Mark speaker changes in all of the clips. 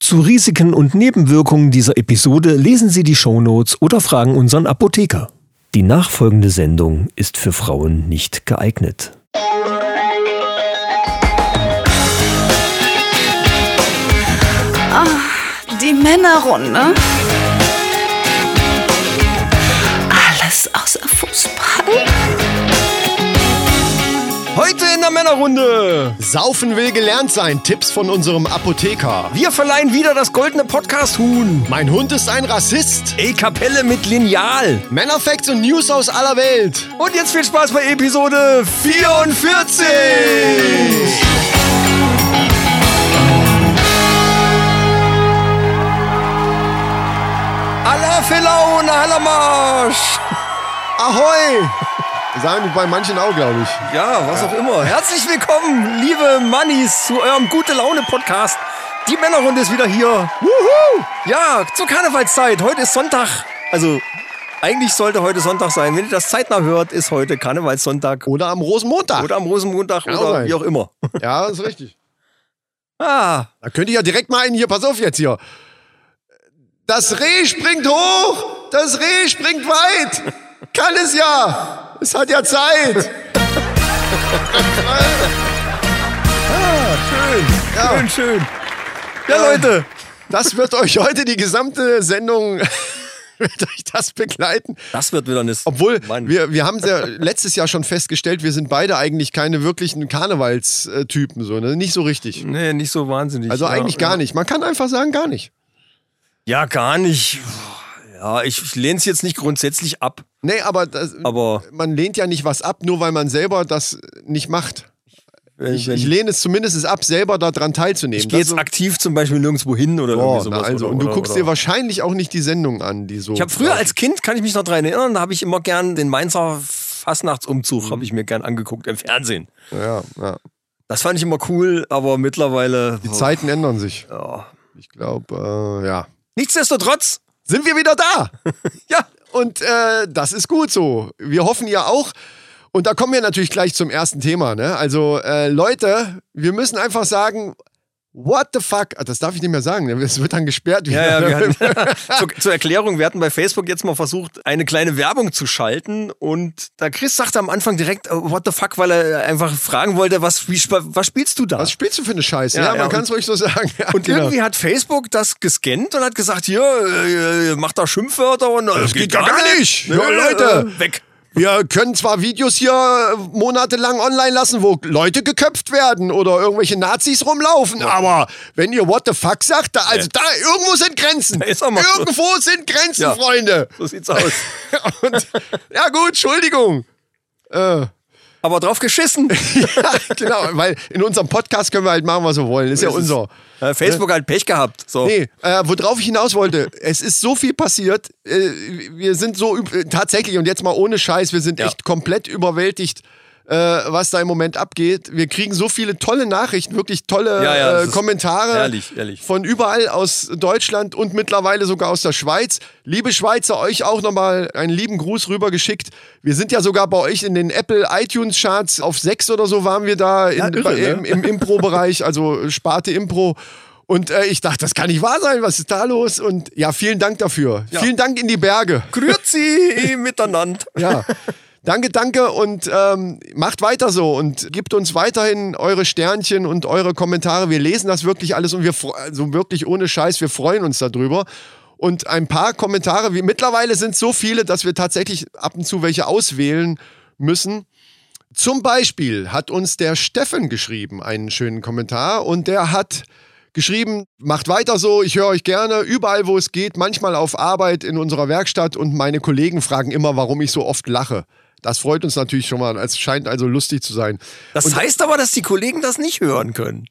Speaker 1: Zu Risiken und Nebenwirkungen dieser Episode lesen Sie die Shownotes oder fragen unseren Apotheker. Die nachfolgende Sendung ist für Frauen nicht geeignet.
Speaker 2: Die Männerrunde. Alles außer Fußball.
Speaker 1: Heute in der Männerrunde.
Speaker 3: Saufen will gelernt sein. Tipps von unserem Apotheker.
Speaker 1: Wir verleihen wieder das goldene Podcast-Huhn.
Speaker 3: Mein Hund ist ein Rassist.
Speaker 1: E Kapelle mit Lineal.
Speaker 3: Männerfacts und News aus aller Welt.
Speaker 1: Und jetzt viel Spaß bei Episode 44. Alla Filau und Alla Marsch.
Speaker 3: Ahoi! Sagen die bei manchen auch, glaube ich.
Speaker 1: Ja, was auch immer. Herzlich willkommen, liebe Mannis, zu eurem Gute Laune Podcast. Die Männerrunde ist wieder hier. Wuhu! Ja, zur Karnevalszeit. Heute ist Sonntag. Also, eigentlich sollte heute Sonntag sein. Wenn ihr das zeitnah hört, ist heute Karnevalssonntag.
Speaker 3: Oder am Rosenmontag.
Speaker 1: Oder am Rosenmontag
Speaker 3: Ah. Kann auch
Speaker 1: oder
Speaker 3: sein.
Speaker 1: wie auch immer.
Speaker 3: Ja, ist richtig.
Speaker 1: Ah,
Speaker 3: Da könnt ihr ja direkt mal einen hier, pass auf jetzt hier. Das Reh springt hoch, das Reh springt weit. Kann es ja. Es hat ja Zeit.
Speaker 1: schön.
Speaker 3: Ja.
Speaker 1: Schön, schön. Ja, Leute.
Speaker 3: Das wird euch heute die gesamte Sendung wird euch das begleiten.
Speaker 1: Das wird wieder eine.
Speaker 3: Obwohl,
Speaker 1: Mann.
Speaker 3: wir, wir haben ja letztes Jahr schon festgestellt, wir sind beide eigentlich keine wirklichen Karnevalstypen. So, ne? Nicht so richtig.
Speaker 1: Nee, nicht so wahnsinnig.
Speaker 3: Also
Speaker 1: Hm. Ja,
Speaker 3: eigentlich
Speaker 1: ja.
Speaker 3: gar nicht. Man kann einfach sagen, gar nicht.
Speaker 1: Ja, gar nicht. Ja, ich, ich lehne es jetzt nicht grundsätzlich ab,
Speaker 3: Nee, aber, das,
Speaker 1: aber
Speaker 3: man lehnt ja nicht was ab, nur weil man selber das nicht macht.
Speaker 1: wenn,
Speaker 3: Ich,
Speaker 1: wenn,
Speaker 3: ich lehne es zumindest ab, selber daran teilzunehmen.
Speaker 1: ich gehe jetzt
Speaker 3: Das-
Speaker 1: aktiv zum Beispiel nirgendwo hin oder
Speaker 3: Boah,
Speaker 1: irgendwie
Speaker 3: na
Speaker 1: sowas.
Speaker 3: also,
Speaker 1: oder,
Speaker 3: und du
Speaker 1: oder,
Speaker 3: guckst
Speaker 1: oder.
Speaker 3: dir wahrscheinlich auch nicht die Sendungen an, die so.
Speaker 1: Ich habe früher als Kind, kann ich mich noch dran erinnern, da habe ich immer gern den Mainzer Fastnachtsumzug,
Speaker 3: Mhm.
Speaker 1: habe ich mir gern angeguckt im Fernsehen.
Speaker 3: Ja, ja.
Speaker 1: Das fand ich immer cool, aber mittlerweile.
Speaker 3: Die Zeiten ändern sich.
Speaker 1: Oh. Ja.
Speaker 3: Ich glaube, äh, ja.
Speaker 1: Nichtsdestotrotz,
Speaker 3: Sind wir wieder da?
Speaker 1: ja,
Speaker 3: Und äh, das ist gut so. Wir hoffen ja auch. Und da kommen wir natürlich gleich zum ersten Thema. Ne? Also äh, Leute, wir müssen einfach sagen, what the fuck? Ah, Das darf ich nicht mehr sagen, ne? das wird dann gesperrt.
Speaker 1: Ja, ja,
Speaker 3: wieder.
Speaker 1: wir hatten, zur, zur Erklärung, wir hatten bei Facebook jetzt mal versucht, eine kleine Werbung zu schalten und da Chris sagte am Anfang direkt, oh, what the fuck, weil er einfach fragen wollte, was, wie, sp- was spielst du da?
Speaker 3: Was spielst du für eine Scheiße?
Speaker 1: Ja,
Speaker 3: Ja,
Speaker 1: ja,
Speaker 3: man
Speaker 1: und-
Speaker 3: kann es ruhig so sagen. Ja,
Speaker 1: und
Speaker 3: genau.
Speaker 1: irgendwie hat Facebook das gescannt und hat gesagt, hier, äh, macht da Schimpfwörter und äh, das
Speaker 3: geht ja gar nicht. Ja, Leute.
Speaker 1: äh, weg.
Speaker 3: Wir können zwar Videos hier monatelang online lassen, wo Leute geköpft werden oder irgendwelche Nazis rumlaufen, aber wenn ihr What the fuck sagt, da, also da irgendwo sind Grenzen.
Speaker 1: ist auch mal so.
Speaker 3: irgendwo sind Grenzen,
Speaker 1: Ja.
Speaker 3: Freunde.
Speaker 1: So sieht's aus.
Speaker 3: Und, ja gut, Entschuldigung. Äh,
Speaker 1: Aber drauf geschissen.
Speaker 3: ja, genau, weil in unserem Podcast können wir halt machen, was wir wollen. Ist ja unser.
Speaker 1: Äh, Facebook hat Pech gehabt. So.
Speaker 3: Nee, äh, worauf ich hinaus wollte, es ist so viel passiert. Äh, wir sind so üb- äh, tatsächlich und jetzt mal ohne Scheiß, wir sind
Speaker 1: Ja.
Speaker 3: echt komplett überwältigt, äh, was da im Moment abgeht. Wir kriegen so viele tolle Nachrichten, wirklich tolle
Speaker 1: Ja, ja, das
Speaker 3: äh,
Speaker 1: ist
Speaker 3: Kommentare
Speaker 1: herrlich, herrlich.
Speaker 3: von überall aus Deutschland und mittlerweile sogar aus der Schweiz. Liebe Schweizer, euch auch nochmal einen lieben Gruß rübergeschickt. Wir sind ja sogar bei euch in den Apple iTunes Charts auf 6 oder so waren wir da in,
Speaker 1: irre,
Speaker 3: bei-
Speaker 1: ne?
Speaker 3: im, im Impro-Bereich, also Sparte Impro. Und äh, ich dachte, das kann nicht wahr sein, was ist da los? Und ja, vielen Dank dafür. Vielen Dank in die Berge.
Speaker 1: Grüezi miteinander.
Speaker 3: Ja. Danke, danke und ähm, macht weiter so und gebt uns weiterhin eure Sternchen und eure Kommentare. Wir lesen das wirklich alles und wir, fre- also wirklich ohne Scheiß, wir freuen uns darüber. Und ein paar Kommentare, wie mittlerweile sind so viele, dass wir tatsächlich ab und zu welche auswählen müssen. Zum Beispiel hat uns der Steffen geschrieben einen schönen Kommentar und der hat geschrieben, macht weiter so, ich höre euch gerne, überall wo es geht, manchmal auf Arbeit in unserer Werkstatt und meine Kollegen fragen immer, warum ich so oft lache. Das freut uns natürlich schon mal, es scheint also lustig zu sein.
Speaker 1: Das heißt aber, dass die Kollegen das nicht hören können.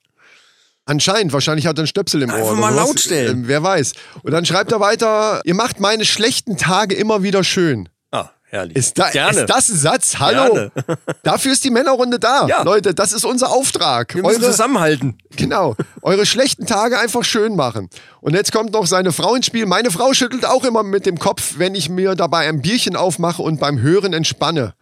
Speaker 3: Anscheinend, wahrscheinlich hat er einen Stöpsel im Ohr.
Speaker 1: Einfach
Speaker 3: oder
Speaker 1: mal
Speaker 3: sowas.
Speaker 1: laut stellen.
Speaker 3: Ähm, wer weiß. Und dann schreibt er weiter, ihr macht meine schlechten Tage immer wieder schön.
Speaker 1: Ah, herrlich.
Speaker 3: Ist, da,
Speaker 1: Gerne.
Speaker 3: ist das ein Satz? Hallo. Dafür ist die Männerrunde da.
Speaker 1: Ja.
Speaker 3: Leute, das ist unser Auftrag.
Speaker 1: Wir müssen
Speaker 3: Eure-
Speaker 1: zusammenhalten.
Speaker 3: Genau. Eure schlechten Tage einfach schön machen. Und jetzt kommt noch seine Frau ins Spiel. Meine Frau schüttelt auch immer mit dem Kopf, wenn ich mir dabei ein Bierchen aufmache und beim Hören entspanne.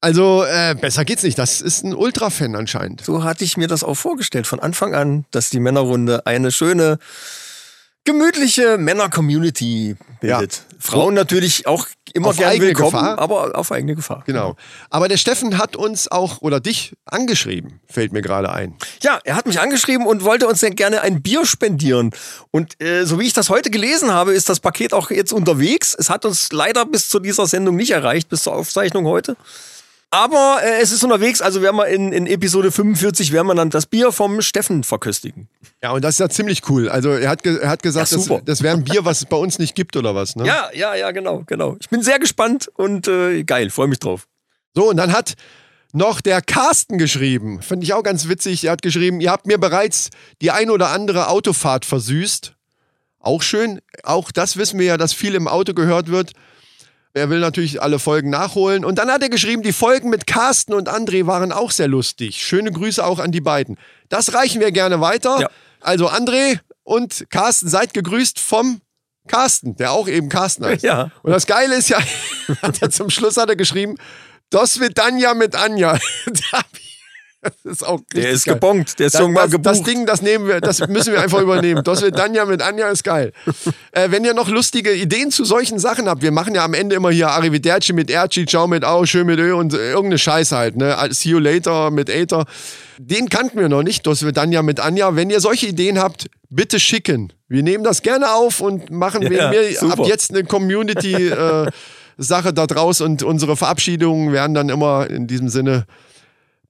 Speaker 3: Also äh, besser geht's nicht. Das ist ein Ultra-Fan anscheinend.
Speaker 1: So hatte ich mir das auch vorgestellt von Anfang an, dass die Männerrunde eine schöne, gemütliche Männer-Community bildet. Frauen natürlich auch immer
Speaker 3: Auf
Speaker 1: gern
Speaker 3: eigene
Speaker 1: willkommen,
Speaker 3: Gefahr.
Speaker 1: aber auf eigene Gefahr.
Speaker 3: Genau. Aber der Steffen hat uns auch, oder dich, angeschrieben, fällt mir gerade ein.
Speaker 1: Ja, er hat mich angeschrieben und wollte uns sehr gerne ein Bier spendieren. Und äh, so wie ich das heute gelesen habe, ist das Paket auch jetzt unterwegs. Es hat uns leider bis zu dieser Sendung nicht erreicht, bis zur Aufzeichnung heute. Aber äh, es ist unterwegs, also werden wir in, in Episode 45 werden wir dann das Bier vom Steffen verköstigen.
Speaker 3: Ja, und das ist ja ziemlich cool. Also er hat, ge er hat gesagt,
Speaker 1: Ja,
Speaker 3: das,
Speaker 1: super.
Speaker 3: das wäre ein Bier, was es bei uns nicht gibt oder was. Ne?
Speaker 1: Ja, ja, ja, genau, genau. Ich bin sehr gespannt und äh, geil, freue mich drauf.
Speaker 3: So, und dann hat noch der Carsten geschrieben. Finde ich auch ganz witzig. Er hat geschrieben, ihr habt mir bereits die ein oder andere Autofahrt versüßt. Auch schön. Auch das wissen wir ja, dass viel im Auto gehört wird. Er will natürlich alle Folgen nachholen. Und dann hat er geschrieben, die Folgen mit Carsten und André waren auch sehr lustig. Schöne Grüße auch an die beiden. Das reichen wir gerne weiter.
Speaker 1: Ja.
Speaker 3: Also André und Carsten, seid gegrüßt vom Carsten, der auch eben Carsten heißt.
Speaker 1: Ja.
Speaker 3: Und das Geile ist ja, hat er zum Schluss hat er geschrieben, das wird Anja mit Anja. Da hab ich- das ist auch richtig
Speaker 1: Der ist
Speaker 3: geil.
Speaker 1: gebonkt, der ist
Speaker 3: Das,
Speaker 1: schon mal
Speaker 3: das,
Speaker 1: gebucht.
Speaker 3: das Ding, das nehmen wir, das müssen wir einfach übernehmen. Das wird Danja mit Anja ist geil. Äh, wenn ihr noch lustige Ideen zu solchen Sachen habt, wir machen ja am Ende immer hier Arrivederci mit Erci, Ciao mit Au, Schön mit Ö und äh, irgendeine Scheiße halt, ne? See you later mit Aether. Den kannten wir noch nicht, das wird Danja mit Anja. Wenn ihr solche Ideen habt, bitte schicken. Wir nehmen das gerne auf und machen
Speaker 1: Ja,
Speaker 3: wir
Speaker 1: super.
Speaker 3: ab jetzt eine Community äh, Sache da draus und unsere Verabschiedungen werden dann immer in diesem Sinne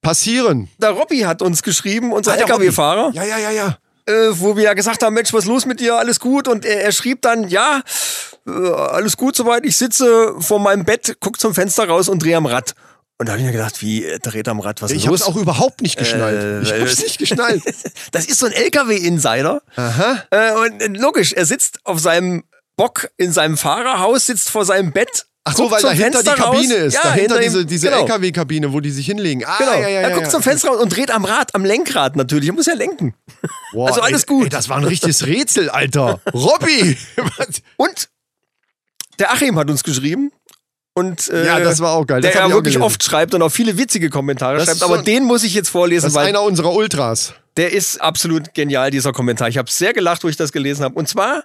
Speaker 3: passieren.
Speaker 1: Der Robby hat uns geschrieben, unser
Speaker 3: Ah, der
Speaker 1: LKW-Fahrer.
Speaker 3: Ja, ja, ja, ja.
Speaker 1: äh, wo wir ja gesagt haben, Mensch, was ist los mit dir, alles gut? Und er, er schrieb dann, ja, äh, alles gut soweit, ich sitze vor meinem Bett, guck zum Fenster raus und drehe am Rad. Und da habe ich mir gedacht, wie äh, dreht am Rad, was ist
Speaker 3: Ich
Speaker 1: los?
Speaker 3: hab's auch überhaupt nicht geschnallt.
Speaker 1: Äh,
Speaker 3: ich hab's
Speaker 1: äh,
Speaker 3: nicht geschnallt.
Speaker 1: das ist so ein LKW-Insider. Äh, und äh, logisch, er sitzt auf seinem Bock in seinem Fahrerhaus, sitzt vor seinem Bett.
Speaker 3: Ach so,
Speaker 1: guckt
Speaker 3: weil
Speaker 1: zum
Speaker 3: dahinter die
Speaker 1: Fenster
Speaker 3: Kabine
Speaker 1: raus.
Speaker 3: ist.
Speaker 1: Ja,
Speaker 3: dahinter
Speaker 1: hinter ihm,
Speaker 3: diese, diese
Speaker 1: genau.
Speaker 3: LKW-Kabine, wo die sich hinlegen. Ah,
Speaker 1: Genau.
Speaker 3: ja, ja,
Speaker 1: er
Speaker 3: ja,
Speaker 1: guckt
Speaker 3: ja.
Speaker 1: zum Fenster raus und dreht am Rad, am Lenkrad natürlich. Er muss ja lenken.
Speaker 3: Boah,
Speaker 1: also alles
Speaker 3: ey,
Speaker 1: gut.
Speaker 3: Ey, das war ein richtiges Rätsel, Alter. Robby! Was?
Speaker 1: Und der Achim hat uns geschrieben. Und, äh,
Speaker 3: ja, das war auch geil.
Speaker 1: Der
Speaker 3: das
Speaker 1: ja
Speaker 3: hab ich auch
Speaker 1: wirklich
Speaker 3: gelesen.
Speaker 1: oft schreibt und auch viele witzige Kommentare
Speaker 3: Das
Speaker 1: schreibt.
Speaker 3: ist
Speaker 1: Aber
Speaker 3: so-
Speaker 1: den muss ich jetzt vorlesen,
Speaker 3: Das ist
Speaker 1: weil
Speaker 3: einer unserer Ultras.
Speaker 1: der ist absolut genial, dieser Kommentar. Ich habe sehr gelacht, wo ich das gelesen habe. Und zwar,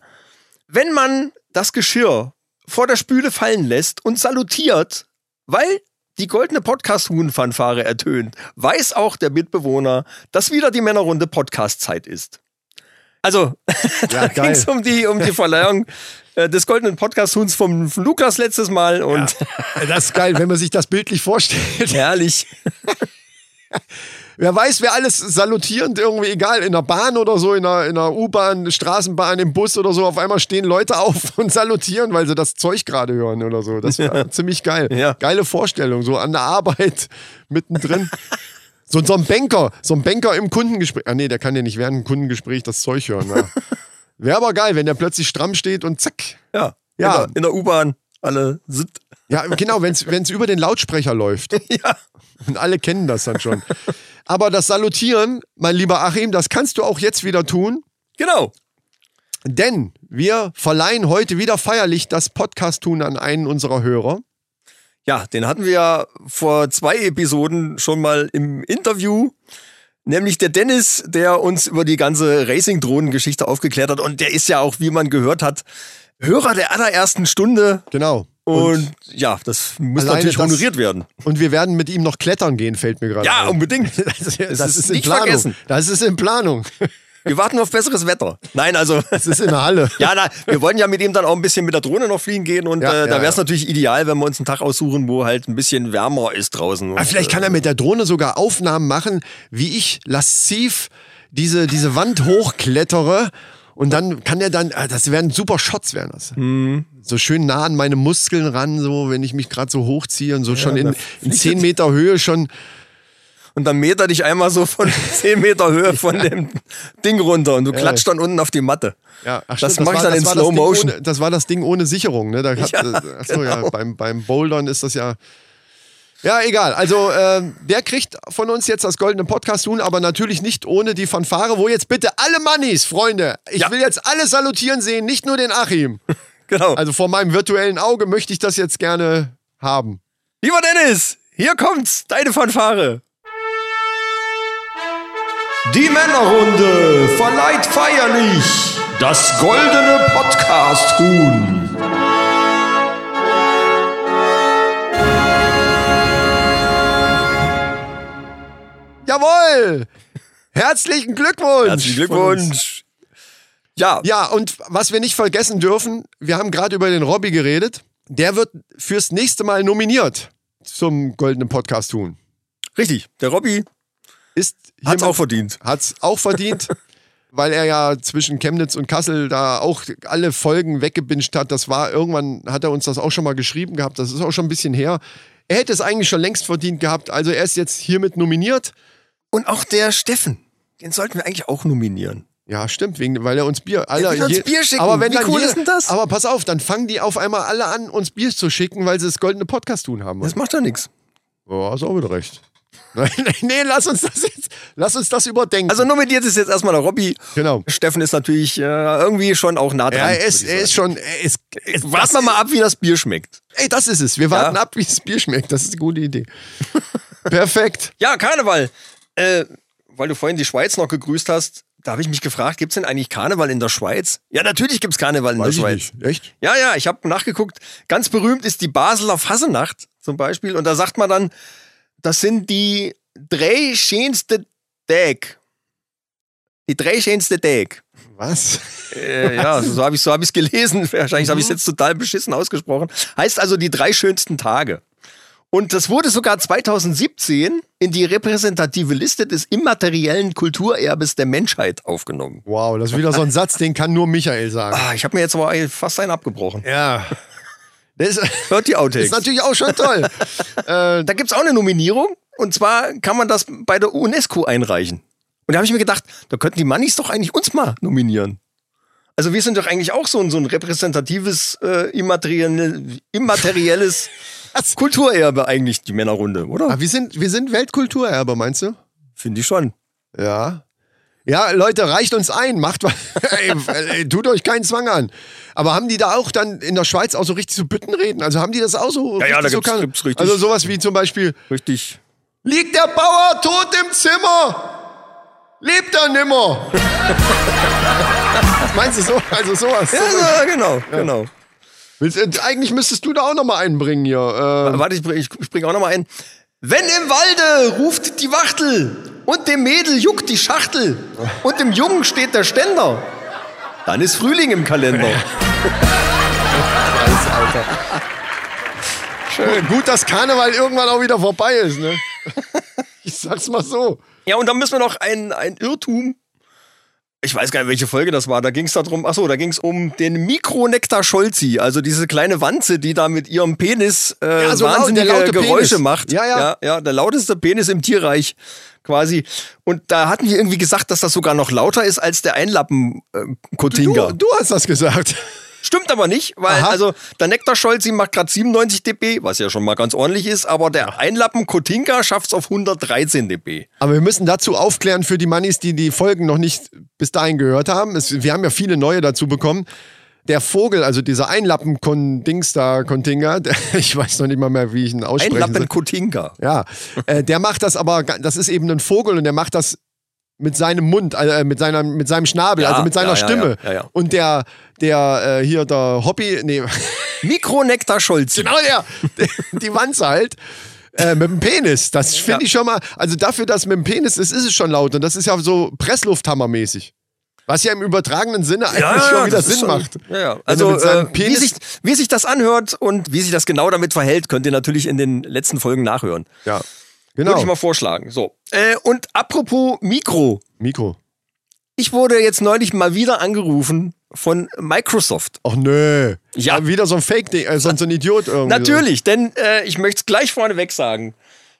Speaker 1: wenn man das Geschirr vor der Spüle fallen lässt und salutiert, weil die goldene Podcast-Huhn-Fanfare ertönt, weiß auch der Mitbewohner, dass wieder die Männerrunde Podcast-Zeit ist. Also,
Speaker 3: Ja,
Speaker 1: da ging es um die, um die Verleihung äh, des goldenen Podcast-Huhns vom Lukas letztes Mal und
Speaker 3: Das ist geil, wenn man sich das bildlich vorstellt.
Speaker 1: herrlich.
Speaker 3: Wer weiß, wer alles salutierend irgendwie, egal, in der Bahn oder so, in der, in der U-Bahn, Straßenbahn, im Bus oder so, auf einmal stehen Leute auf und salutieren, weil sie das Zeug gerade hören oder so. Das wäre ziemlich geil.
Speaker 1: Ja.
Speaker 3: Geile Vorstellung, so an der Arbeit mittendrin. So, so ein Banker, so ein Banker im Kundengespräch. Ah nee, der kann ja nicht während dem Kundengespräch das Zeug hören. Ja. Wäre aber geil, wenn der plötzlich stramm steht und zack.
Speaker 1: Ja.
Speaker 3: Ja.
Speaker 1: In der, in der U-Bahn. Alle sind.
Speaker 3: Ja, genau, wenn es über den Lautsprecher läuft.
Speaker 1: Ja.
Speaker 3: Und alle kennen das dann schon. Aber das Salutieren, mein lieber Achim, das kannst du auch jetzt wieder tun,
Speaker 1: Genau.
Speaker 3: denn wir verleihen heute wieder feierlich das Podcast-Tun an einen unserer Hörer.
Speaker 1: Ja, den hatten wir ja vor zwei Episoden schon mal im Interview. Nämlich der Dennis, der uns über die ganze Racing-Drohnen-Geschichte aufgeklärt hat. Und der ist ja auch, wie man gehört hat, Hörer der allerersten Stunde.
Speaker 3: Genau.
Speaker 1: Und, ja, das muss
Speaker 3: Alleine
Speaker 1: natürlich
Speaker 3: das-
Speaker 1: honoriert werden.
Speaker 3: Und wir werden mit ihm noch klettern gehen, fällt mir gerade
Speaker 1: Ja,
Speaker 3: ein.
Speaker 1: unbedingt. Das,
Speaker 3: Das ist in
Speaker 1: nicht
Speaker 3: Planung.
Speaker 1: vergessen.
Speaker 3: Das ist in Planung.
Speaker 1: Wir warten auf besseres Wetter. Nein, also.
Speaker 3: Das ist in der Halle.
Speaker 1: Ja, na, wir wollen ja mit ihm dann auch ein bisschen mit der Drohne noch fliegen gehen und
Speaker 3: Ja,
Speaker 1: äh, da
Speaker 3: ja,
Speaker 1: wäre es
Speaker 3: ja.
Speaker 1: natürlich ideal, wenn wir uns einen Tag aussuchen, wo halt ein bisschen wärmer ist draußen.
Speaker 3: Aber Ah, vielleicht kann er mit der Drohne sogar Aufnahmen machen, wie ich lasziv diese, diese Wand hochklettere. Und dann kann er dann, ah, das wären super Shots, wären das. So schön nah an meine Muskeln ran, so wenn ich mich gerade so hochziehe und so schon in, in 10 Meter Höhe schon.
Speaker 1: Und dann mäht er dich einmal so von 10 Meter Höhe von dem Ding runter und du klatscht dann unten auf die Matte.
Speaker 3: ach
Speaker 1: das
Speaker 3: stimmt,
Speaker 1: mache ich
Speaker 3: war-
Speaker 1: dann in
Speaker 3: war
Speaker 1: Slow
Speaker 3: das Ding
Speaker 1: Motion.
Speaker 3: Ohne, das war das Ding ohne Sicherung, ne? Da hat,
Speaker 1: Ja, Genau.
Speaker 3: äh, ach so, ja, beim, beim Bouldern ist das ja. Ja, egal. Also, ähm, der kriegt von uns jetzt das goldene Podcast-Huhn, aber natürlich nicht ohne die Fanfare, wo jetzt bitte alle Mannis, Freunde, ich
Speaker 1: Ja.
Speaker 3: will jetzt alle salutieren sehen, nicht nur den Achim.
Speaker 1: Genau.
Speaker 3: Also vor meinem virtuellen Auge möchte ich das jetzt gerne haben.
Speaker 1: Lieber Dennis, Hier kommt's, deine Fanfare. Die Männerrunde verleiht feierlich das goldene Podcast-Huhn.
Speaker 3: Jawohl! Herzlichen Glückwunsch!
Speaker 1: Herzlichen
Speaker 3: von uns.
Speaker 1: Glückwunsch. Ja,
Speaker 3: Ja, und was wir nicht vergessen dürfen, wir haben gerade über den Robby geredet. Der wird fürs nächste Mal nominiert zum Goldenen Podcast tun.
Speaker 1: richtig. Der Robby
Speaker 3: Ist
Speaker 1: hat's
Speaker 3: hiermit-
Speaker 1: auch verdient.
Speaker 3: hat's auch verdient, weil er ja zwischen Chemnitz und Kassel da auch alle Folgen weggebinscht hat. Das war irgendwann, hat er uns das auch schon mal geschrieben gehabt. Das ist auch schon ein bisschen her. Er hätte es eigentlich schon längst verdient gehabt. Also er ist jetzt hiermit nominiert.
Speaker 1: Und auch der Steffen. Den sollten wir eigentlich auch nominieren.
Speaker 3: Ja, stimmt, wegen, weil er uns Bier. Alle,
Speaker 1: will uns Bier schicken.
Speaker 3: Aber wenn
Speaker 1: Wie
Speaker 3: dann
Speaker 1: cool
Speaker 3: jeder,
Speaker 1: ist denn das?
Speaker 3: Aber pass auf, dann fangen die auf einmal alle an, uns Bier zu schicken, weil sie das goldene Podcast tun haben.
Speaker 1: Das macht ja nichts.
Speaker 3: Ja, hast auch wieder recht. Nein, nein, nee, lass uns das jetzt, lass uns das überdenken.
Speaker 1: Also nominiert ist jetzt erstmal der Robby.
Speaker 3: genau.
Speaker 1: Steffen ist natürlich äh, irgendwie schon auch nah dran.
Speaker 3: Ja, er ist,
Speaker 1: würde ich
Speaker 3: er ist
Speaker 1: sagen.
Speaker 3: schon, er ist, er ist
Speaker 1: Warten wir mal ab, wie das Bier schmeckt.
Speaker 3: Ey, das ist es. Wir warten ab, wie das Bier schmeckt. Das ist eine gute Idee. Perfekt.
Speaker 1: Ja, Karneval. Äh, weil du vorhin die Schweiz noch gegrüßt hast, da habe ich mich gefragt, gibt's denn eigentlich Karneval in der Schweiz? Ja, natürlich gibt's Karneval in der Schweiz.
Speaker 3: Echt?
Speaker 1: Ja, ja, ich habe nachgeguckt. Ganz berühmt ist die Basler Fassenacht zum Beispiel. Und da sagt man dann, das sind die drei schönste Tag. Die drei schönste Tag.
Speaker 3: Was?
Speaker 1: Äh, ja, so habe ich es so hab ich's gelesen. Wahrscheinlich habe ich es jetzt total beschissen ausgesprochen. Heißt also die drei schönsten Tage. Und das wurde sogar 2017 in die repräsentative Liste des immateriellen Kulturerbes der Menschheit aufgenommen.
Speaker 3: Wow, das ist wieder so ein Satz, den kann nur Michael sagen.
Speaker 1: Ah, ich habe mir jetzt aber fast einen abgebrochen.
Speaker 3: Ja. Das ist,
Speaker 1: Hört die Outtakes.
Speaker 3: ist natürlich auch schon toll. äh,
Speaker 1: Da gibt's auch eine Nominierung. Und zwar kann man das bei der UNESCO einreichen. Und da habe ich mir gedacht, da könnten die Mannis doch eigentlich uns mal nominieren. Also wir sind doch eigentlich auch so ein, so ein repräsentatives, äh, immaterielle, immaterielles Kulturerbe eigentlich, die Männerrunde, oder?
Speaker 3: ah, wir, sind, wir sind Weltkulturerbe, meinst du?
Speaker 1: Finde ich schon.
Speaker 3: Ja. Ja, Leute, reicht uns ein, macht was. ey, ey, tut euch keinen Zwang an. Aber haben die da auch dann in der Schweiz auch so richtig zu Bütten reden? Also haben die das auch so?
Speaker 1: Ja, ja, da
Speaker 3: so
Speaker 1: gibt's-
Speaker 3: kann-
Speaker 1: gibt's richtig-
Speaker 3: Also sowas wie zum Beispiel,
Speaker 1: Richtig.
Speaker 3: Liegt der Bauer tot im Zimmer? Lebt er nimmer? Meinst du so? Also sowas.
Speaker 1: Ja, ja genau, genau.
Speaker 3: Willst, äh, eigentlich müsstest du da auch nochmal einbringen hier. Ähm,
Speaker 1: Aber warte, ich, bring- ich springe auch nochmal ein. Wenn im Walde ruft die Wachtel und dem Mädel juckt die Schachtel und dem Jungen steht der Ständer, dann ist Frühling im Kalender.
Speaker 3: Äh, gut, dass Karneval irgendwann auch wieder vorbei ist, ne? Ich sag's mal so.
Speaker 1: Ja, und dann müssen wir noch ein, ein Irrtum. Ich weiß gar nicht, welche Folge das war. Da ging es darum, achso, da ging es um den Mikronektar Scholzi, also diese kleine Wanze, die da mit ihrem Penis äh,
Speaker 3: Ja, so laut,
Speaker 1: wahnsinnige
Speaker 3: der laute
Speaker 1: Geräusche
Speaker 3: Penis.
Speaker 1: macht.
Speaker 3: Ja, ja.
Speaker 1: ja, der lauteste Penis im Tierreich quasi. Und da hatten wir irgendwie gesagt, dass das sogar noch lauter ist als der Einlappen-Kotinga.
Speaker 3: Du, du hast das gesagt.
Speaker 1: Stimmt aber nicht, weil
Speaker 3: Aha.
Speaker 1: also der Nektar Scholzi macht gerade 97 dB, was ja schon mal ganz ordentlich ist, aber der Einlappen-Kotinga schafft es auf 113 dB.
Speaker 3: Aber wir müssen dazu aufklären für die Mannis, die die Folgen noch nicht bis dahin gehört haben. Es, wir haben ja viele neue dazu bekommen. Der Vogel, also dieser Einlappen-Dings da, Kontinger, der, ich weiß noch nicht mal mehr, wie ich ihn ausspreche.
Speaker 1: Einlappen-Kotinga.
Speaker 3: Ja, äh, der macht das aber, ga- das ist eben ein Vogel und der macht das mit seinem Mund, also äh, mit, seiner, mit seinem Schnabel,
Speaker 1: Ja,
Speaker 3: also mit seiner
Speaker 1: ja, ja,
Speaker 3: Stimme.
Speaker 1: ja, ja, ja.
Speaker 3: Und der, der äh, hier, der Hobby, nee,
Speaker 1: Mikronektar Scholz.
Speaker 3: genau der, die Wanze halt. Äh, mit dem Penis, das finde ich schon mal, also dafür, dass mit dem Penis ist, ist es schon laut und das ist ja so Presslufthammermäßig. Was ja im übertragenen Sinne eigentlich schon wieder
Speaker 1: das ist
Speaker 3: Sinn
Speaker 1: schon-
Speaker 3: macht.
Speaker 1: Ja, ja.
Speaker 3: Wenn er
Speaker 1: Also,
Speaker 3: mit seinem
Speaker 1: äh, wie,
Speaker 3: Penis-
Speaker 1: sich, wie sich das anhört und wie sich das genau damit verhält, könnt ihr natürlich in den letzten Folgen nachhören.
Speaker 3: Ja,
Speaker 1: Würde ich
Speaker 3: genau.
Speaker 1: mal vorschlagen. So. Äh, und apropos Mikro.
Speaker 3: Mikro.
Speaker 1: Ich wurde jetzt neulich mal wieder angerufen von Microsoft.
Speaker 3: Ach nö.
Speaker 1: Ja.
Speaker 3: Aber Wieder so ein Fake-Ding, äh, so, ein- so ein Idiot irgendwie.
Speaker 1: Natürlich, denn äh, ich möchte es gleich vorneweg sagen.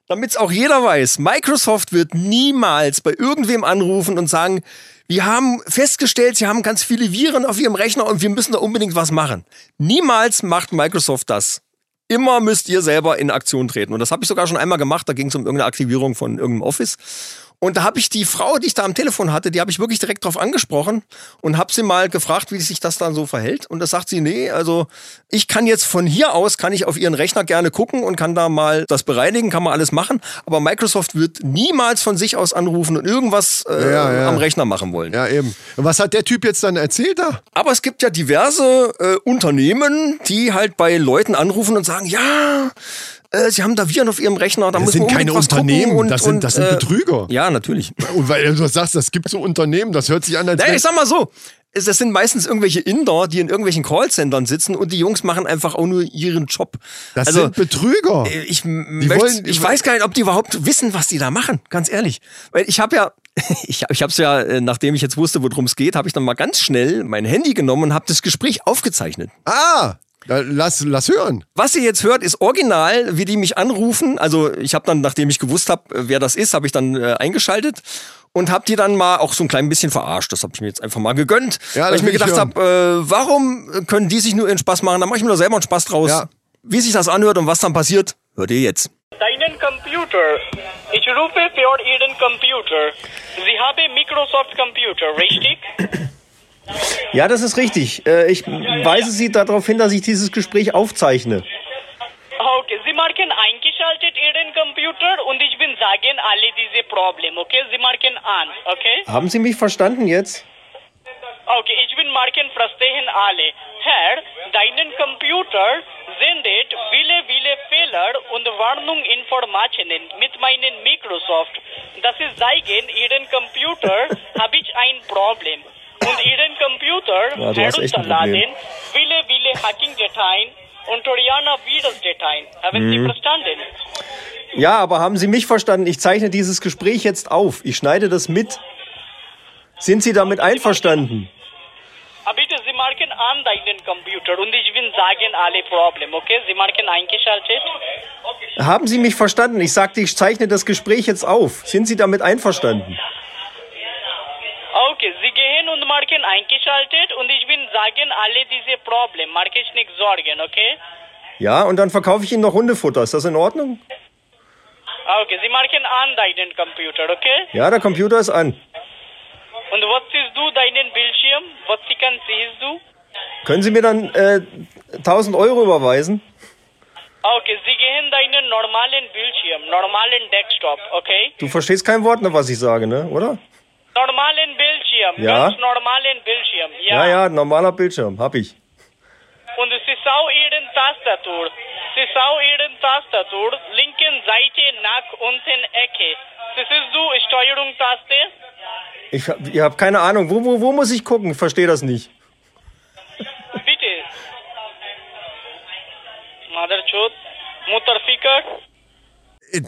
Speaker 1: Damit es auch jeder weiß, Microsoft wird niemals bei irgendwem anrufen und sagen, wir haben festgestellt, sie haben ganz viele Viren auf ihrem Rechner und wir müssen da unbedingt was machen. Niemals macht Microsoft das. Immer müsst ihr selber in Aktion treten. Und das habe ich sogar schon einmal gemacht. Da ging es um irgendeine Aktivierung von irgendeinem Office. Und da habe ich die Frau, die ich da am Telefon hatte, die habe ich wirklich direkt drauf angesprochen und habe sie mal gefragt, wie sich das dann so verhält. Und da sagt sie, nee, also ich kann jetzt von hier aus, kann ich auf ihren Rechner gerne gucken und kann da mal das bereinigen, kann man alles machen. Aber Microsoft wird niemals von sich aus anrufen und irgendwas äh,
Speaker 3: Ja, ja.
Speaker 1: am Rechner machen wollen.
Speaker 3: Ja, eben. Und was hat der Typ jetzt dann erzählt da?
Speaker 1: Aber es gibt ja diverse äh, Unternehmen, die halt bei Leuten anrufen und sagen, ja, äh, sie haben da Viren auf ihrem Rechner, da
Speaker 3: Das
Speaker 1: müssen
Speaker 3: sind
Speaker 1: wir unbedingt
Speaker 3: keine
Speaker 1: was gucken
Speaker 3: Unternehmen,
Speaker 1: und,
Speaker 3: das sind-
Speaker 1: und, äh,
Speaker 3: das sind Betrüger.
Speaker 1: Ja, natürlich.
Speaker 3: Und weil du sagst, das gibt so Unternehmen, das hört sich an, als
Speaker 1: Naja,
Speaker 3: wenn-
Speaker 1: ich sag mal so, es- das sind meistens irgendwelche Inder, die in irgendwelchen Callcentern sitzen und die Jungs machen einfach auch nur ihren Job.
Speaker 3: das
Speaker 1: also,
Speaker 3: sind Betrüger.
Speaker 1: äh, ich,
Speaker 3: wollen-
Speaker 1: möcht, ich weiß gar nicht, ob die überhaupt wissen, was die da machen, ganz ehrlich. Weil ich habe ja, ich, hab- ich habe es ja, äh, nachdem ich jetzt wusste, worum es geht, habe ich dann mal ganz schnell mein Handy genommen und habe das Gespräch aufgezeichnet.
Speaker 3: Ah, da- lass, lass hören.
Speaker 1: Was ihr jetzt hört, ist original, wie die mich anrufen. Also ich habe dann, nachdem ich gewusst habe, wer das ist, habe ich dann äh, eingeschaltet und habe die dann mal auch so ein klein bisschen verarscht. Das habe ich mir jetzt einfach mal gegönnt,
Speaker 3: Ja,
Speaker 1: weil
Speaker 3: das
Speaker 1: ich mir
Speaker 3: will ich
Speaker 1: gedacht habe, äh, warum können die sich nur ihren Spaß machen? Dann mache ich mir doch selber einen Spaß draus.
Speaker 3: Ja.
Speaker 1: Wie sich das anhört und was dann passiert, hört ihr jetzt.
Speaker 4: Deinen Computer. Ich rufe für Ihren Computer. Sie haben Microsoft Computer, richtig?
Speaker 1: Ja, das ist richtig. Äh, ich weise Sie darauf hin, dass ich dieses Gespräch aufzeichne.
Speaker 4: Okay, Sie marken eingeschaltet Ihren Computer und ich bin sagen alle diese Probleme, okay? Sie marken an, okay?
Speaker 1: Haben Sie mich verstanden jetzt?
Speaker 4: Okay, ich bin marken verstehen alle. Herr, deinen Computer sendet viele, viele Fehler und Warnung Informationen mit meinen Microsoft. Das ist zeigen, Ihren Computer habe ich ein Problem. Und Ihren Computer
Speaker 1: Ja, du hast echt ein
Speaker 4: herunterladen viele, viele Hacking-Dateien und Trojaner-Virus-Dateien. Haben
Speaker 1: Mhm.
Speaker 4: Sie verstanden?
Speaker 1: Ja, aber haben Sie mich verstanden? Ich zeichne dieses Gespräch jetzt auf. Ich schneide das mit. Sind Sie damit einverstanden?
Speaker 4: Ah, Bitte, Sie marken an deinen Computer und ich will sagen alle Probleme, okay? Sie marken eingeschaltet.
Speaker 1: Haben Sie mich verstanden? Ich sagte, ich zeichne das Gespräch jetzt auf. Sind Sie damit einverstanden?
Speaker 4: Okay, Sie gehen und marken eingeschaltet und ich bin sagen alle diese Probleme. Marke ich nicht Sorgen, okay?
Speaker 1: Ja, und dann verkaufe ich Ihnen noch Hundefutter. Ist das in Ordnung?
Speaker 4: Okay, Sie marken an deinen Computer, okay?
Speaker 1: Ja, der Computer ist an.
Speaker 4: Und was siehst du deinen Bildschirm? Was sie kann siehst du?
Speaker 1: Können Sie mir dann äh, 1000 Euro überweisen?
Speaker 4: Okay, Sie gehen deinen normalen Bildschirm, normalen Desktop, okay?
Speaker 1: Du verstehst kein Wort, ne, was ich sage, ne? oder?
Speaker 4: Normalen Bildschirm,
Speaker 1: Ja.
Speaker 4: ganz normalen Bildschirm,
Speaker 1: Ja, ja, normaler Bildschirm. Hab ich.
Speaker 4: Und Sie sah Ihren Tastatur. Sie sah Ihren Tastatur, linken Seite nach unten Ecke. Das ist du Steuerung Taste.
Speaker 1: Ich hab, ich hab keine Ahnung. Wo, wo, wo muss ich gucken? Verstehe das nicht.
Speaker 4: Bitte. Mother Chod, Mutter Fikar.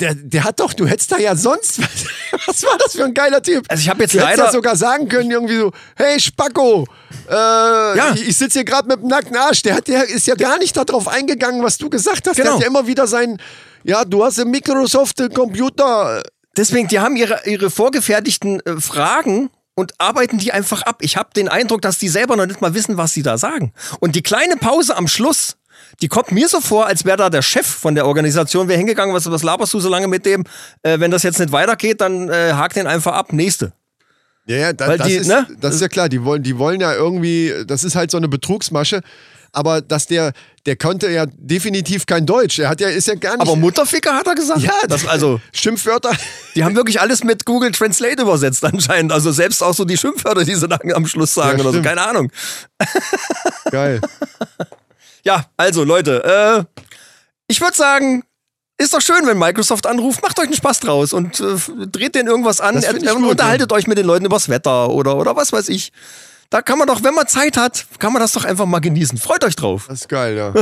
Speaker 3: Der, der hat doch, du hättest da ja sonst. Was war das für ein geiler Typ?
Speaker 1: Also ich hab jetzt
Speaker 3: du hättest
Speaker 1: leider-
Speaker 3: das sogar sagen können, irgendwie so: Hey Spacko, äh, ich, ich sitze hier gerade mit dem nackten Arsch. Der, hat, der ist ja gar nicht darauf eingegangen, was du gesagt hast. Der
Speaker 1: Genau.
Speaker 3: hat ja immer wieder sein: Ja, du hast einen Microsoft-Computer.
Speaker 1: Deswegen, die haben ihre, ihre vorgefertigten äh, Fragen und arbeiten die einfach ab. Ich habe den Eindruck, dass die selber noch nicht mal wissen, was sie da sagen. Und die kleine Pause am Schluss, die kommt mir so vor, als wäre da der Chef von der Organisation, wäre hingegangen, was, was laberst du so lange mit dem? Äh, wenn das jetzt nicht weitergeht, dann äh, hak den einfach ab. Nächste.
Speaker 3: Ja, ja, da,
Speaker 1: Weil
Speaker 3: das,
Speaker 1: die,
Speaker 3: ist,
Speaker 1: ne?
Speaker 3: das ist ja klar, die wollen, die wollen ja irgendwie, das ist halt so eine Betrugsmasche, aber dass der, der konnte ja definitiv kein Deutsch. Er hat ja, ist ja gar nicht.
Speaker 1: Aber Mutterficker hat er gesagt.
Speaker 3: ja,
Speaker 1: das also.
Speaker 3: Schimpfwörter.
Speaker 1: Die haben wirklich alles mit Google Translate übersetzt anscheinend. Also selbst auch so die Schimpfwörter, die sie dann am Schluss sagen
Speaker 3: Ja,
Speaker 1: oder so.
Speaker 3: stimmt.
Speaker 1: Keine Ahnung.
Speaker 3: Geil.
Speaker 1: Ja, also Leute, äh, ich würde sagen, ist doch schön, wenn Microsoft anruft. Macht euch einen Spaß draus und äh, dreht denen irgendwas an
Speaker 3: Das find ich
Speaker 1: und
Speaker 3: gut,
Speaker 1: unterhaltet euch mit den Leuten übers Wetter oder, oder was weiß ich. Da kann man doch, wenn man Zeit hat, kann man das doch einfach mal genießen. Freut euch drauf.
Speaker 3: Das ist geil, ja.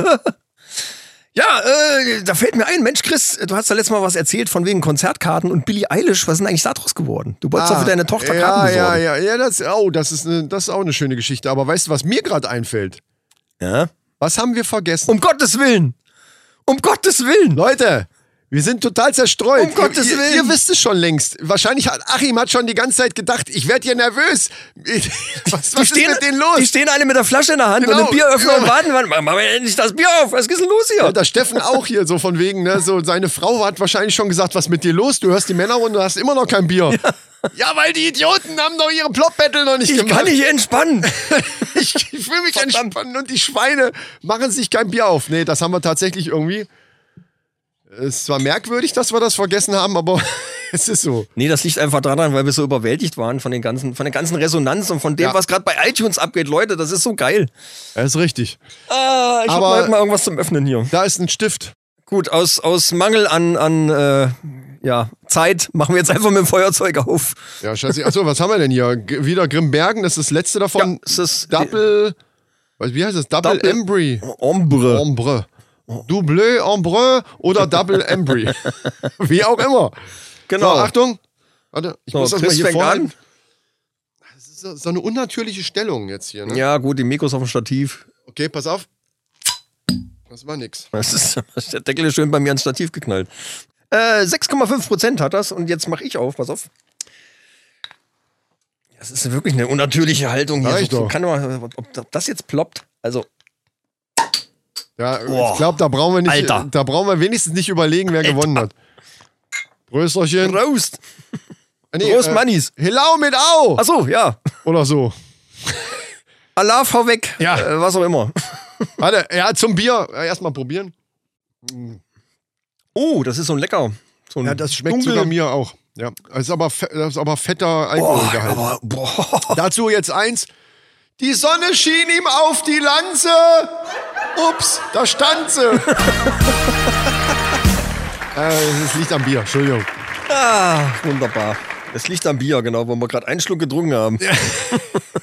Speaker 1: Ja, äh, da fällt mir ein, Mensch, Chris, du hast da letztes Mal was erzählt von wegen Konzertkarten und Billie Eilish. Was ist denn eigentlich da draus geworden? Du wolltest doch für deine Tochter
Speaker 3: Ah, ja,
Speaker 1: Karten
Speaker 3: ja,
Speaker 1: besorgen.
Speaker 3: ja, ja, das, oh, das ist, eine, das ist auch eine schöne Geschichte. Aber weißt du, was mir gerade einfällt?
Speaker 1: Ja.
Speaker 3: Was haben wir vergessen?
Speaker 1: Um Gottes Willen! Um Gottes Willen!
Speaker 3: Leute, Wir sind total zerstreut.
Speaker 5: Um Gottes
Speaker 3: ihr,
Speaker 5: Willen.
Speaker 3: Ihr, ihr wisst es schon längst. Wahrscheinlich hat Achim hat schon die ganze Zeit gedacht, ich werde hier nervös. Was, was
Speaker 5: die stehen,
Speaker 3: ist mit denen los?
Speaker 5: Die stehen alle mit der Flasche in der Hand
Speaker 3: Genau,
Speaker 5: und dem Bieröffner
Speaker 3: ja.
Speaker 5: und warten. Wann, mach mal endlich das Bier auf. Was ist denn los hier?
Speaker 3: Und der Steffen auch hier, so von wegen, ne? So, seine Frau hat wahrscheinlich schon gesagt, was mit dir los? Du hörst die Männerrunde, du hast immer noch kein Bier. Ja, weil die Idioten haben doch ihre Plop-Battle noch nicht
Speaker 5: ich
Speaker 3: gemacht.
Speaker 5: kann nicht entspannen.
Speaker 3: ich, ich will mich
Speaker 5: Verdammt.
Speaker 3: entspannen und die Schweine machen sich kein Bier auf. Nee, das haben wir tatsächlich irgendwie. Es war merkwürdig, dass wir das vergessen haben, aber es ist so.
Speaker 5: Nee, das liegt einfach daran, weil wir so überwältigt waren von, den ganzen, von der ganzen Resonanz und von dem,
Speaker 3: Ja.
Speaker 5: was gerade bei iTunes abgeht. Leute, das ist so geil.
Speaker 3: Das ist richtig.
Speaker 5: Ah, ich
Speaker 3: Aber-
Speaker 5: habe heute mal irgendwas zum Öffnen hier.
Speaker 3: Da ist ein Stift.
Speaker 5: Gut, aus, aus Mangel an, an äh, ja, Zeit machen wir jetzt einfach mit dem Feuerzeug auf.
Speaker 3: Ja, scheiße. Achso, was haben wir denn hier? G wieder Grimbergen, das ist das letzte davon.
Speaker 5: Ja, es ist-
Speaker 3: Double. Was, wie heißt das? Double,
Speaker 5: Double-
Speaker 3: Embry.
Speaker 5: Ombre.
Speaker 3: Ombre. Double Ombre oder Double Embry. wie auch immer.
Speaker 5: Genau.
Speaker 3: So, Achtung. Warte, ich
Speaker 5: So,
Speaker 3: muss das
Speaker 5: Chris
Speaker 3: mal hier
Speaker 5: fängt
Speaker 3: vorne.
Speaker 5: an.
Speaker 3: Das ist so- so eine unnatürliche Stellung jetzt hier. Ne?
Speaker 5: Ja, gut, die Mikros auf dem Stativ.
Speaker 3: Okay, pass auf. Das war nix.
Speaker 5: Das ist, der Deckel ist schön bei mir ans Stativ geknallt. Äh, 6,5 Prozent hat das und jetzt mache ich auf, pass auf. Das ist wirklich eine unnatürliche Haltung hier.
Speaker 3: Sag ich
Speaker 5: So- so
Speaker 3: doch.
Speaker 5: Kann man, ob, ob das jetzt ploppt, also
Speaker 3: Ja,
Speaker 5: Boah.
Speaker 3: ich glaube, da brauchen wir nicht.
Speaker 5: Alter.
Speaker 3: Da brauchen wir wenigstens nicht überlegen, wer gewonnen hat. Brösterchen.
Speaker 5: Roast.
Speaker 3: Ah,
Speaker 5: Prost, Mannis.
Speaker 3: Hello mit Au!
Speaker 5: Achso, ja.
Speaker 3: Oder so.
Speaker 5: Allah vorweg.
Speaker 3: Ja.
Speaker 5: Äh, was auch immer.
Speaker 3: Warte, ja, zum Bier. Ja, Erstmal probieren.
Speaker 5: Oh, das ist so ein lecker. So ein
Speaker 3: Ja, das schmeckt
Speaker 5: dunkel-
Speaker 3: sogar mir auch. Ja, das ist aber, fe- das ist aber fetter
Speaker 5: Boah,
Speaker 3: Alkoholgehalt.
Speaker 5: aber, boah.
Speaker 3: Dazu jetzt eins. Die Sonne schien ihm auf die Lanze. Ups, da stand sie. äh, das Äh, liegt am Bier, Entschuldigung.
Speaker 5: Ah, wunderbar. Es liegt am Bier, genau, wo wir gerade einen Schluck getrunken haben.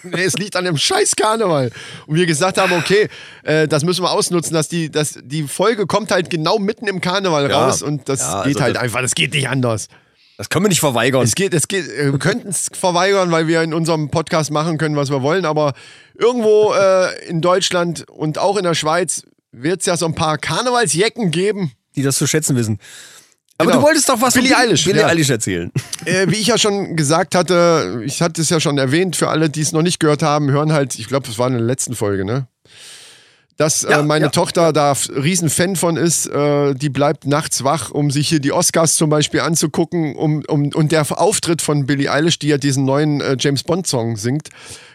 Speaker 3: Nee, es liegt an dem scheiß Karneval. Und wir gesagt haben, okay, äh, das müssen wir ausnutzen, dass die, dass die Folge kommt halt genau mitten im Karneval
Speaker 5: Ja.
Speaker 3: raus und das
Speaker 5: Ja,
Speaker 3: geht
Speaker 5: also
Speaker 3: halt
Speaker 5: das-
Speaker 3: einfach, das geht nicht anders.
Speaker 5: Das können wir nicht verweigern.
Speaker 3: Es geht, es geht, äh, wir könnten es verweigern, weil wir in unserem Podcast machen können, was wir wollen, aber irgendwo äh, in Deutschland und auch in der Schweiz wird es ja so ein paar Karnevalsjecken geben.
Speaker 5: die das zu schätzen wissen. Aber
Speaker 3: Genau.
Speaker 5: du wolltest doch was
Speaker 3: Billie
Speaker 5: von Billie-
Speaker 3: Eilish,
Speaker 5: Billie
Speaker 3: ja.
Speaker 5: Eilish erzählen.
Speaker 3: Äh, wie ich ja schon gesagt hatte, ich hatte es ja schon erwähnt, für alle, die es noch nicht gehört haben, hören halt, ich glaube, das war in der letzten Folge, ne? Dass
Speaker 5: Ja,
Speaker 3: äh, meine
Speaker 5: ja.
Speaker 3: Tochter da f- riesen Fan von ist, äh, die bleibt nachts wach, um sich hier die Oscars zum Beispiel anzugucken. Um, um, und der Auftritt von Billie Eilish, die ja diesen neuen äh, James Bond-Song singt,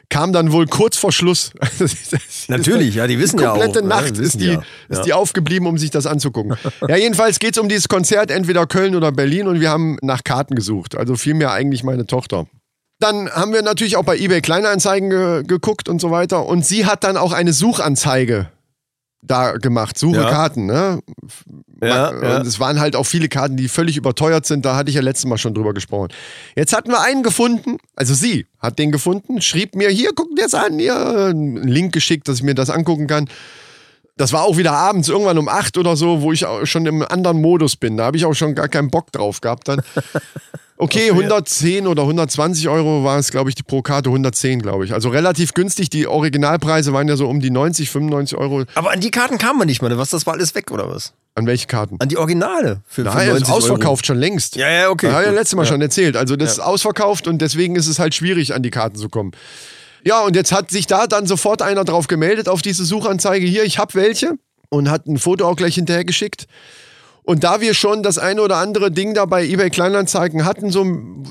Speaker 3: kam dann wohl kurz vor Schluss. Das ist- das ist-
Speaker 5: Natürlich, ja, die wissen ja auch,
Speaker 3: komplette
Speaker 5: ne?
Speaker 3: Nacht
Speaker 5: Die
Speaker 3: ist,
Speaker 5: wissen
Speaker 3: die,
Speaker 5: ja,
Speaker 3: ist
Speaker 5: ja.
Speaker 3: die aufgeblieben, um sich das anzugucken. ja, jedenfalls geht es um dieses Konzert, entweder Köln oder Berlin, und wir haben nach Karten gesucht. Also vielmehr eigentlich meine Tochter. Dann haben wir natürlich auch bei eBay Kleinanzeigen ge geguckt und so weiter. Und sie hat dann auch eine Suchanzeige da gemacht. Suche
Speaker 5: Ja.
Speaker 3: Karten, ne? Und es waren halt auch viele Karten, die völlig überteuert sind. Da hatte ich ja letztes Mal schon drüber gesprochen. Jetzt hatten wir einen gefunden, also sie hat den gefunden, schrieb mir, hier, guck dir das an, hier, äh, einen Link geschickt, dass ich mir das angucken kann. Das war auch wieder abends, irgendwann um 8 oder so, wo ich auch schon im anderen Modus bin. Da habe ich auch schon gar keinen Bock drauf gehabt dann. Okay, 110 oder 120 Euro war es, glaube ich, die pro Karte, 110, glaube ich. Also relativ günstig. Die Originalpreise waren ja so um die 90, 95 Euro.
Speaker 5: Aber an die Karten kam man nicht mehr. ne? Was, das war alles weg, oder was?
Speaker 3: An welche Karten?
Speaker 5: An die Originale. Für, für
Speaker 3: Nein, ist
Speaker 5: 90 Euro.
Speaker 3: ausverkauft schon längst.
Speaker 5: Ja, ja, okay.
Speaker 3: Das habe ich ja
Speaker 5: Gut.
Speaker 3: letztes Mal schon erzählt. Also das ist ausverkauft und deswegen ist es halt schwierig, an die Karten zu kommen. Ja, und jetzt hat sich da dann sofort einer drauf gemeldet auf diese Suchanzeige hier, ich habe welche und hat ein Foto auch gleich hinterher geschickt. Und da wir schon das eine oder andere Ding da bei eBay Kleinanzeigen hatten, so,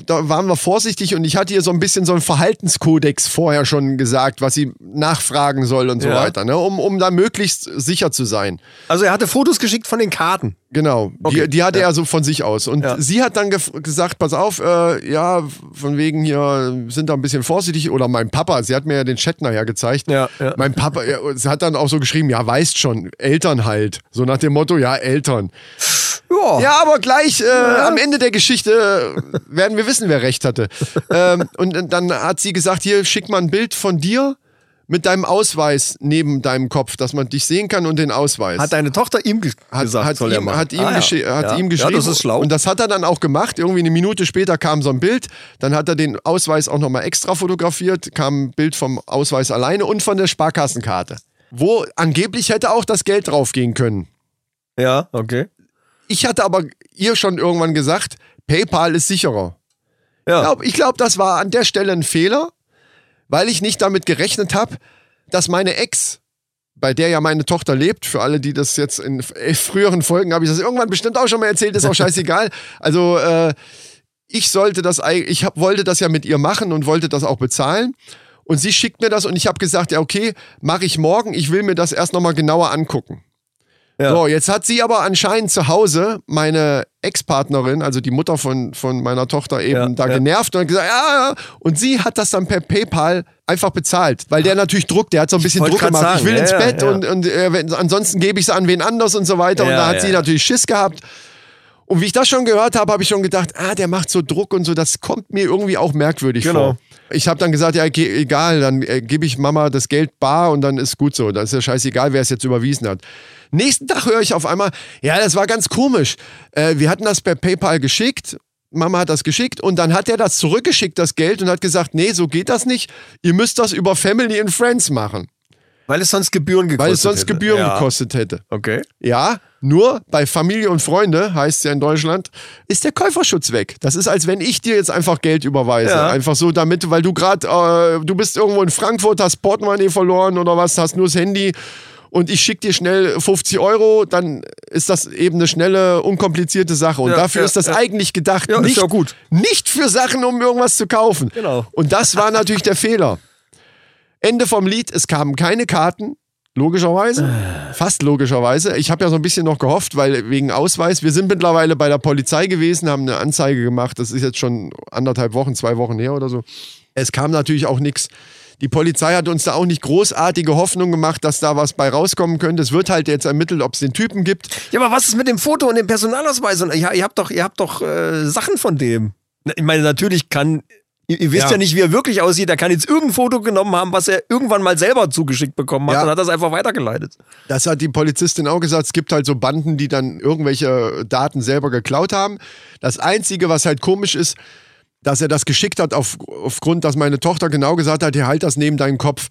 Speaker 3: da waren wir vorsichtig und ich hatte ihr so ein bisschen so einen Verhaltenskodex vorher schon gesagt, was sie nachfragen soll und so
Speaker 5: Ja.
Speaker 3: weiter, ne? um, um da möglichst sicher zu sein.
Speaker 5: Also er hatte Fotos geschickt von den Karten.
Speaker 3: Genau,
Speaker 5: Okay.
Speaker 3: die, die hatte er so von sich aus. Und
Speaker 5: Ja.
Speaker 3: sie hat dann gef- gesagt, pass auf, äh, ja, von wegen hier sind da ein bisschen vorsichtig. Oder mein Papa, sie hat mir ja den Chat nachher gezeigt.
Speaker 5: Ja, ja.
Speaker 3: Mein Papa, ja, und sie hat dann auch so geschrieben, ja, weißt schon, Eltern halt. So nach dem Motto, ja, Eltern.
Speaker 5: Ja.
Speaker 3: Ja, aber gleich äh, am Ende der Geschichte äh, werden wir wissen, wer recht hatte. ähm, und dann hat sie gesagt, hier schick mal ein Bild von dir mit deinem Ausweis neben deinem Kopf, dass man dich sehen kann und den Ausweis
Speaker 5: Hat deine Tochter ihm ge gesagt,
Speaker 3: hat
Speaker 5: soll er
Speaker 3: ihm,
Speaker 5: machen.
Speaker 3: hat ihm,
Speaker 5: Ah, ja.
Speaker 3: gesche- hat
Speaker 5: ja.
Speaker 3: ihm geschrieben.
Speaker 5: Ja, das ist schlau.
Speaker 3: Und das hat er dann auch gemacht. Irgendwie eine Minute später kam so ein Bild. Dann hat er den Ausweis auch nochmal extra fotografiert. Kam ein Bild vom Ausweis alleine und von der Sparkassenkarte. Wo angeblich hätte auch das Geld draufgehen können.
Speaker 5: ja, okay.
Speaker 3: Ich hatte aber ihr schon irgendwann gesagt, PayPal ist sicherer.
Speaker 5: Ja.
Speaker 3: Ich glaube, glaub, das war an der Stelle ein Fehler, weil ich nicht damit gerechnet habe, dass meine Ex, bei der ja meine Tochter lebt, für alle, die das jetzt in f- äh, früheren Folgen habe ich das irgendwann bestimmt auch schon mal erzählt, ist auch scheißegal. Also äh, ich sollte das, eig- ich hab, wollte das ja mit ihr machen und wollte das auch bezahlen. Und sie schickt mir das und ich habe gesagt, ja okay, mache ich morgen. Ich will mir das erst noch mal genauer angucken.
Speaker 5: Ja.
Speaker 3: So, jetzt hat sie aber anscheinend zu Hause meine Ex-Partnerin, also die Mutter von, von meiner Tochter, eben
Speaker 5: Ja,
Speaker 3: da
Speaker 5: ja.
Speaker 3: genervt und hat gesagt, ja, ja. Und sie hat das dann per PayPal einfach bezahlt, weil der natürlich Druck, der hat so ein bisschen
Speaker 5: wollte
Speaker 3: Druck
Speaker 5: grad
Speaker 3: gemacht.
Speaker 5: sagen,
Speaker 3: ich will
Speaker 5: ja,
Speaker 3: ins
Speaker 5: ja,
Speaker 3: Bett
Speaker 5: ja.
Speaker 3: und, und äh, wenn, ansonsten gebe ich es an wen anders und so weiter. und
Speaker 5: Ja,
Speaker 3: da hat
Speaker 5: ja,
Speaker 3: sie
Speaker 5: ja.
Speaker 3: natürlich Schiss gehabt. Und wie ich das schon gehört habe, habe ich schon gedacht, ah, der macht so Druck und so, das kommt mir irgendwie auch merkwürdig
Speaker 5: Genau.
Speaker 3: vor. Ich habe dann gesagt, ja, ge- egal, dann äh, gebe ich Mama das Geld bar und dann ist gut so. Das ist ja scheißegal, wer es jetzt überwiesen hat. Nächsten Tag höre ich auf einmal, ja, das war ganz komisch. Äh, wir hatten das per PayPal geschickt. Mama hat das geschickt und dann hat er das zurückgeschickt, das Geld, und hat gesagt, nee, so geht das nicht. Ihr müsst das über Family and Friends machen,
Speaker 5: Weil es sonst Gebühren gekostet
Speaker 3: weil es sonst
Speaker 5: hätte.
Speaker 3: Gebühren
Speaker 5: ja.
Speaker 3: gekostet hätte.
Speaker 5: Okay.
Speaker 3: Ja, nur bei Familie und Freunde, heißt es ja in Deutschland, ist der Käuferschutz weg. Das ist, als wenn ich dir jetzt einfach Geld überweise.
Speaker 5: Ja.
Speaker 3: Einfach so damit, weil du gerade, äh, du bist irgendwo in Frankfurt, hast Portemonnaie verloren oder was, hast nur das Handy und ich schicke dir schnell 50 Euro, dann ist das eben eine schnelle, unkomplizierte Sache. Und
Speaker 5: Ja,
Speaker 3: dafür
Speaker 5: ja,
Speaker 3: ist das
Speaker 5: ja.
Speaker 3: eigentlich gedacht.
Speaker 5: Ja, ist
Speaker 3: nicht,
Speaker 5: ja gut.
Speaker 3: nicht für Sachen, um irgendwas zu kaufen.
Speaker 5: Genau.
Speaker 3: Und das war natürlich der Fehler. Ende vom Lied, es kamen keine Karten, logischerweise, fast logischerweise. Ich habe ja so ein bisschen noch gehofft, weil wegen Ausweis, wir sind mittlerweile bei der Polizei gewesen, haben eine Anzeige gemacht, das ist jetzt schon anderthalb Wochen, zwei Wochen her oder so. Es kam natürlich auch nichts. Die Polizei hat uns da auch nicht großartige Hoffnung gemacht, dass da was bei rauskommen könnte. Es wird halt jetzt ermittelt, ob es den Typen gibt.
Speaker 5: Ja, aber was ist mit dem Foto und dem Personalausweis? Und ja, ihr habt doch, ihr habt doch äh, Sachen von dem. Na, Ich meine, natürlich kann. Ihr, ihr wisst ja.
Speaker 3: Ja.
Speaker 5: nicht, wie er wirklich aussieht. Er kann jetzt irgendein Foto genommen haben, was er irgendwann mal selber zugeschickt bekommen hat
Speaker 3: Ja.
Speaker 5: und hat das einfach weitergeleitet.
Speaker 3: Das hat die Polizistin auch gesagt. Es gibt halt so Banden, die dann irgendwelche Daten selber geklaut haben. Das Einzige, was halt komisch ist, dass er das geschickt hat, auf, aufgrund, dass meine Tochter genau gesagt hat, hier halt das neben deinen Kopf.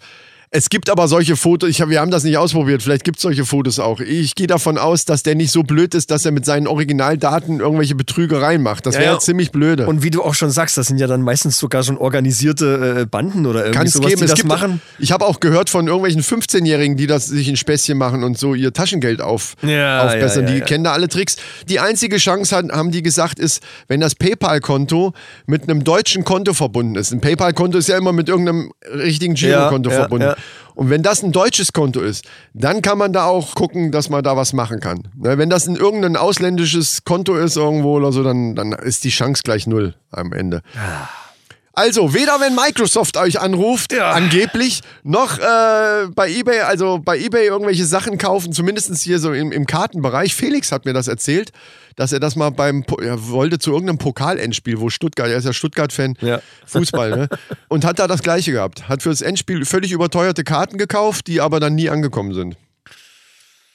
Speaker 3: Es gibt aber solche Fotos, ich hab, wir haben das nicht ausprobiert, vielleicht gibt es solche Fotos auch. Ich gehe davon aus, dass der nicht so blöd ist, dass er mit seinen Originaldaten irgendwelche Betrügereien macht. Das
Speaker 5: Ja,
Speaker 3: wäre
Speaker 5: ja.
Speaker 3: ziemlich blöde.
Speaker 5: Und wie du auch schon sagst, das sind ja dann meistens sogar schon organisierte äh, Banden oder irgendwie
Speaker 3: Kann's
Speaker 5: sowas, die
Speaker 3: Es
Speaker 5: das
Speaker 3: gibt-
Speaker 5: machen.
Speaker 3: Ich habe auch gehört von irgendwelchen 15-Jährigen, die das sich ein Späßchen machen und so ihr Taschengeld auf,
Speaker 5: Ja,
Speaker 3: aufbessern.
Speaker 5: ja, ja,
Speaker 3: die
Speaker 5: ja.
Speaker 3: kennen da alle Tricks. Die einzige Chance, hat, haben die gesagt, ist, wenn das PayPal-Konto mit einem deutschen Konto verbunden ist. Ein PayPal-Konto ist ja immer mit irgendeinem richtigen Girokonto
Speaker 5: Ja, ja,
Speaker 3: verbunden.
Speaker 5: ja.
Speaker 3: Und wenn das ein deutsches Konto ist, dann kann man da auch gucken, dass man da was machen kann. Ne, wenn das ein irgendein ausländisches Konto ist irgendwo oder so, dann, dann ist die Chance gleich null am Ende. Also, weder wenn Microsoft euch anruft, angeblich, noch äh, bei eBay, also bei eBay irgendwelche Sachen kaufen, zumindest hier so im, im Kartenbereich. Felix hat mir das erzählt, dass er das mal beim, Po- er wollte zu irgendeinem Pokalendspiel, wo Stuttgart, er ist ja Stuttgart-Fan,
Speaker 5: Ja.
Speaker 3: Fußball, ne? Und hat da das Gleiche gehabt. Hat für das Endspiel völlig überteuerte Karten gekauft, die aber dann nie angekommen sind.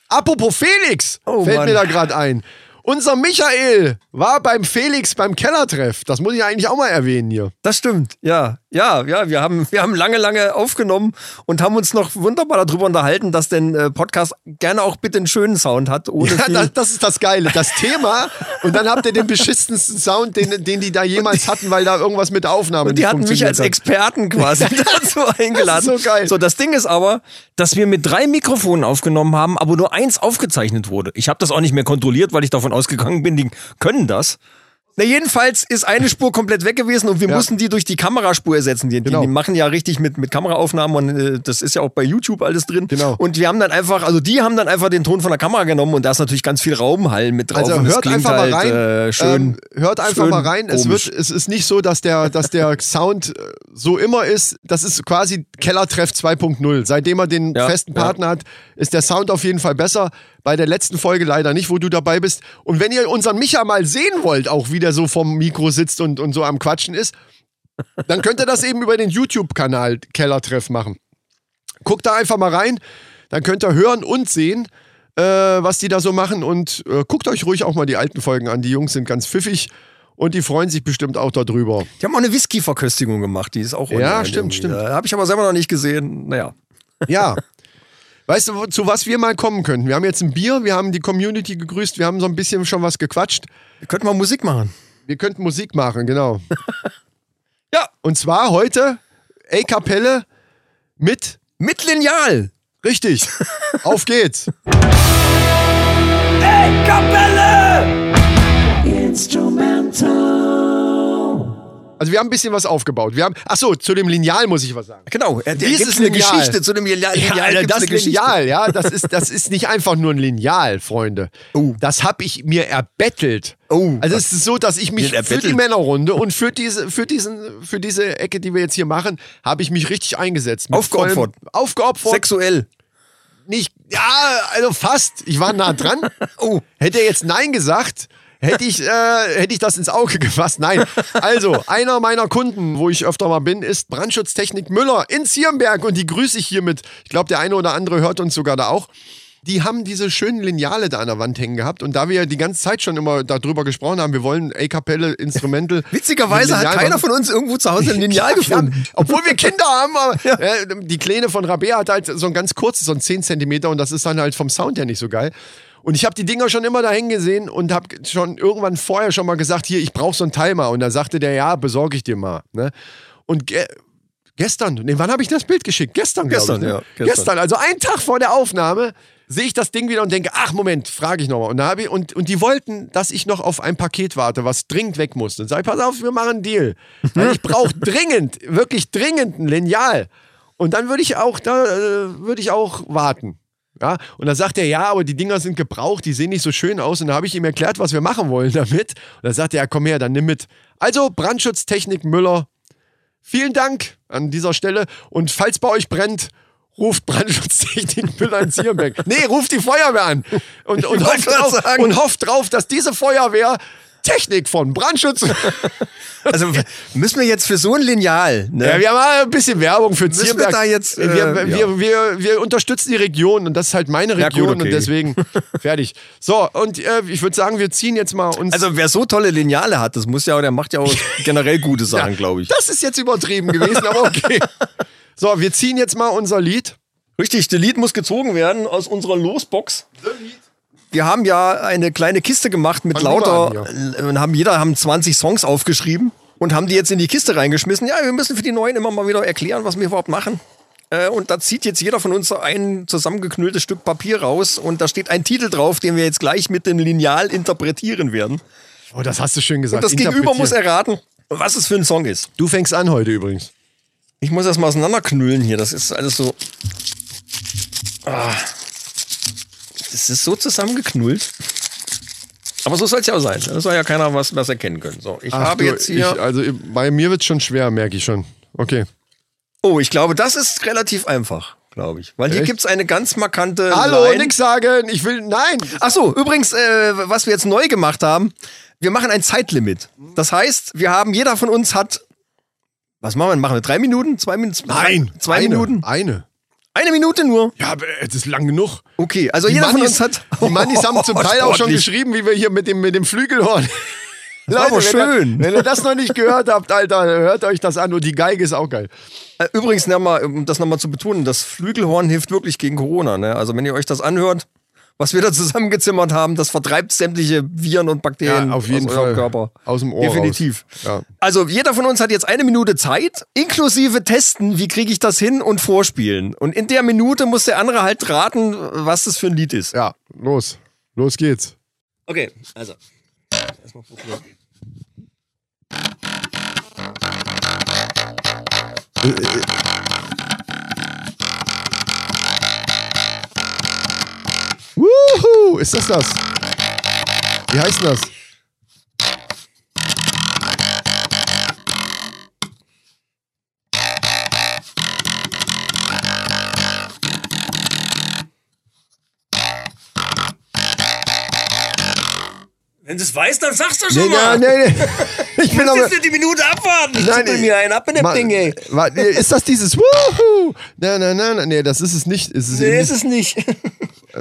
Speaker 3: Apropos Felix,
Speaker 5: Oh,
Speaker 3: fällt
Speaker 5: Mann.
Speaker 3: mir da gerade ein. Unser Michael war beim Felix beim Kellertreff. Das muss ich eigentlich auch mal erwähnen hier.
Speaker 5: Das stimmt, ja. Ja, ja, wir haben, wir haben lange, lange aufgenommen und haben uns noch wunderbar darüber unterhalten, dass denn äh, Podcast gerne auch bitte einen schönen Sound hat. Ohne
Speaker 3: Ja,
Speaker 5: viel-
Speaker 3: das, das ist das Geile. Das Thema und dann habt ihr den beschissensten Sound, den, den die da jemals hatten, weil da irgendwas mit der Aufnahme
Speaker 5: Und
Speaker 3: nicht
Speaker 5: die hatten mich
Speaker 3: funktioniert
Speaker 5: als
Speaker 3: hat.
Speaker 5: Experten quasi dazu eingeladen.
Speaker 3: Das ist so geil.
Speaker 5: So, das Ding ist aber, dass wir mit drei Mikrofonen aufgenommen haben, aber nur eins aufgezeichnet wurde. Ich habe das auch nicht mehr kontrolliert, weil ich davon ausgegangen bin, die können das. Na, jedenfalls ist eine Spur komplett weg gewesen und wir
Speaker 3: Ja.
Speaker 5: mussten die durch die Kameraspur ersetzen. Die,
Speaker 3: Genau.
Speaker 5: die, die machen ja richtig mit, mit Kameraaufnahmen und äh, das ist ja auch bei YouTube alles drin.
Speaker 3: Genau.
Speaker 5: Und wir haben dann einfach, also die haben dann einfach den Ton von der Kamera genommen und da ist natürlich ganz viel Raumhall mit drauf.
Speaker 3: Also
Speaker 5: und es
Speaker 3: hört
Speaker 5: klingt
Speaker 3: einfach mal
Speaker 5: halt,
Speaker 3: rein.
Speaker 5: Äh, schön,
Speaker 3: ähm, hört einfach
Speaker 5: schön
Speaker 3: mal rein. Es,
Speaker 5: komisch.
Speaker 3: wird, es ist nicht so, dass der, dass der Sound äh, so immer ist. Das ist quasi Kellertreff 2.0. Seitdem er den
Speaker 5: Ja,
Speaker 3: festen
Speaker 5: ja.
Speaker 3: Partner hat, ist der Sound auf jeden Fall besser. Bei der letzten Folge leider nicht, wo du dabei bist. Und wenn ihr unseren Micha mal sehen wollt, auch wie der so vom Mikro sitzt und, und so am Quatschen ist, dann könnt ihr das eben über den YouTube-Kanal Kellertreff machen. Guckt da einfach mal rein, dann könnt ihr hören und sehen, äh, was die da so machen. Und äh, guckt euch ruhig auch mal die alten Folgen an. Die Jungs sind ganz pfiffig und die freuen sich bestimmt auch darüber.
Speaker 5: Die haben auch eine Whisky-Verköstigung gemacht, die ist auch online
Speaker 3: stimmt,
Speaker 5: irgendwie.
Speaker 3: stimmt.
Speaker 5: Äh, Habe ich aber selber noch nicht gesehen. Naja.
Speaker 3: Ja. Weißt du, wo- zu was wir mal kommen könnten? Wir haben jetzt ein Bier, wir haben die Community gegrüßt, wir haben so ein bisschen schon was gequatscht.
Speaker 5: Könnten wir Musik machen?
Speaker 3: Wir könnten Musik machen, genau.
Speaker 5: Ja.
Speaker 3: Und zwar heute A Kapelle mit
Speaker 5: Mit Lineal.
Speaker 3: Richtig. Auf geht's. Also wir haben ein bisschen was aufgebaut. Wir haben, ach so, zu dem Lineal muss ich was sagen.
Speaker 5: Genau. Er,
Speaker 3: Dieses
Speaker 5: gibt's eine
Speaker 3: Lineal.
Speaker 5: Geschichte zu dem Lineal.
Speaker 3: Ja,
Speaker 5: Lineal
Speaker 3: Alter,
Speaker 5: gibt's
Speaker 3: das
Speaker 5: eine Geschichte.
Speaker 3: Lineal, ja, das ist, das ist nicht einfach nur ein Lineal, Freunde.
Speaker 5: Oh.
Speaker 3: Das habe ich mir erbettelt.
Speaker 5: Oh.
Speaker 3: Also es ist so, dass ich mich
Speaker 5: Mir
Speaker 3: für
Speaker 5: erbettelt.
Speaker 3: die Männerrunde und für diese, für diesen, für diese Ecke, die wir jetzt hier machen, habe ich mich richtig eingesetzt. Mit
Speaker 5: Aufgeopfert.
Speaker 3: vollem- Aufgeopfert.
Speaker 5: Sexuell.
Speaker 3: nicht. Ja, also fast. Ich war nah dran.
Speaker 5: Oh.
Speaker 3: Hätte er jetzt Nein gesagt, hätte ich, äh, hätte ich das ins Auge gefasst. Nein. Also, einer meiner Kunden, wo ich öfter mal bin, ist Brandschutztechnik Müller in Zierenberg und die grüße ich hiermit. Ich glaube, der eine oder andere hört uns sogar da auch. Die haben diese schönen Lineale da an der Wand hängen gehabt. Und da wir ja die ganze Zeit schon immer darüber gesprochen haben, wir wollen A-Kapelle, Instrumental.
Speaker 5: Witzigerweise hat
Speaker 3: Lineal
Speaker 5: keiner
Speaker 3: machen.
Speaker 5: von uns irgendwo zu Hause ein Lineal
Speaker 3: Ja, wir haben-
Speaker 5: gefunden.
Speaker 3: Obwohl wir Kinder haben, aber äh, die Kleine von Rabea hat halt so ein ganz kurzes, so ein 10 Zentimeter und das ist dann halt vom Sound her nicht so geil. Und ich habe die Dinger schon immer da gesehen und habe schon irgendwann vorher schon mal gesagt, hier, ich brauche so einen Timer. Und da sagte der, ja, besorge ich dir mal. Ne? Und ge gestern, nee, wann habe ich das Bild geschickt? Gestern, glaub
Speaker 5: Gestern,
Speaker 3: ich, ne?
Speaker 5: ja,
Speaker 3: Gestern.
Speaker 5: gestern.
Speaker 3: also einen Tag vor der Aufnahme sehe ich das Ding wieder und denke, ach Moment, frage ich nochmal. Und, da hab ich- und, und die wollten, dass ich noch auf ein Paket warte, was dringend weg muss. Dann sage ich, pass auf, wir machen einen Deal. Weil ich brauche dringend, wirklich dringend ein Lineal. Und dann würde ich auch, da äh, würde ich auch warten. Ja, und dann sagt er, ja, aber die Dinger sind gebraucht, die sehen nicht so schön aus. Und dann habe ich ihm erklärt, was wir machen wollen damit. Und dann sagt er, ja, komm her, dann nimm mit. Also Brandschutztechnik Müller, Vielen Dank an dieser Stelle. Und falls bei euch brennt, ruft Brandschutztechnik Müller in Zierenberg. Nee, ruft die Feuerwehr an. Und, und,
Speaker 5: Ich
Speaker 3: hofft
Speaker 5: wollte
Speaker 3: drauf,
Speaker 5: gerade sagen.
Speaker 3: und hofft drauf, dass diese Feuerwehr Technik von Brandschutz.
Speaker 5: Ne. Also müssen wir jetzt für so ein Lineal, ne?
Speaker 3: Ja, wir haben mal ein bisschen Werbung für
Speaker 5: wir
Speaker 3: Zierenberg.
Speaker 5: da jetzt, äh,
Speaker 3: wir, wir,
Speaker 5: ja.
Speaker 3: wir, wir unterstützen die Region und das ist halt meine
Speaker 5: Ja, gut,
Speaker 3: Region und
Speaker 5: okay.
Speaker 3: deswegen fertig. So, und äh, ich würde sagen, wir ziehen jetzt mal uns.
Speaker 5: Also wer so tolle Lineale hat, das muss ja, der macht ja auch generell gute Sachen, glaube ich.
Speaker 3: Das ist jetzt übertrieben gewesen, aber okay. So, wir ziehen jetzt mal unser Lied.
Speaker 5: Richtig, Delete muss gezogen werden aus unserer Losbox. Wir haben ja eine kleine Kiste gemacht mit
Speaker 3: Fang du mal
Speaker 5: lauter
Speaker 3: an,
Speaker 5: und haben jeder haben 20 Songs aufgeschrieben und haben die jetzt in die Kiste reingeschmissen. Ja, wir müssen für die neuen immer mal wieder erklären, was wir überhaupt machen. Äh, Und da zieht jetzt jeder von uns so ein zusammengeknülltes Stück Papier raus und da steht ein Titel drauf, den wir jetzt gleich mit dem Lineal interpretieren werden.
Speaker 3: Oh, das hast du schön gesagt.
Speaker 5: Und das Gegenüber
Speaker 3: Interpretieren.
Speaker 5: muss erraten, was es für ein Song ist.
Speaker 3: Du fängst an heute übrigens.
Speaker 5: Ich muss das mal auseinanderknüllen hier. Das ist alles so. Ah. Das ist so zusammengeknüllt. Aber so soll es ja auch sein. Da soll ja keiner was, was erkennen können. So, ich äh habe
Speaker 3: du,
Speaker 5: jetzt hier.
Speaker 3: Ich, also bei mir wird es schon schwer, merke ich schon. Okay.
Speaker 5: oh, ich glaube, das ist relativ einfach, glaube ich. Weil hier
Speaker 3: Echt?
Speaker 5: gibt es eine ganz markante.
Speaker 3: Hallo,
Speaker 5: Line.
Speaker 3: nix sagen. Ich will. Nein.
Speaker 5: Ach so, übrigens, äh, was wir jetzt neu gemacht haben, wir machen ein Zeitlimit. Das heißt, wir haben, jeder von uns hat. Was machen wir? Machen wir drei Minuten? Zwei Minuten? Zwei
Speaker 3: eine,
Speaker 5: Minuten?
Speaker 3: Eine.
Speaker 5: Eine Minute nur.
Speaker 3: Ja, aber, äh, das ist lang genug.
Speaker 5: Okay, also
Speaker 3: Die
Speaker 5: jeder
Speaker 3: Mannis-
Speaker 5: von uns hat.
Speaker 3: Die Mannis haben zum Teil auch schon
Speaker 5: Sportlich.
Speaker 3: geschrieben, wie wir hier mit dem, mit dem Flügelhorn.
Speaker 5: war aber
Speaker 3: Wenn ihr,
Speaker 5: schön.
Speaker 3: wenn ihr das noch nicht gehört habt, Alter, hört euch das an. Und die Geige ist auch geil.
Speaker 5: Äh, Übrigens, noch mal, um das nochmal zu betonen, das Flügelhorn hilft wirklich gegen Corona. Ne? Also wenn ihr euch das anhört, was wir da zusammengezimmert haben, das vertreibt sämtliche Viren und Bakterien
Speaker 3: Ja, auf jeden
Speaker 5: aus eurem
Speaker 3: Fall.
Speaker 5: Körper.
Speaker 3: Aus dem Ohr
Speaker 5: Definitiv.
Speaker 3: raus. Ja.
Speaker 5: Also jeder von uns hat jetzt eine Minute Zeit, inklusive testen, wie kriege ich das hin und vorspielen. Und in der Minute muss der andere halt raten, was das für ein Lied ist.
Speaker 3: Ja, los. Los geht's.
Speaker 5: Okay, also. Erstmal probieren.
Speaker 3: Wuhu, ist das das? Wie heißt denn das?
Speaker 6: Wenn du es weißt, dann sagst du schon
Speaker 3: Nee,
Speaker 6: mal.
Speaker 3: nee, nee, nee. Ich bin aber.
Speaker 6: Jetzt nicht die Minute abwarten.
Speaker 3: Nein,
Speaker 5: Zippel
Speaker 3: ich-
Speaker 5: mir einen ab in dem
Speaker 3: Ma-
Speaker 5: Ding, ey.
Speaker 3: äh, wa- Ist das dieses Wuhu? Nein, nein, nein, nein, nee, das ist es nicht. Ist es
Speaker 5: Nee,
Speaker 3: eben
Speaker 5: ist äh. es nicht.
Speaker 3: nicht.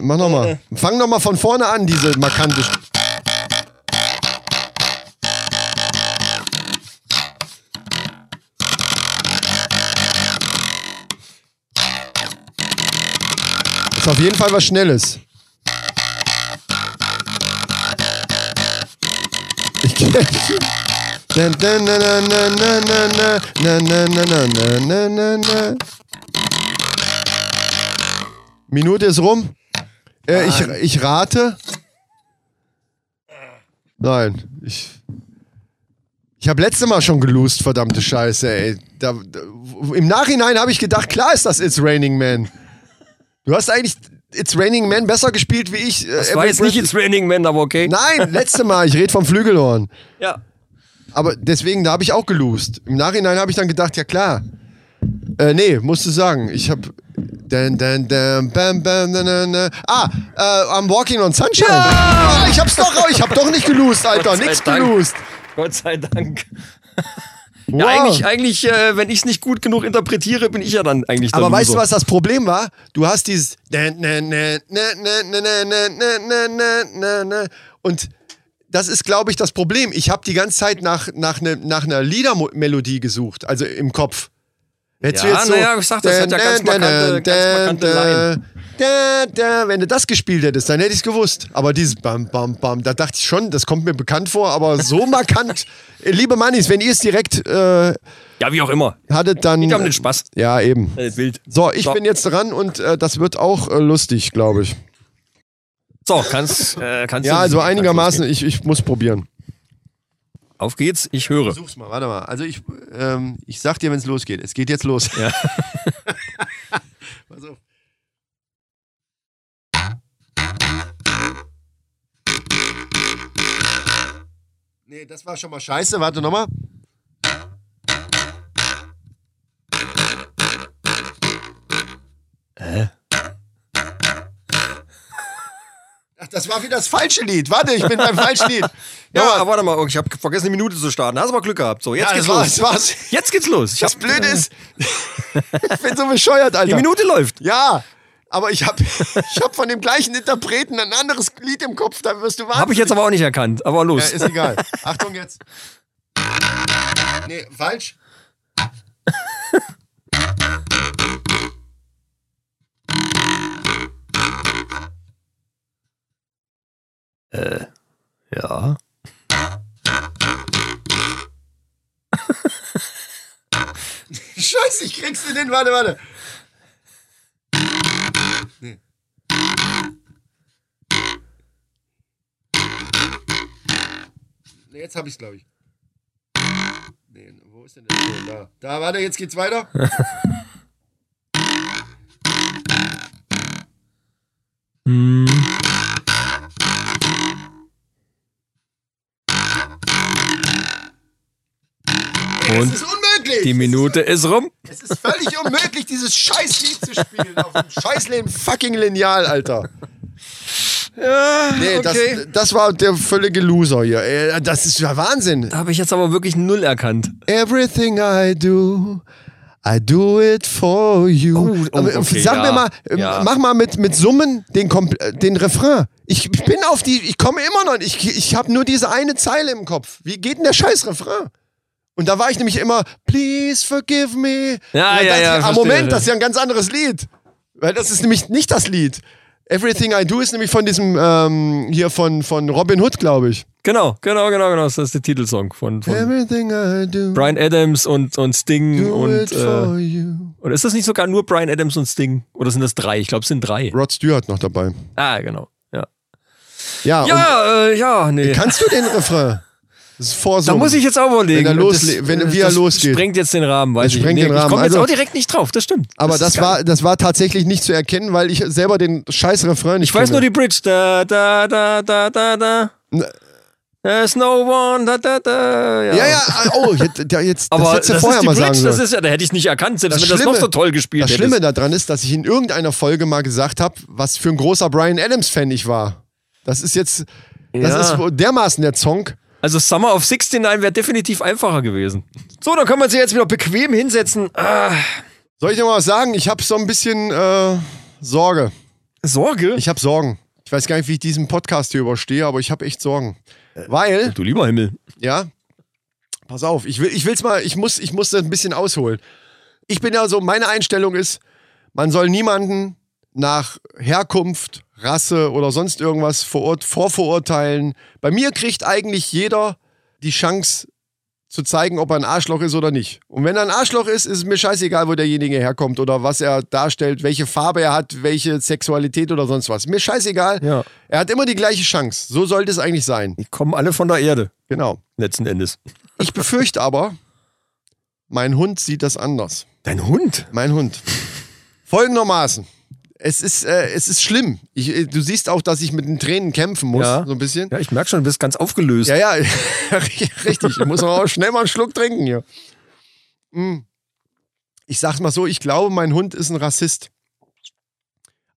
Speaker 3: Mach nochmal. Fang nochmal von vorne an, diese markante. Sch- Ist auf jeden Fall was Schnelles. Ich Na, na, na, na, na, na, na, na, na, na, na, na, na, na. Minute ist rum. Äh, ich, ich rate. Nein, ich. Ich habe letzte Mal schon gelost, verdammte Scheiße, ey. Da, da, Im Nachhinein habe ich gedacht, klar ist das It's Raining Man. Du hast eigentlich It's Raining Man besser gespielt wie ich. äh,
Speaker 5: Das
Speaker 3: Every
Speaker 5: war jetzt
Speaker 3: Breath-
Speaker 5: nicht ins Raining Man, aber okay.
Speaker 3: Nein, letzte Mal, ich rede vom Flügelhorn.
Speaker 5: Ja.
Speaker 3: Aber deswegen, da habe ich auch gelost. Im Nachhinein habe ich dann gedacht, ja klar. Äh, nee, musst du sagen. Ich habe. Dan, dan, dan, bam, bam, dan, dan, dan. Ah, äh, I'm walking on sunshine. Ah, ich hab's doch, ich hab doch nicht gelost, Alter.
Speaker 5: Gott sei
Speaker 3: Nix
Speaker 5: Dank.
Speaker 3: gelost.
Speaker 5: Gott sei Dank.
Speaker 3: Wow.
Speaker 5: Ja, eigentlich, eigentlich äh, wenn ich es nicht gut genug interpretiere, bin ich ja dann eigentlich der
Speaker 3: Aber weißt du,
Speaker 5: Loser.
Speaker 3: was das Problem war? Du hast dieses Dan, dan, dan, dan, dan, dan, dan, dan, dan, dan, dan, dan. und das ist, glaube ich, das Problem. Ich habe die ganze Zeit nach, nach, ne, nach einer Liedermelodie gesucht, also im Kopf. Hättest
Speaker 5: Ja, na ja, ich sag, das hat ja ganz markante- ganz markante Line.
Speaker 3: Da, da, wenn du das gespielt hättest, dann hätte ich es gewusst. Aber dieses Bam, Bam, Bam, da dachte ich schon, das kommt mir bekannt vor, aber so markant. Liebe Mannis, wenn ihr es direkt äh,
Speaker 5: Ja, wie auch immer.
Speaker 3: hattet, dann.
Speaker 5: haben den Spaß.
Speaker 3: Ja, eben.
Speaker 5: Äh, Wild.
Speaker 3: So, ich bin jetzt dran und äh, das wird auch äh, lustig, glaube ich.
Speaker 5: So, kannst, äh, kannst
Speaker 3: Ja,
Speaker 5: du.
Speaker 3: also einigermaßen, ich, ich muss probieren.
Speaker 5: Auf geht's, ich höre.
Speaker 3: Such's mal, warte mal. Also ich, ähm, ich sag dir, wenn es losgeht. Es geht jetzt los.
Speaker 5: Ja.
Speaker 3: Pass auf. Nee, das war schon mal scheiße. Warte nochmal. Ach, das war wieder das falsche Lied. Warte, ich bin beim falschen Lied.
Speaker 5: Ja,
Speaker 3: Nochmal.
Speaker 5: aber warte mal, ich habe vergessen, die Minute zu starten. Hast aber Glück gehabt. So, jetzt
Speaker 3: Ja,
Speaker 5: geht's
Speaker 3: das war's,
Speaker 5: los.
Speaker 3: war's.
Speaker 5: Jetzt geht's los. Ich
Speaker 3: Das
Speaker 5: hab-
Speaker 3: Blöde ist, ich bin so bescheuert, Alter.
Speaker 5: Äh. Die Minute läuft.
Speaker 3: Ja, aber ich habe ich hab von dem gleichen Interpreten ein anderes Lied im Kopf, da wirst du wahnsinnig.
Speaker 5: Habe ich jetzt aber auch nicht erkannt. Aber
Speaker 3: Ja,
Speaker 5: los.
Speaker 3: Äh, ist egal. Achtung jetzt. Nee, falsch.
Speaker 5: Äh, Ja.
Speaker 3: Scheiße, ich krieg's in den. Warte, warte. Nee. Nee, jetzt hab ich's, glaube ich. Nee, wo ist denn das? Nee, da. Da, warte, jetzt geht's weiter.
Speaker 5: Mm. Und
Speaker 3: Das ist unmöglich.
Speaker 5: die Minute ist rum.
Speaker 3: Es ist völlig unmöglich, dieses Scheißlied zu spielen auf dem scheißleben fucking Lineal, Alter. nee,
Speaker 5: okay.
Speaker 3: das, das war der völlige Loser hier. Äh, Das ist ja Wahnsinn.
Speaker 5: Da habe ich jetzt aber wirklich null erkannt.
Speaker 3: Everything I do, I do it for you.
Speaker 5: Oh, oh,
Speaker 3: Aber, äh,
Speaker 5: okay,
Speaker 3: Sag
Speaker 5: ja,
Speaker 3: mir mal, äh,
Speaker 5: ja.
Speaker 3: mach mal mit, mit Summen den, Kompl- äh, den Refrain. Ich, ich bin auf die, ich komme immer noch, nicht. ich, ich habe nur diese eine Zeile im Kopf. Wie geht denn der scheiß Refrain? Und da war ich nämlich immer, please forgive me.
Speaker 5: Ja,
Speaker 3: Und dann dachte
Speaker 5: ja, ja,
Speaker 3: ich, ah,
Speaker 5: verstehe.
Speaker 3: Moment, das ist ja ein ganz anderes Lied. Weil das ist nämlich nicht das Lied. Everything I Do ist nämlich von diesem, ähm, hier von, von Robin Hood, glaube ich.
Speaker 5: Genau, genau, genau, genau. Das ist der Titelsong von, von
Speaker 3: Everything I do.
Speaker 5: Brian Adams und, und Sting.
Speaker 3: do
Speaker 5: Und,
Speaker 3: it
Speaker 5: äh,
Speaker 3: for you.
Speaker 5: oder ist das nicht sogar nur Brian Adams und Sting? Oder sind das drei? Ich glaube, es sind drei.
Speaker 3: Rod Stewart noch dabei.
Speaker 5: Ah, genau. Ja,
Speaker 3: Ja, Ah, und
Speaker 5: ja, äh, ja nee.
Speaker 3: kannst du den Refrain? Das ist
Speaker 5: Da
Speaker 3: vorsummen.
Speaker 5: muss ich jetzt auch überlegen.
Speaker 3: Wenn er
Speaker 5: Das- äh,
Speaker 3: losle- wenn- wie er
Speaker 5: das
Speaker 3: losgeht.
Speaker 5: sprengt jetzt den Rahmen, weiß
Speaker 3: Das
Speaker 5: ich.
Speaker 3: sprengt den
Speaker 5: Ich
Speaker 3: Rahmen.
Speaker 5: komme jetzt
Speaker 3: Also-
Speaker 5: auch direkt nicht drauf, das stimmt.
Speaker 3: Aber
Speaker 5: ist
Speaker 3: das,
Speaker 5: geil.
Speaker 3: war, das war tatsächlich nicht zu erkennen, weil ich selber den scheiß Refrain nicht
Speaker 5: Ich weiß
Speaker 3: kenne.
Speaker 5: nur die Bridge. Da, da, da, da, da, da. There's no one, da, da, da.
Speaker 3: Ne. Ja, ja, ah, oh, jetzt, ja, jetzt das
Speaker 5: Aber
Speaker 3: hättest du vorher
Speaker 5: ist die
Speaker 3: mal
Speaker 5: Bridge,
Speaker 3: sagen
Speaker 5: das
Speaker 3: sollen.
Speaker 5: ist ja, da hätte ich nicht erkannt, selbst
Speaker 3: Das
Speaker 5: wenn das noch
Speaker 3: Schlimme-
Speaker 5: so toll gespielt
Speaker 3: Das
Speaker 5: hätte.
Speaker 3: Schlimme daran ist, dass ich in irgendeiner Folge mal gesagt habe, was für ein großer Brian Adams-Fan ich war. Das ist jetzt, das
Speaker 5: Ja.
Speaker 3: ist wohl dermaßen der Zonk.
Speaker 5: Also Summer of 69 wäre definitiv einfacher gewesen. So, dann können wir sie jetzt wieder bequem hinsetzen. Ah,
Speaker 3: Soll ich dir mal was sagen? Ich habe so ein bisschen äh, Sorge.
Speaker 5: Sorge?
Speaker 3: Ich habe Sorgen. Ich weiß gar nicht, wie ich diesen Podcast hier überstehe, aber ich habe echt Sorgen. Weil,
Speaker 5: du lieber Himmel.
Speaker 3: ja, pass auf, ich will, ich will's mal, ich muss, ich muss das ein bisschen ausholen. Ich bin ja so, meine Einstellung ist, man soll niemanden nach Herkunft, Rasse oder sonst irgendwas verur- vorverurteilen. Bei mir kriegt eigentlich jeder die Chance zu zeigen, ob er ein Arschloch ist oder nicht. Und wenn er ein Arschloch ist, ist es mir scheißegal, wo derjenige herkommt oder was er darstellt, welche Farbe er hat, welche Sexualität oder sonst was. Mir scheißegal.
Speaker 5: Ja.
Speaker 3: Er hat immer die gleiche Chance. So sollte es eigentlich sein.
Speaker 5: Die kommen alle von der Erde,
Speaker 3: Genau.
Speaker 5: letzten Endes.
Speaker 3: Ich befürchte aber, mein Hund sieht das anders.
Speaker 5: Dein Hund?
Speaker 3: Mein Hund. Folgendermaßen. Es ist, äh, es ist schlimm. Ich, äh, du siehst auch, dass ich mit den Tränen kämpfen muss,
Speaker 5: Ja.
Speaker 3: so ein bisschen.
Speaker 5: Ja, ich merke schon, du bist ganz aufgelöst.
Speaker 3: Ja, ja, richtig. Ich muss aber auch schnell mal einen Schluck trinken hier. Mm. Ich sag's mal so, ich glaube, mein Hund ist ein Rassist.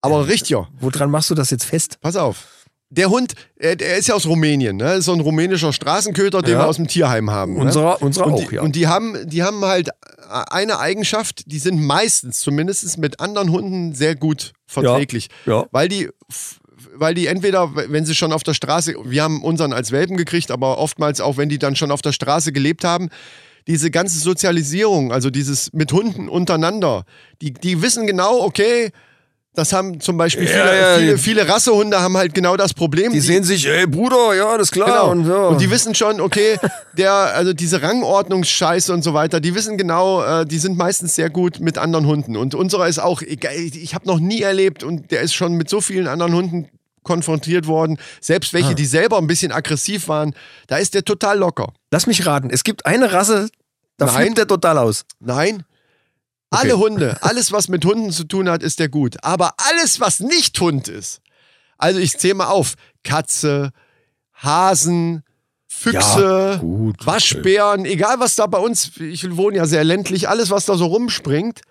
Speaker 3: Aber ein richtiger.
Speaker 5: Woran machst du das jetzt fest?
Speaker 3: Pass auf. Der Hund, äh, der ist ja aus Rumänien, ne? Ist so ein rumänischer Straßenköter, den
Speaker 5: Ja.
Speaker 3: wir aus dem Tierheim haben. ne?
Speaker 5: Unserer, unserer
Speaker 3: und
Speaker 5: auch,
Speaker 3: die,
Speaker 5: ja.
Speaker 3: Und die haben, die haben halt eine Eigenschaft, die sind meistens zumindest mit anderen Hunden sehr gut verträglich.
Speaker 5: Ja.
Speaker 3: Weil die f- weil die entweder, wenn sie schon auf der Straße, wir haben unseren als Welpen gekriegt, aber oftmals auch, wenn die dann schon auf der Straße gelebt haben, diese ganze Sozialisierung, also dieses mit Hunden untereinander, die, die wissen genau, okay, das haben zum Beispiel viele,
Speaker 5: ja,
Speaker 3: viele,
Speaker 5: die-
Speaker 3: viele Rassehunde haben halt genau das Problem.
Speaker 5: die sehen sich, ey Bruder, ja, das ist klar.
Speaker 3: Genau.
Speaker 5: Und,
Speaker 3: Und,
Speaker 5: ja.
Speaker 3: die wissen schon, okay, der, also diese Rangordnungsscheiße und so weiter, die wissen genau, äh, die sind meistens sehr gut mit anderen Hunden. Und unserer ist auch, egal, ich habe noch nie erlebt und der ist schon mit so vielen anderen Hunden konfrontiert worden, selbst
Speaker 5: Ah.
Speaker 3: welche, die selber ein bisschen aggressiv waren, da ist der total locker.
Speaker 5: Lass mich raten, es gibt eine Rasse, da
Speaker 3: Nein.
Speaker 5: flippt der total aus.
Speaker 3: Nein. Alle Hunde, alles, was mit Hunden zu tun hat, ist der gut. Aber alles, was nicht Hund ist, also ich zähle mal auf: Katze, Hasen, Füchse,
Speaker 5: Ja, gut, okay.
Speaker 3: Waschbären, egal was da bei uns, ich wohne ja sehr ländlich, alles, was da so rumspringt,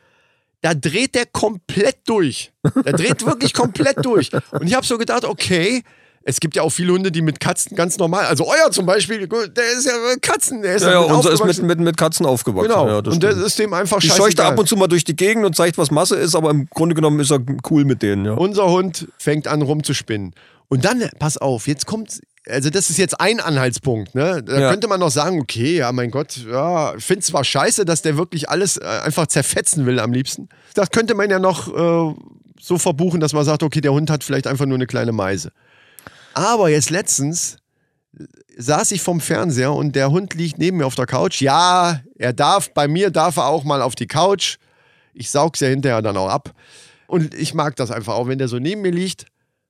Speaker 3: da dreht der komplett durch. Der dreht wirklich komplett durch. Und ich habe so gedacht, okay. Es gibt ja auch viele Hunde, die mit Katzen ganz normal, also euer zum Beispiel, gut, der ist ja mit Katzen, der ist
Speaker 5: Ja, ja,
Speaker 3: damit
Speaker 5: unser ist
Speaker 3: aufgewachsen.
Speaker 5: mit, mit, mit Katzen aufgewachsen.
Speaker 3: Genau.
Speaker 5: Ja,
Speaker 3: und das
Speaker 5: stimmt.
Speaker 3: ist dem einfach
Speaker 5: die
Speaker 3: scheißegal.
Speaker 5: scheucht er ab und zu mal durch die Gegend und zeigt, was Masse ist, aber im Grunde genommen ist er cool mit denen. Ja.
Speaker 3: Unser Hund fängt an rumzuspinnen. Und dann, pass auf, jetzt kommt, also das ist jetzt ein Anhaltspunkt, ne? Da
Speaker 5: Ja.
Speaker 3: könnte man noch sagen, okay, ja, mein Gott, ja, ich find's zwar scheiße, dass der wirklich alles äh, einfach zerfetzen will am liebsten. Das könnte man ja noch äh, so verbuchen, dass man sagt, okay, der Hund hat vielleicht einfach nur eine kleine Meise. Aber jetzt letztens äh, saß ich vom Fernseher und der Hund liegt neben mir auf der Couch. Ja, er darf, bei mir darf er auch mal auf die Couch. Ich saug's ja hinterher dann auch ab. Und ich mag das einfach auch, wenn der so neben mir liegt.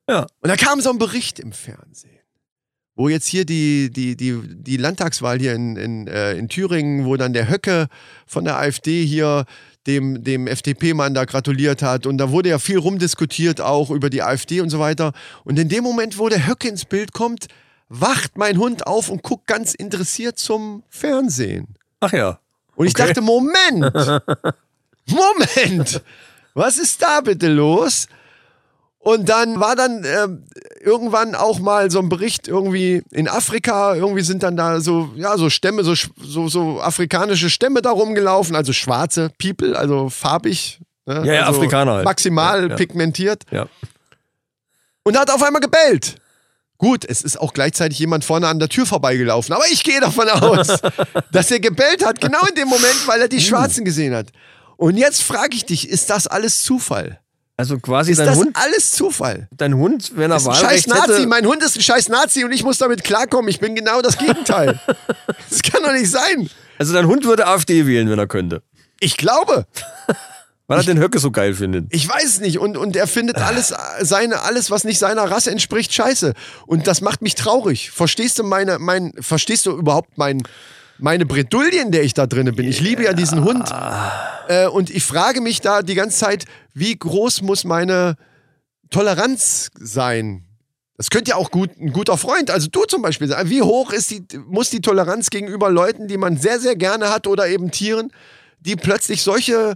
Speaker 5: Ja.
Speaker 3: Und da kam so ein Bericht im Fernsehen, wo jetzt hier die, die, die, die Landtagswahl hier in, in, äh, in Thüringen, wo dann der Höcke von der AfD hier dem, dem FDP-Mann da gratuliert hat. Und da wurde ja viel rumdiskutiert auch über die AfD und so weiter. Und in dem Moment, wo der Höcke ins Bild kommt, wacht mein Hund auf und guckt ganz interessiert zum Fernsehen.
Speaker 5: Ach ja.
Speaker 3: Und ich
Speaker 5: Okay.
Speaker 3: dachte, Moment, Moment, was ist da bitte los? Und dann war dann ähm, irgendwann auch mal so ein Bericht irgendwie in Afrika, irgendwie sind dann da so, ja, so Stämme, so, sch- so, so afrikanische Stämme da rumgelaufen, also schwarze People, also farbig. Ne?
Speaker 5: Ja, ja,
Speaker 3: also
Speaker 5: Afrikaner halt.
Speaker 3: Maximal
Speaker 5: Ja, ja.
Speaker 3: pigmentiert.
Speaker 5: Ja.
Speaker 3: Und hat auf einmal gebellt. Gut, es ist auch gleichzeitig jemand vorne an der Tür vorbeigelaufen, aber ich gehe davon aus, dass er gebellt hat, genau in dem Moment, weil er
Speaker 5: Uh.
Speaker 3: die Schwarzen gesehen hat. Und jetzt frage ich dich, ist das alles Zufall?
Speaker 5: Also quasi
Speaker 3: Ist
Speaker 5: dein
Speaker 3: das
Speaker 5: Hund,
Speaker 3: alles Zufall?
Speaker 5: dein Hund, wenn er
Speaker 3: Ist ein scheiß
Speaker 5: Wahlrecht
Speaker 3: Nazi,
Speaker 5: hätte,
Speaker 3: mein Hund ist ein scheiß Nazi und ich muss damit klarkommen. Ich bin genau das Gegenteil. das kann doch nicht sein.
Speaker 5: also dein Hund würde AfD wählen, wenn er könnte.
Speaker 3: Ich glaube.
Speaker 5: Weil er den Höcke so geil findet.
Speaker 3: Ich weiß es nicht. Und, und er findet alles, äh, seine, alles, was nicht seiner Rasse entspricht, scheiße. Und das macht mich traurig. Verstehst du meine, mein, verstehst du überhaupt mein, meine Bredouille, in der ich da drinne bin? Ich liebe ja diesen Hund. Äh, und ich frage mich da die ganze Zeit, wie groß muss meine Toleranz sein? Das könnte ja auch gut, ein guter Freund, also du zum Beispiel, sein. Wie hoch ist die, muss die Toleranz gegenüber Leuten, die man sehr, sehr gerne hat oder eben Tieren, die plötzlich solche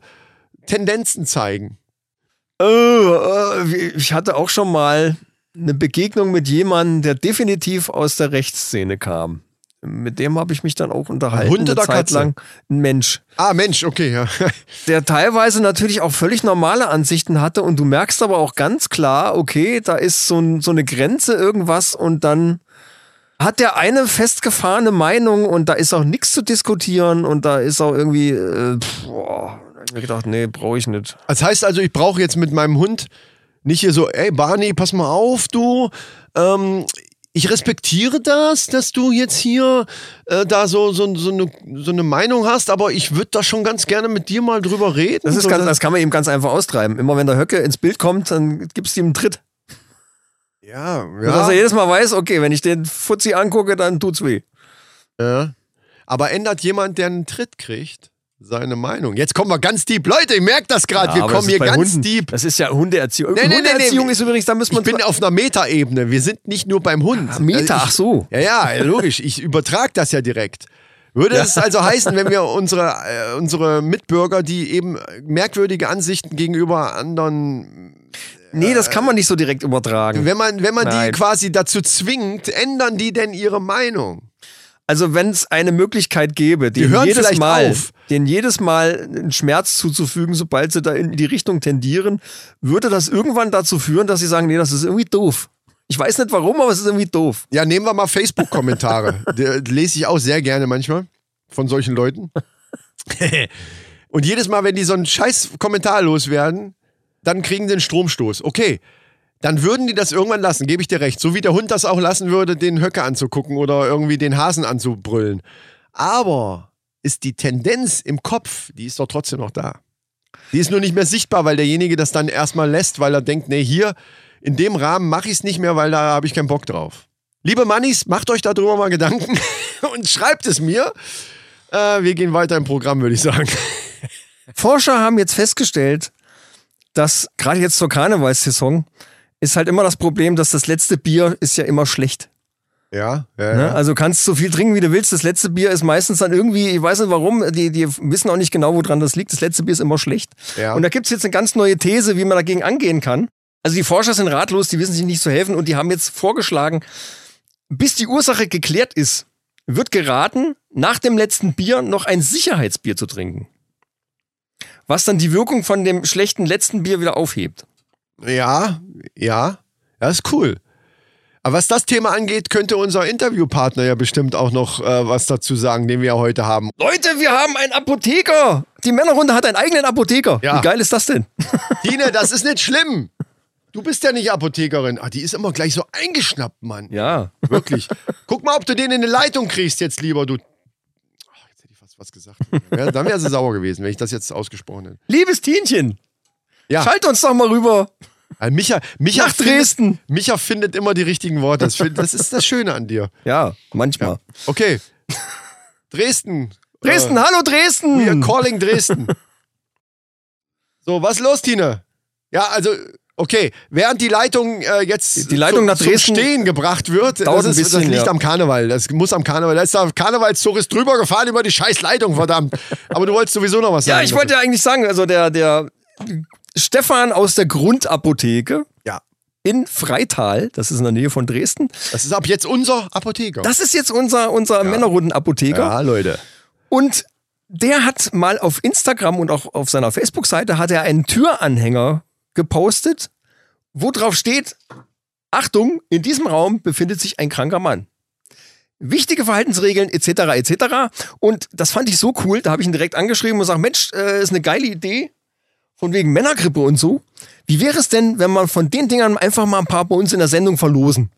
Speaker 3: Tendenzen zeigen?
Speaker 5: Oh, äh, ich hatte auch schon mal eine Begegnung mit jemandem, der definitiv aus der Rechtsszene kam. Mit dem habe ich mich dann auch unterhalten.
Speaker 3: Hund
Speaker 5: eine
Speaker 3: oder
Speaker 5: Zeit
Speaker 3: Katze?
Speaker 5: lang. Ein Mensch.
Speaker 3: Ah, Mensch, okay, ja.
Speaker 5: der teilweise natürlich auch völlig normale Ansichten hatte und du merkst aber auch ganz klar, okay, da ist so, ein, so eine Grenze irgendwas und dann hat der eine festgefahrene Meinung und da ist auch nichts zu diskutieren und da ist auch irgendwie, äh, pff, boah, da hab ich mir gedacht, nee, brauche ich nicht.
Speaker 3: Das heißt also, ich brauche jetzt mit meinem Hund Nicht hier so, ey Barney, pass mal auf, du. Ähm, ich respektiere das, dass du jetzt hier äh, da so, so, so, eine, so eine Meinung hast, aber ich würde da schon ganz gerne mit dir mal drüber reden.
Speaker 5: Das, ist
Speaker 3: so,
Speaker 5: ganz,
Speaker 3: dass-
Speaker 5: das kann man eben ganz einfach austreiben. Immer wenn der Höcke ins Bild kommt, dann gibst du ihm einen Tritt.
Speaker 3: Ja,
Speaker 5: Dass
Speaker 3: ja.
Speaker 5: er jedes Mal weiß, okay, wenn ich den Fuzzi angucke, dann tut's weh.
Speaker 3: Ja. Aber ändert jemand, der einen Tritt kriegt, seine Meinung? Jetzt kommen wir ganz deep. Leute, ihr merkt das gerade. wir
Speaker 5: aber das
Speaker 3: kommen
Speaker 5: ist
Speaker 3: hier
Speaker 5: bei
Speaker 3: ganz
Speaker 5: Hunden.
Speaker 3: deep.
Speaker 5: Das ist ja Hundeerziehung.
Speaker 3: Nee, nee, nee, nee.
Speaker 5: Hundeerziehung ist übrigens, da müssen wir
Speaker 3: Ich bin auf einer Metaebene. Wir sind nicht nur beim Hund.
Speaker 5: Meta,
Speaker 3: Also ich,
Speaker 5: ach so.
Speaker 3: Ja, ja, ja, logisch. Ich übertrage das ja direkt. Würde es also heißen, wenn wir unsere, äh, unsere Mitbürger, die eben merkwürdige Ansichten gegenüber anderen,
Speaker 5: Nee, das kann man nicht so direkt übertragen.
Speaker 3: Äh, wenn man, wenn man
Speaker 5: Nein.
Speaker 3: die quasi dazu zwingt, ändern die denn ihre Meinung?
Speaker 5: Also wenn es eine Möglichkeit gäbe, denen
Speaker 3: hören
Speaker 5: jedes
Speaker 3: vielleicht
Speaker 5: Mal,
Speaker 3: auf.
Speaker 5: denen jedes Mal einen Schmerz zuzufügen, sobald sie da in die Richtung tendieren, würde das irgendwann dazu führen, dass sie sagen, nee, das ist irgendwie doof. Ich weiß nicht warum, aber es ist irgendwie doof.
Speaker 3: Ja, nehmen wir mal Facebook-Kommentare. Die äh, lese ich auch sehr gerne manchmal von solchen Leuten. Und jedes Mal, wenn die so einen scheiß Kommentar loswerden, dann kriegen sie einen Stromstoß. Okay, dann würden die das irgendwann lassen, gebe ich dir recht. So wie der Hund das auch lassen würde, den Höcker anzugucken oder irgendwie den Hasen anzubrüllen. Aber ist die Tendenz im Kopf, die ist doch trotzdem noch da. Die ist nur nicht mehr sichtbar, weil derjenige das dann erstmal lässt, weil er denkt, nee, hier in dem Rahmen mache ich es nicht mehr, weil da habe ich keinen Bock drauf. Liebe Mannis, macht euch darüber mal Gedanken und schreibt es mir. Äh, wir gehen weiter im Programm, würde ich sagen.
Speaker 5: Forscher haben jetzt festgestellt, dass gerade jetzt zur Karnevalssaison ist halt immer das Problem, dass das letzte Bier ist ja immer schlecht.
Speaker 3: Ja, ja,
Speaker 5: Ne? Also kannst so viel trinken, wie du willst. Das letzte Bier ist meistens dann irgendwie, ich weiß nicht warum, die, die wissen auch nicht genau, woran das liegt. Das letzte Bier ist immer schlecht.
Speaker 3: Ja.
Speaker 5: Und da gibt's jetzt eine ganz neue These, wie man dagegen angehen kann. Also die Forscher sind ratlos, die wissen sich nicht zu helfen und die haben jetzt vorgeschlagen, bis die Ursache geklärt ist, wird geraten, nach dem letzten Bier noch ein Sicherheitsbier zu trinken. Was dann die Wirkung von dem schlechten letzten Bier wieder aufhebt.
Speaker 3: Ne? Ja, ja, das ist cool. Aber was das Thema angeht, könnte unser Interviewpartner ja bestimmt auch noch äh, was dazu sagen, den wir ja heute haben.
Speaker 5: Leute, wir haben einen Apotheker. Die Männerrunde hat einen eigenen Apotheker.
Speaker 3: Ja.
Speaker 5: Wie geil ist das denn?
Speaker 3: Dine, das ist nicht schlimm. Du bist ja nicht Apothekerin. Ah, die ist immer gleich so eingeschnappt, Mann.
Speaker 5: Ja.
Speaker 3: Wirklich. Guck mal, ob du den in eine Leitung kriegst jetzt lieber, du. Ach, jetzt hätte ich fast was gesagt. Ja, dann wäre sie sauer gewesen, wenn ich das jetzt ausgesprochen hätte.
Speaker 5: Liebes Tienchen,
Speaker 3: Ja.
Speaker 5: schalt uns doch mal rüber.
Speaker 3: Ah, Micha, Micha
Speaker 5: Nach Dresden.
Speaker 3: Findet, Micha findet immer die richtigen Worte. Das, find- das ist das Schöne an dir.
Speaker 5: Ja, manchmal.
Speaker 3: Okay. Dresden. Äh,
Speaker 5: Dresden, hallo Dresden.
Speaker 3: We are calling Dresden. so, was ist los, Tine? Ja, also, okay. Während die Leitung äh, jetzt
Speaker 5: Die Leitung
Speaker 3: zu-
Speaker 5: nach Dresden
Speaker 3: zum Stehen gebracht wird,
Speaker 5: dauert
Speaker 3: das, ist,
Speaker 5: ein bisschen,
Speaker 3: das liegt
Speaker 5: ja.
Speaker 3: am Karneval. Das muss am Karneval. Da ist der Karnevalszug ist drüber gefahren über die scheiß Leitung, verdammt. Aber du wolltest sowieso noch was sagen.
Speaker 5: ja, ich wollte ja eigentlich sagen, also der, der Stefan aus der Grundapotheke
Speaker 3: Ja.
Speaker 5: in Freital, das ist in der Nähe von Dresden,
Speaker 3: Das ist ab jetzt unser Apotheker.
Speaker 5: das ist jetzt unser, unser Männerrundenapotheker.
Speaker 3: ja, Leute.
Speaker 5: Und der hat mal auf Instagram und auch auf seiner Facebook-Seite hat er einen Türanhänger gepostet, wo drauf steht, Achtung, in diesem Raum befindet sich ein kranker Mann. Wichtige Verhaltensregeln etc. etc. Und das fand ich so cool, da habe ich ihn direkt angeschrieben und gesagt, Mensch, äh, ist eine geile Idee, von wegen Männergrippe und so. Wie wäre es denn, wenn man von den Dingern einfach mal ein paar bei uns in der Sendung verlosen?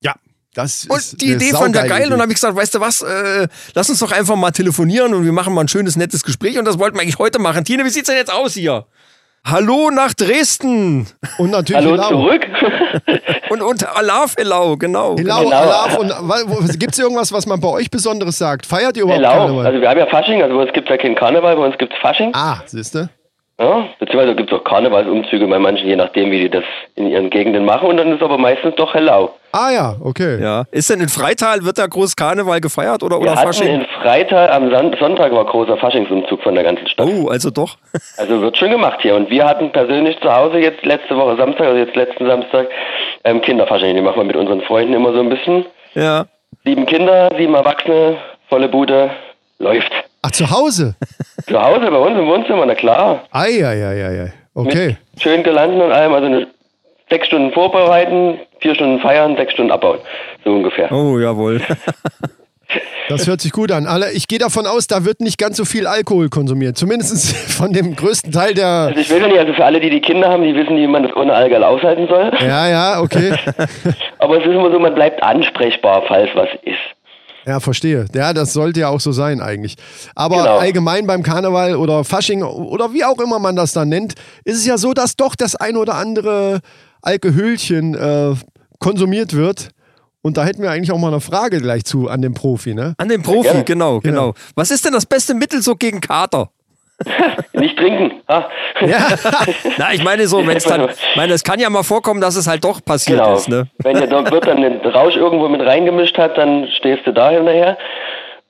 Speaker 3: Ja. Das ist
Speaker 5: Und
Speaker 3: eine
Speaker 5: die Idee fand er
Speaker 3: saugeile
Speaker 5: geil
Speaker 3: Idee.
Speaker 5: und habe ich gesagt, weißt du was, äh, lass uns doch einfach mal telefonieren und wir machen mal ein schönes, nettes Gespräch und das wollten wir eigentlich heute machen. Tine, wie sieht's denn jetzt aus hier? Hallo nach Dresden
Speaker 3: Und natürlich
Speaker 4: Hallo
Speaker 3: Lau.
Speaker 4: zurück.
Speaker 5: und und Alaf Elau, genau.
Speaker 3: Lau,
Speaker 4: Genau.
Speaker 3: Alaf und gibt es irgendwas, was man bei euch Besonderes sagt? Feiert ihr überhaupt
Speaker 4: Hello.
Speaker 3: Karneval?
Speaker 4: Also wir haben ja Fasching, also bei uns gibt es ja keinen Karneval, bei uns gibt es Fasching.
Speaker 3: ah, siehst du?
Speaker 4: Ja, beziehungsweise gibt es auch Karnevalsumzüge bei manchen, je nachdem, wie die das in ihren Gegenden machen. Und dann ist aber meistens doch Hello.
Speaker 3: Ah ja, okay.
Speaker 5: Ja. Ist denn in Freital, wird da groß Karneval gefeiert oder,
Speaker 4: Wir
Speaker 5: oder
Speaker 4: hatten
Speaker 5: Fasching?
Speaker 4: in Freital, am Son- Sonntag war großer Faschingsumzug von der ganzen Stadt.
Speaker 5: Oh, also doch.
Speaker 4: Also wird schon gemacht hier. Und wir hatten persönlich zu Hause jetzt letzte Woche Samstag, also jetzt letzten Samstag, ähm, Kinderfasching. Die machen wir mit unseren Freunden immer so ein bisschen.
Speaker 5: Ja.
Speaker 4: Sieben Kinder, sieben Erwachsene, volle Bude, läuft.
Speaker 3: Ach, zu Hause?
Speaker 4: Zu Hause bei uns im Wohnzimmer, na klar.
Speaker 3: Eieieiei. Okay.
Speaker 4: Mit schön gelanden und allem, also eine, sechs Stunden vorbereiten, vier Stunden feiern, sechs Stunden abbauen. So ungefähr.
Speaker 5: Oh, jawohl.
Speaker 3: Das hört sich gut an. Alle, ich gehe davon aus, da wird nicht ganz so viel Alkohol konsumiert. Zumindest von dem größten Teil der.
Speaker 7: Also ich weiß ja nicht, also für alle, die die Kinder haben, die wissen, wie man das ohne Alkohol aushalten soll.
Speaker 3: Ja, ja, okay.
Speaker 7: Aber es ist immer so, man bleibt ansprechbar, falls was ist.
Speaker 3: Ja, verstehe. Ja, das sollte ja auch so sein eigentlich. Aber
Speaker 7: Genau.
Speaker 3: allgemein beim Karneval oder Fasching oder wie auch immer man das dann nennt, ist es ja so, dass doch das ein oder andere Alkoholchen äh, konsumiert wird. Und da hätten wir eigentlich auch mal eine Frage gleich zu an den Profi, ne?
Speaker 5: An den Profi,
Speaker 7: gerne.
Speaker 5: genau, genau. Was ist denn das beste Mittel so gegen Kater?
Speaker 7: Nicht trinken. Ah.
Speaker 3: Ja.
Speaker 5: Na, ich meine so, wenn es dann, ich meine, es kann ja mal vorkommen, dass es halt doch passiert
Speaker 7: genau.
Speaker 5: ist, ne?
Speaker 7: Wenn der dort wird dann den Rausch irgendwo mit reingemischt hat, dann stehst du da hinterher.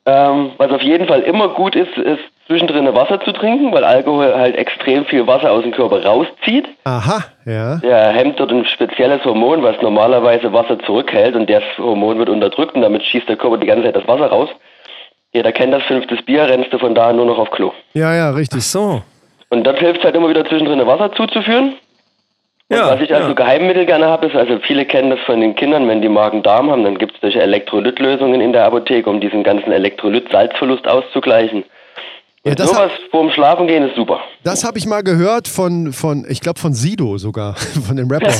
Speaker 7: Ähm, was auf jeden Fall immer gut ist, ist zwischendrin Wasser zu trinken, weil Alkohol halt extrem viel Wasser aus dem Körper rauszieht.
Speaker 3: Aha, ja.
Speaker 7: Der hemmt dort ein spezielles Hormon, was normalerweise Wasser zurückhält und das Hormon wird unterdrückt und damit schießt der Körper die ganze Zeit das Wasser raus. Jeder kennt das fünftes Bier, rennst du von da an nur noch auf Klo.
Speaker 3: Ja, ja, richtig.
Speaker 5: Ach so.
Speaker 7: Und das hilft halt immer wieder zwischendrin Wasser zuzuführen.
Speaker 5: Ja,
Speaker 7: Was ich also
Speaker 5: ja.
Speaker 7: Geheimmittel gerne habe, ist, also viele kennen das von den Kindern, wenn die Magen-Darm haben, dann gibt es solche Elektrolytlösungen in der Apotheke, um diesen ganzen Elektrolyt-Salzverlust auszugleichen. Und
Speaker 3: Ja, das
Speaker 7: sowas vorm Schlafen gehen ist super.
Speaker 3: Das habe ich mal gehört von, von ich glaube, von Sido sogar, von dem Rapper.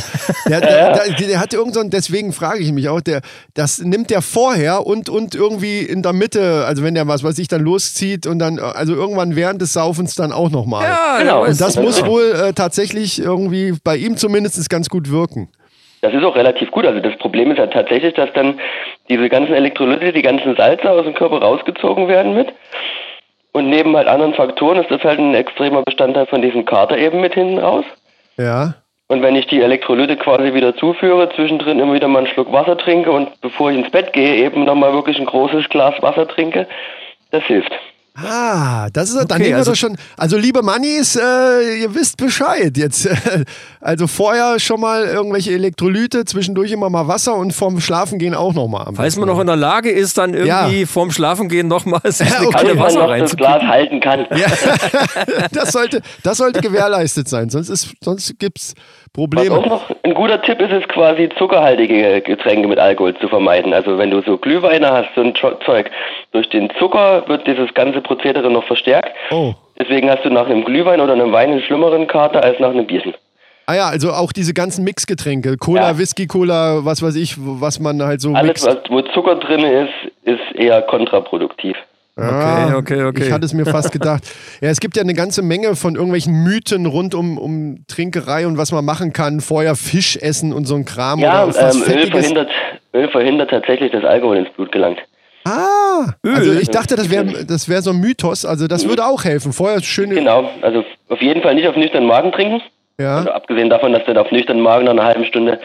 Speaker 3: Der, der, der, der hat irgendeinen, deswegen frage ich mich auch, der, das nimmt der vorher und, und irgendwie in der Mitte, also wenn der was weiß ich dann loszieht und dann, äh, also irgendwann während des Saufens dann auch nochmal.
Speaker 5: Ja,
Speaker 7: Genau.
Speaker 5: ja,
Speaker 7: Und
Speaker 5: ist-
Speaker 3: und das muss
Speaker 5: ja.
Speaker 3: wohl äh, tatsächlich irgendwie bei ihm zumindest ganz gut wirken.
Speaker 7: Das ist auch relativ gut. Also das Problem ist ja tatsächlich, dass dann diese ganzen Elektrolyte, die ganzen Salze aus dem Körper rausgezogen werden mit. Und neben halt anderen Faktoren ist das halt ein extremer Bestandteil von diesem Kater eben mit hinten raus.
Speaker 3: Ja.
Speaker 7: Und wenn ich die Elektrolyte quasi wieder zuführe, zwischendrin immer wieder mal einen Schluck Wasser trinke und bevor ich ins Bett gehe, eben nochmal wirklich ein großes Glas Wasser trinke, das hilft.
Speaker 3: Ah, das ist dann nehmen wir
Speaker 5: also-
Speaker 3: doch schon. Also liebe Mannis, äh, ihr wisst Bescheid jetzt. Äh, also vorher schon mal irgendwelche Elektrolyte, zwischendurch immer mal Wasser und vorm Schlafengehen auch noch mal. am
Speaker 5: Falls
Speaker 3: besten.
Speaker 5: man noch in der Lage ist, dann irgendwie
Speaker 3: Ja.
Speaker 5: vorm Schlafengehen nochmal sich
Speaker 3: okay.
Speaker 5: eine
Speaker 7: Also
Speaker 5: Kanne
Speaker 7: wenn man
Speaker 5: Wasser
Speaker 7: noch das Glas
Speaker 5: reinzukippen.
Speaker 7: halten kann.
Speaker 3: Ja. das sollte, das sollte gewährleistet sein. Sonst ist, sonst gibt's
Speaker 7: Was auch
Speaker 3: Probleme.
Speaker 7: noch ein guter Tipp ist, ist quasi zuckerhaltige Getränke mit Alkohol zu vermeiden. Also wenn du so Glühweine hast, so ein Tro- Zeug, durch den Zucker wird dieses ganze Prozedere noch verstärkt.
Speaker 3: Oh.
Speaker 7: Deswegen hast du nach einem Glühwein oder einem Wein einen schlimmeren Kater als nach einem Bierchen.
Speaker 3: Ah ja, also auch diese ganzen Mixgetränke, Cola,
Speaker 7: Ja.
Speaker 3: Whisky, Cola, was weiß ich, was man halt so
Speaker 7: Alles,
Speaker 3: mixt.
Speaker 7: was, wo Zucker drin ist, ist eher kontraproduktiv.
Speaker 3: Ja,
Speaker 5: Okay, okay, okay.
Speaker 3: Ah, Ich hatte es mir fast gedacht. Ja, es gibt ja eine ganze Menge von irgendwelchen Mythen rund um, um Trinkerei und was man machen kann. Vorher Fisch essen und so ein Kram
Speaker 7: Ja,
Speaker 3: oder was
Speaker 7: ähm, Öl,
Speaker 3: Fettiges.
Speaker 7: verhindert, Öl verhindert tatsächlich, dass Alkohol ins Blut gelangt.
Speaker 3: Ah, also ich dachte, das wäre das wär so ein Mythos. Also das würde auch helfen. Vorher schöne.
Speaker 7: Genau, also auf jeden Fall nicht auf nüchtern Magen trinken. Also
Speaker 3: Ja,
Speaker 7: abgesehen davon, dass du da auf nüchtern Magen nach einer halben Stunde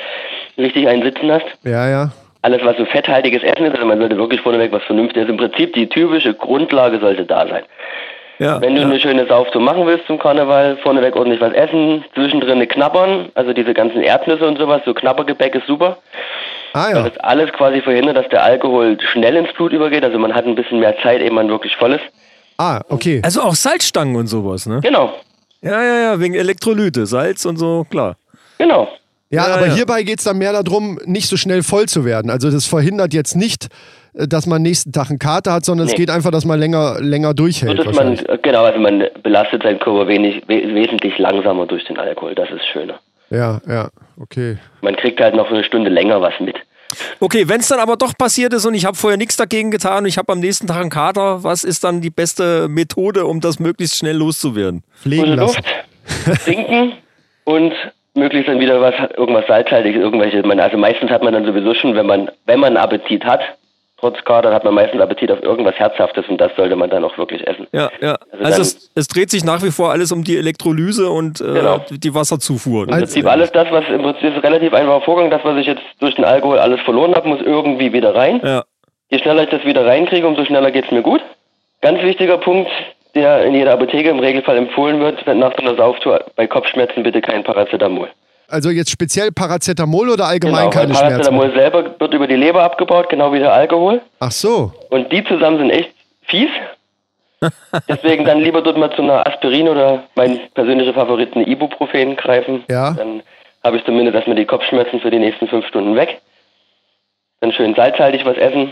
Speaker 7: richtig einen sitzen hast.
Speaker 3: ja, ja.
Speaker 7: Alles, was so fetthaltiges Essen ist, also man sollte wirklich vorneweg was Vernünftiges. Im Prinzip die typische Grundlage sollte da sein.
Speaker 5: Ja.
Speaker 7: Wenn du eine schöne Sauftour machen willst zum Karneval, vorneweg ordentlich was essen, zwischendrin eine Knabbern, also diese ganzen Erdnüsse und sowas, so Knabbergebäck ist super.
Speaker 3: Ah
Speaker 7: Weil
Speaker 3: ja.
Speaker 7: das alles quasi verhindert, dass der Alkohol schnell ins Blut übergeht. Also man hat ein bisschen mehr Zeit, ehe man wirklich voll ist.
Speaker 3: Ah, okay.
Speaker 5: Also auch Salzstangen und sowas, ne?
Speaker 7: Genau,
Speaker 5: Ja, ja, ja, wegen Elektrolyte, Salz und so, klar.
Speaker 7: genau.
Speaker 3: Ja,
Speaker 5: Ja,
Speaker 3: aber
Speaker 5: ja.
Speaker 3: hierbei geht's dann mehr darum, nicht so schnell voll zu werden. Also das verhindert jetzt nicht, äh, dass man nächsten Tag einen Kater hat, sondern es
Speaker 7: Nee.
Speaker 3: geht einfach, dass man länger, länger
Speaker 7: So,
Speaker 3: durchhält.
Speaker 7: dass man,
Speaker 3: wahrscheinlich.
Speaker 7: genau, also man belastet seinen Körper wenig, we wesentlich langsamer durch den Alkohol. Das ist schöner.
Speaker 3: ja, ja, okay.
Speaker 7: Man kriegt halt noch eine Stunde länger was mit.
Speaker 5: Okay, wenn es dann aber doch passiert ist und ich habe vorher nichts dagegen getan und ich habe am nächsten Tag einen Kater, was ist dann die beste Methode, um das möglichst schnell loszuwerden?
Speaker 3: Pflegen
Speaker 7: Gute
Speaker 3: lassen.
Speaker 7: Luft, trinken und möglichst dann wieder was, irgendwas salzhaltiges, irgendwelche. Man, also meistens hat man dann sowieso schon, wenn man, wenn man Appetit hat, trotz Kater, hat man meistens Appetit auf irgendwas Herzhaftes und das sollte man dann auch wirklich essen.
Speaker 5: Ja, ja.
Speaker 7: Also
Speaker 5: Also
Speaker 7: dann-
Speaker 5: es, es dreht sich nach wie vor alles um die Elektrolyse und äh,
Speaker 7: Genau.
Speaker 5: die Wasserzufuhr. ne?
Speaker 7: Im Prinzip alles das, was im Prinzip ist ein relativ einfacher Vorgang, das, was ich jetzt durch den Alkohol alles verloren habe, muss irgendwie wieder rein.
Speaker 5: Ja.
Speaker 7: Je schneller ich das wieder reinkriege, umso schneller geht es mir gut. Ganz wichtiger Punkt, der in jeder Apotheke im Regelfall empfohlen wird, wenn nach so einer Sauftour bei Kopfschmerzen bitte kein Paracetamol.
Speaker 3: Also jetzt speziell Paracetamol oder allgemein
Speaker 7: weil
Speaker 3: keine
Speaker 7: Genau, Paracetamol
Speaker 3: Schmerzen?
Speaker 7: selber wird über die Leber abgebaut, genau wie der Alkohol.
Speaker 3: Ach so.
Speaker 7: Und die zusammen sind echt fies. Deswegen dann lieber dort mal zu einer Aspirin oder mein persönlicher Favorit, eine Ibuprofen greifen.
Speaker 3: Ja.
Speaker 7: Dann habe ich zumindest erstmal die Kopfschmerzen für die nächsten fünf Stunden weg. Dann schön salzhaltig was essen.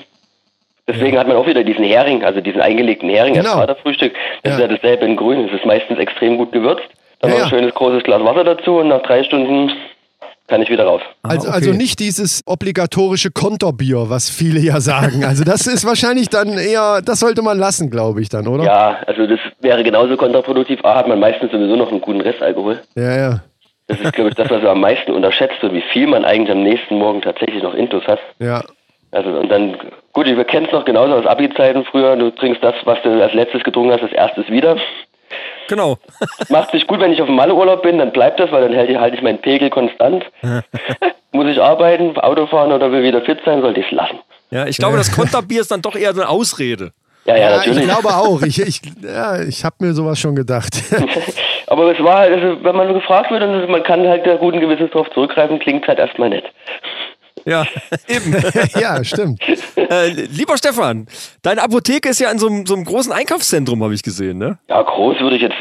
Speaker 7: Deswegen hat man auch wieder diesen Hering, also diesen eingelegten Hering als
Speaker 3: Genau.
Speaker 7: Vaterfrühstück. Das
Speaker 3: Ja.
Speaker 7: ist ja dasselbe in Grün. Es ist meistens extrem gut gewürzt. Dann
Speaker 3: Ja,
Speaker 7: noch ein
Speaker 3: ja.
Speaker 7: schönes großes Glas Wasser dazu und nach drei Stunden kann ich wieder raus.
Speaker 3: Also,
Speaker 5: Ah,
Speaker 3: also
Speaker 5: okay.
Speaker 3: nicht dieses obligatorische Konterbier, was viele ja sagen. Also das ist wahrscheinlich dann eher, das sollte man lassen, glaube ich dann, oder?
Speaker 7: Ja, also das wäre genauso kontraproduktiv. A, hat man meistens sowieso noch einen guten Restalkohol.
Speaker 3: Ja, ja.
Speaker 7: Das ist, glaube ich, das, was man am meisten unterschätzt und wie viel man eigentlich am nächsten Morgen tatsächlich noch Intus hat.
Speaker 3: ja.
Speaker 7: Also und dann, gut, wir kennen es noch genauso aus Abi-Zeiten früher. Du trinkst das, was du als letztes getrunken hast, als erstes wieder.
Speaker 5: Genau.
Speaker 7: Macht sich gut, wenn ich auf dem Malle-Urlaub bin, dann bleibt das, weil dann hält- halte ich meinen Pegel konstant. Muss ich arbeiten, Auto fahren oder will wieder fit sein, sollte ich es lassen.
Speaker 5: Ja, ich glaube, das Konterbier ist dann doch eher so eine Ausrede.
Speaker 7: Ja, ja,
Speaker 3: ja ich
Speaker 7: natürlich.
Speaker 3: glaube auch. Ich, ich, ja, ich habe mir sowas schon gedacht.
Speaker 7: Aber es war halt, also, wenn man gefragt wird und man kann halt da guten Gewissens drauf zurückgreifen, klingt halt erstmal nett.
Speaker 5: Ja, eben.
Speaker 3: ja, stimmt.
Speaker 5: äh, lieber Stefan, deine Apotheke ist ja in so einem, so einem großen Einkaufszentrum, habe ich gesehen, ne?
Speaker 7: Ja, groß würde ich jetzt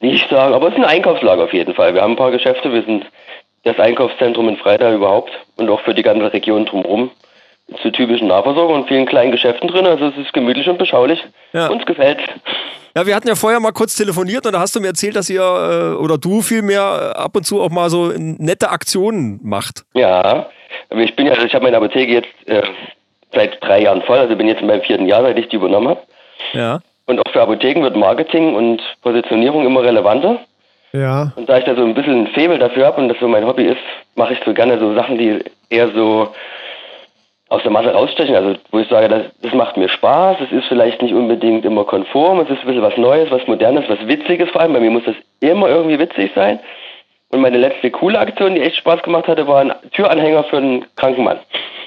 Speaker 7: nicht sagen, aber es ist ein Einkaufslager auf jeden Fall. Wir haben ein paar Geschäfte, wir sind das Einkaufszentrum in Freital überhaupt und auch für die ganze Region drumherum zur typischen Nahversorgung und vielen kleinen Geschäften drin. Also es ist gemütlich und beschaulich.
Speaker 5: Ja.
Speaker 7: Uns gefällt
Speaker 5: Ja, wir hatten ja vorher mal kurz telefoniert und da hast du mir erzählt, dass ihr äh, oder du vielmehr äh, ab und zu auch mal so nette Aktionen macht.
Speaker 7: Ja, aber ich bin ja, also ich habe meine Apotheke jetzt äh, seit drei Jahren voll, also bin jetzt in meinem vierten Jahr, seit ich die übernommen habe.
Speaker 5: Ja.
Speaker 7: Und auch für Apotheken wird Marketing und Positionierung immer relevanter.
Speaker 3: Ja.
Speaker 7: Und da ich da so ein bisschen ein Faible dafür habe und das so mein Hobby ist, mache ich so gerne so Sachen, die eher so aus der Masse rausstechen. Also wo ich sage, das, das macht mir Spaß, es ist vielleicht nicht unbedingt immer konform, es ist ein bisschen was Neues, was Modernes, was Witziges vor allem. Bei mir muss das immer irgendwie witzig sein. Und meine letzte coole Aktion, die echt Spaß gemacht hatte, war ein Türanhänger für einen kranken Mann.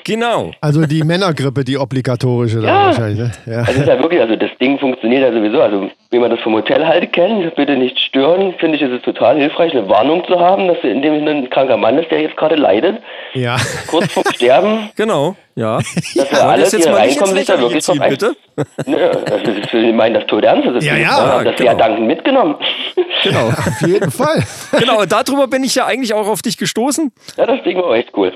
Speaker 5: Genau.
Speaker 3: Also die Männergrippe, die obligatorische dann
Speaker 7: Ja.
Speaker 3: wahrscheinlich. Ne? Ja.
Speaker 7: Also es ist ja wirklich, also das Ding funktioniert ja sowieso. Also wie man das vom Hotel halt kennt, bitte nicht stören, finde ich, ist es total hilfreich, eine Warnung zu haben, dass in dem Sinne ein kranker Mann ist, der jetzt gerade leidet,
Speaker 3: ja.
Speaker 7: kurz vorm Sterben,
Speaker 5: Genau. Ja.
Speaker 7: dass wir
Speaker 5: Ja,
Speaker 7: alle,
Speaker 5: das
Speaker 7: die
Speaker 5: jetzt
Speaker 7: hier
Speaker 5: mal nicht
Speaker 7: reinkommen,
Speaker 5: ins
Speaker 7: sich da
Speaker 5: Lächerliche
Speaker 7: wirklich drauf
Speaker 5: ziehen,
Speaker 7: ein.
Speaker 5: bitte.
Speaker 7: Nö, also das ist, ich meine das tot ernst, das ist
Speaker 3: Ja,
Speaker 7: das
Speaker 3: ja,
Speaker 7: ja, das
Speaker 5: genau.
Speaker 7: wäre dankend mitgenommen.
Speaker 5: Genau.
Speaker 3: Auf jeden Fall.
Speaker 5: genau, und darüber bin ich ja eigentlich auch auf dich gestoßen.
Speaker 7: Ja, das Ding war echt cool.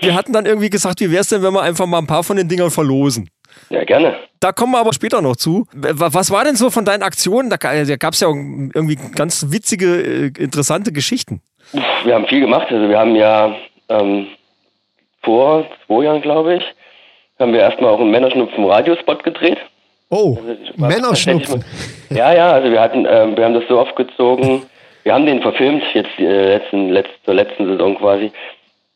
Speaker 5: Wir hatten dann irgendwie gesagt, wie wäre es denn, wenn wir einfach mal ein paar von den Dingern verlosen?
Speaker 7: Ja, gerne.
Speaker 5: Da kommen wir aber später noch zu. W- Was war denn so von deinen Aktionen? Da gab es ja irgendwie ganz witzige, äh, interessante Geschichten.
Speaker 7: Wir haben viel gemacht. Also wir haben ja ähm, vor zwei Jahren, glaube ich, haben wir erstmal auch einen Männerschnupfen-Radiospot gedreht.
Speaker 3: Oh,
Speaker 7: war
Speaker 3: Männerschnupfen.
Speaker 7: tatsächlich mal- Ja, ja, also wir hatten, ähm, wir haben das so aufgezogen, wir haben den verfilmt, jetzt äh, letzten, letzt, zur letzten Saison quasi,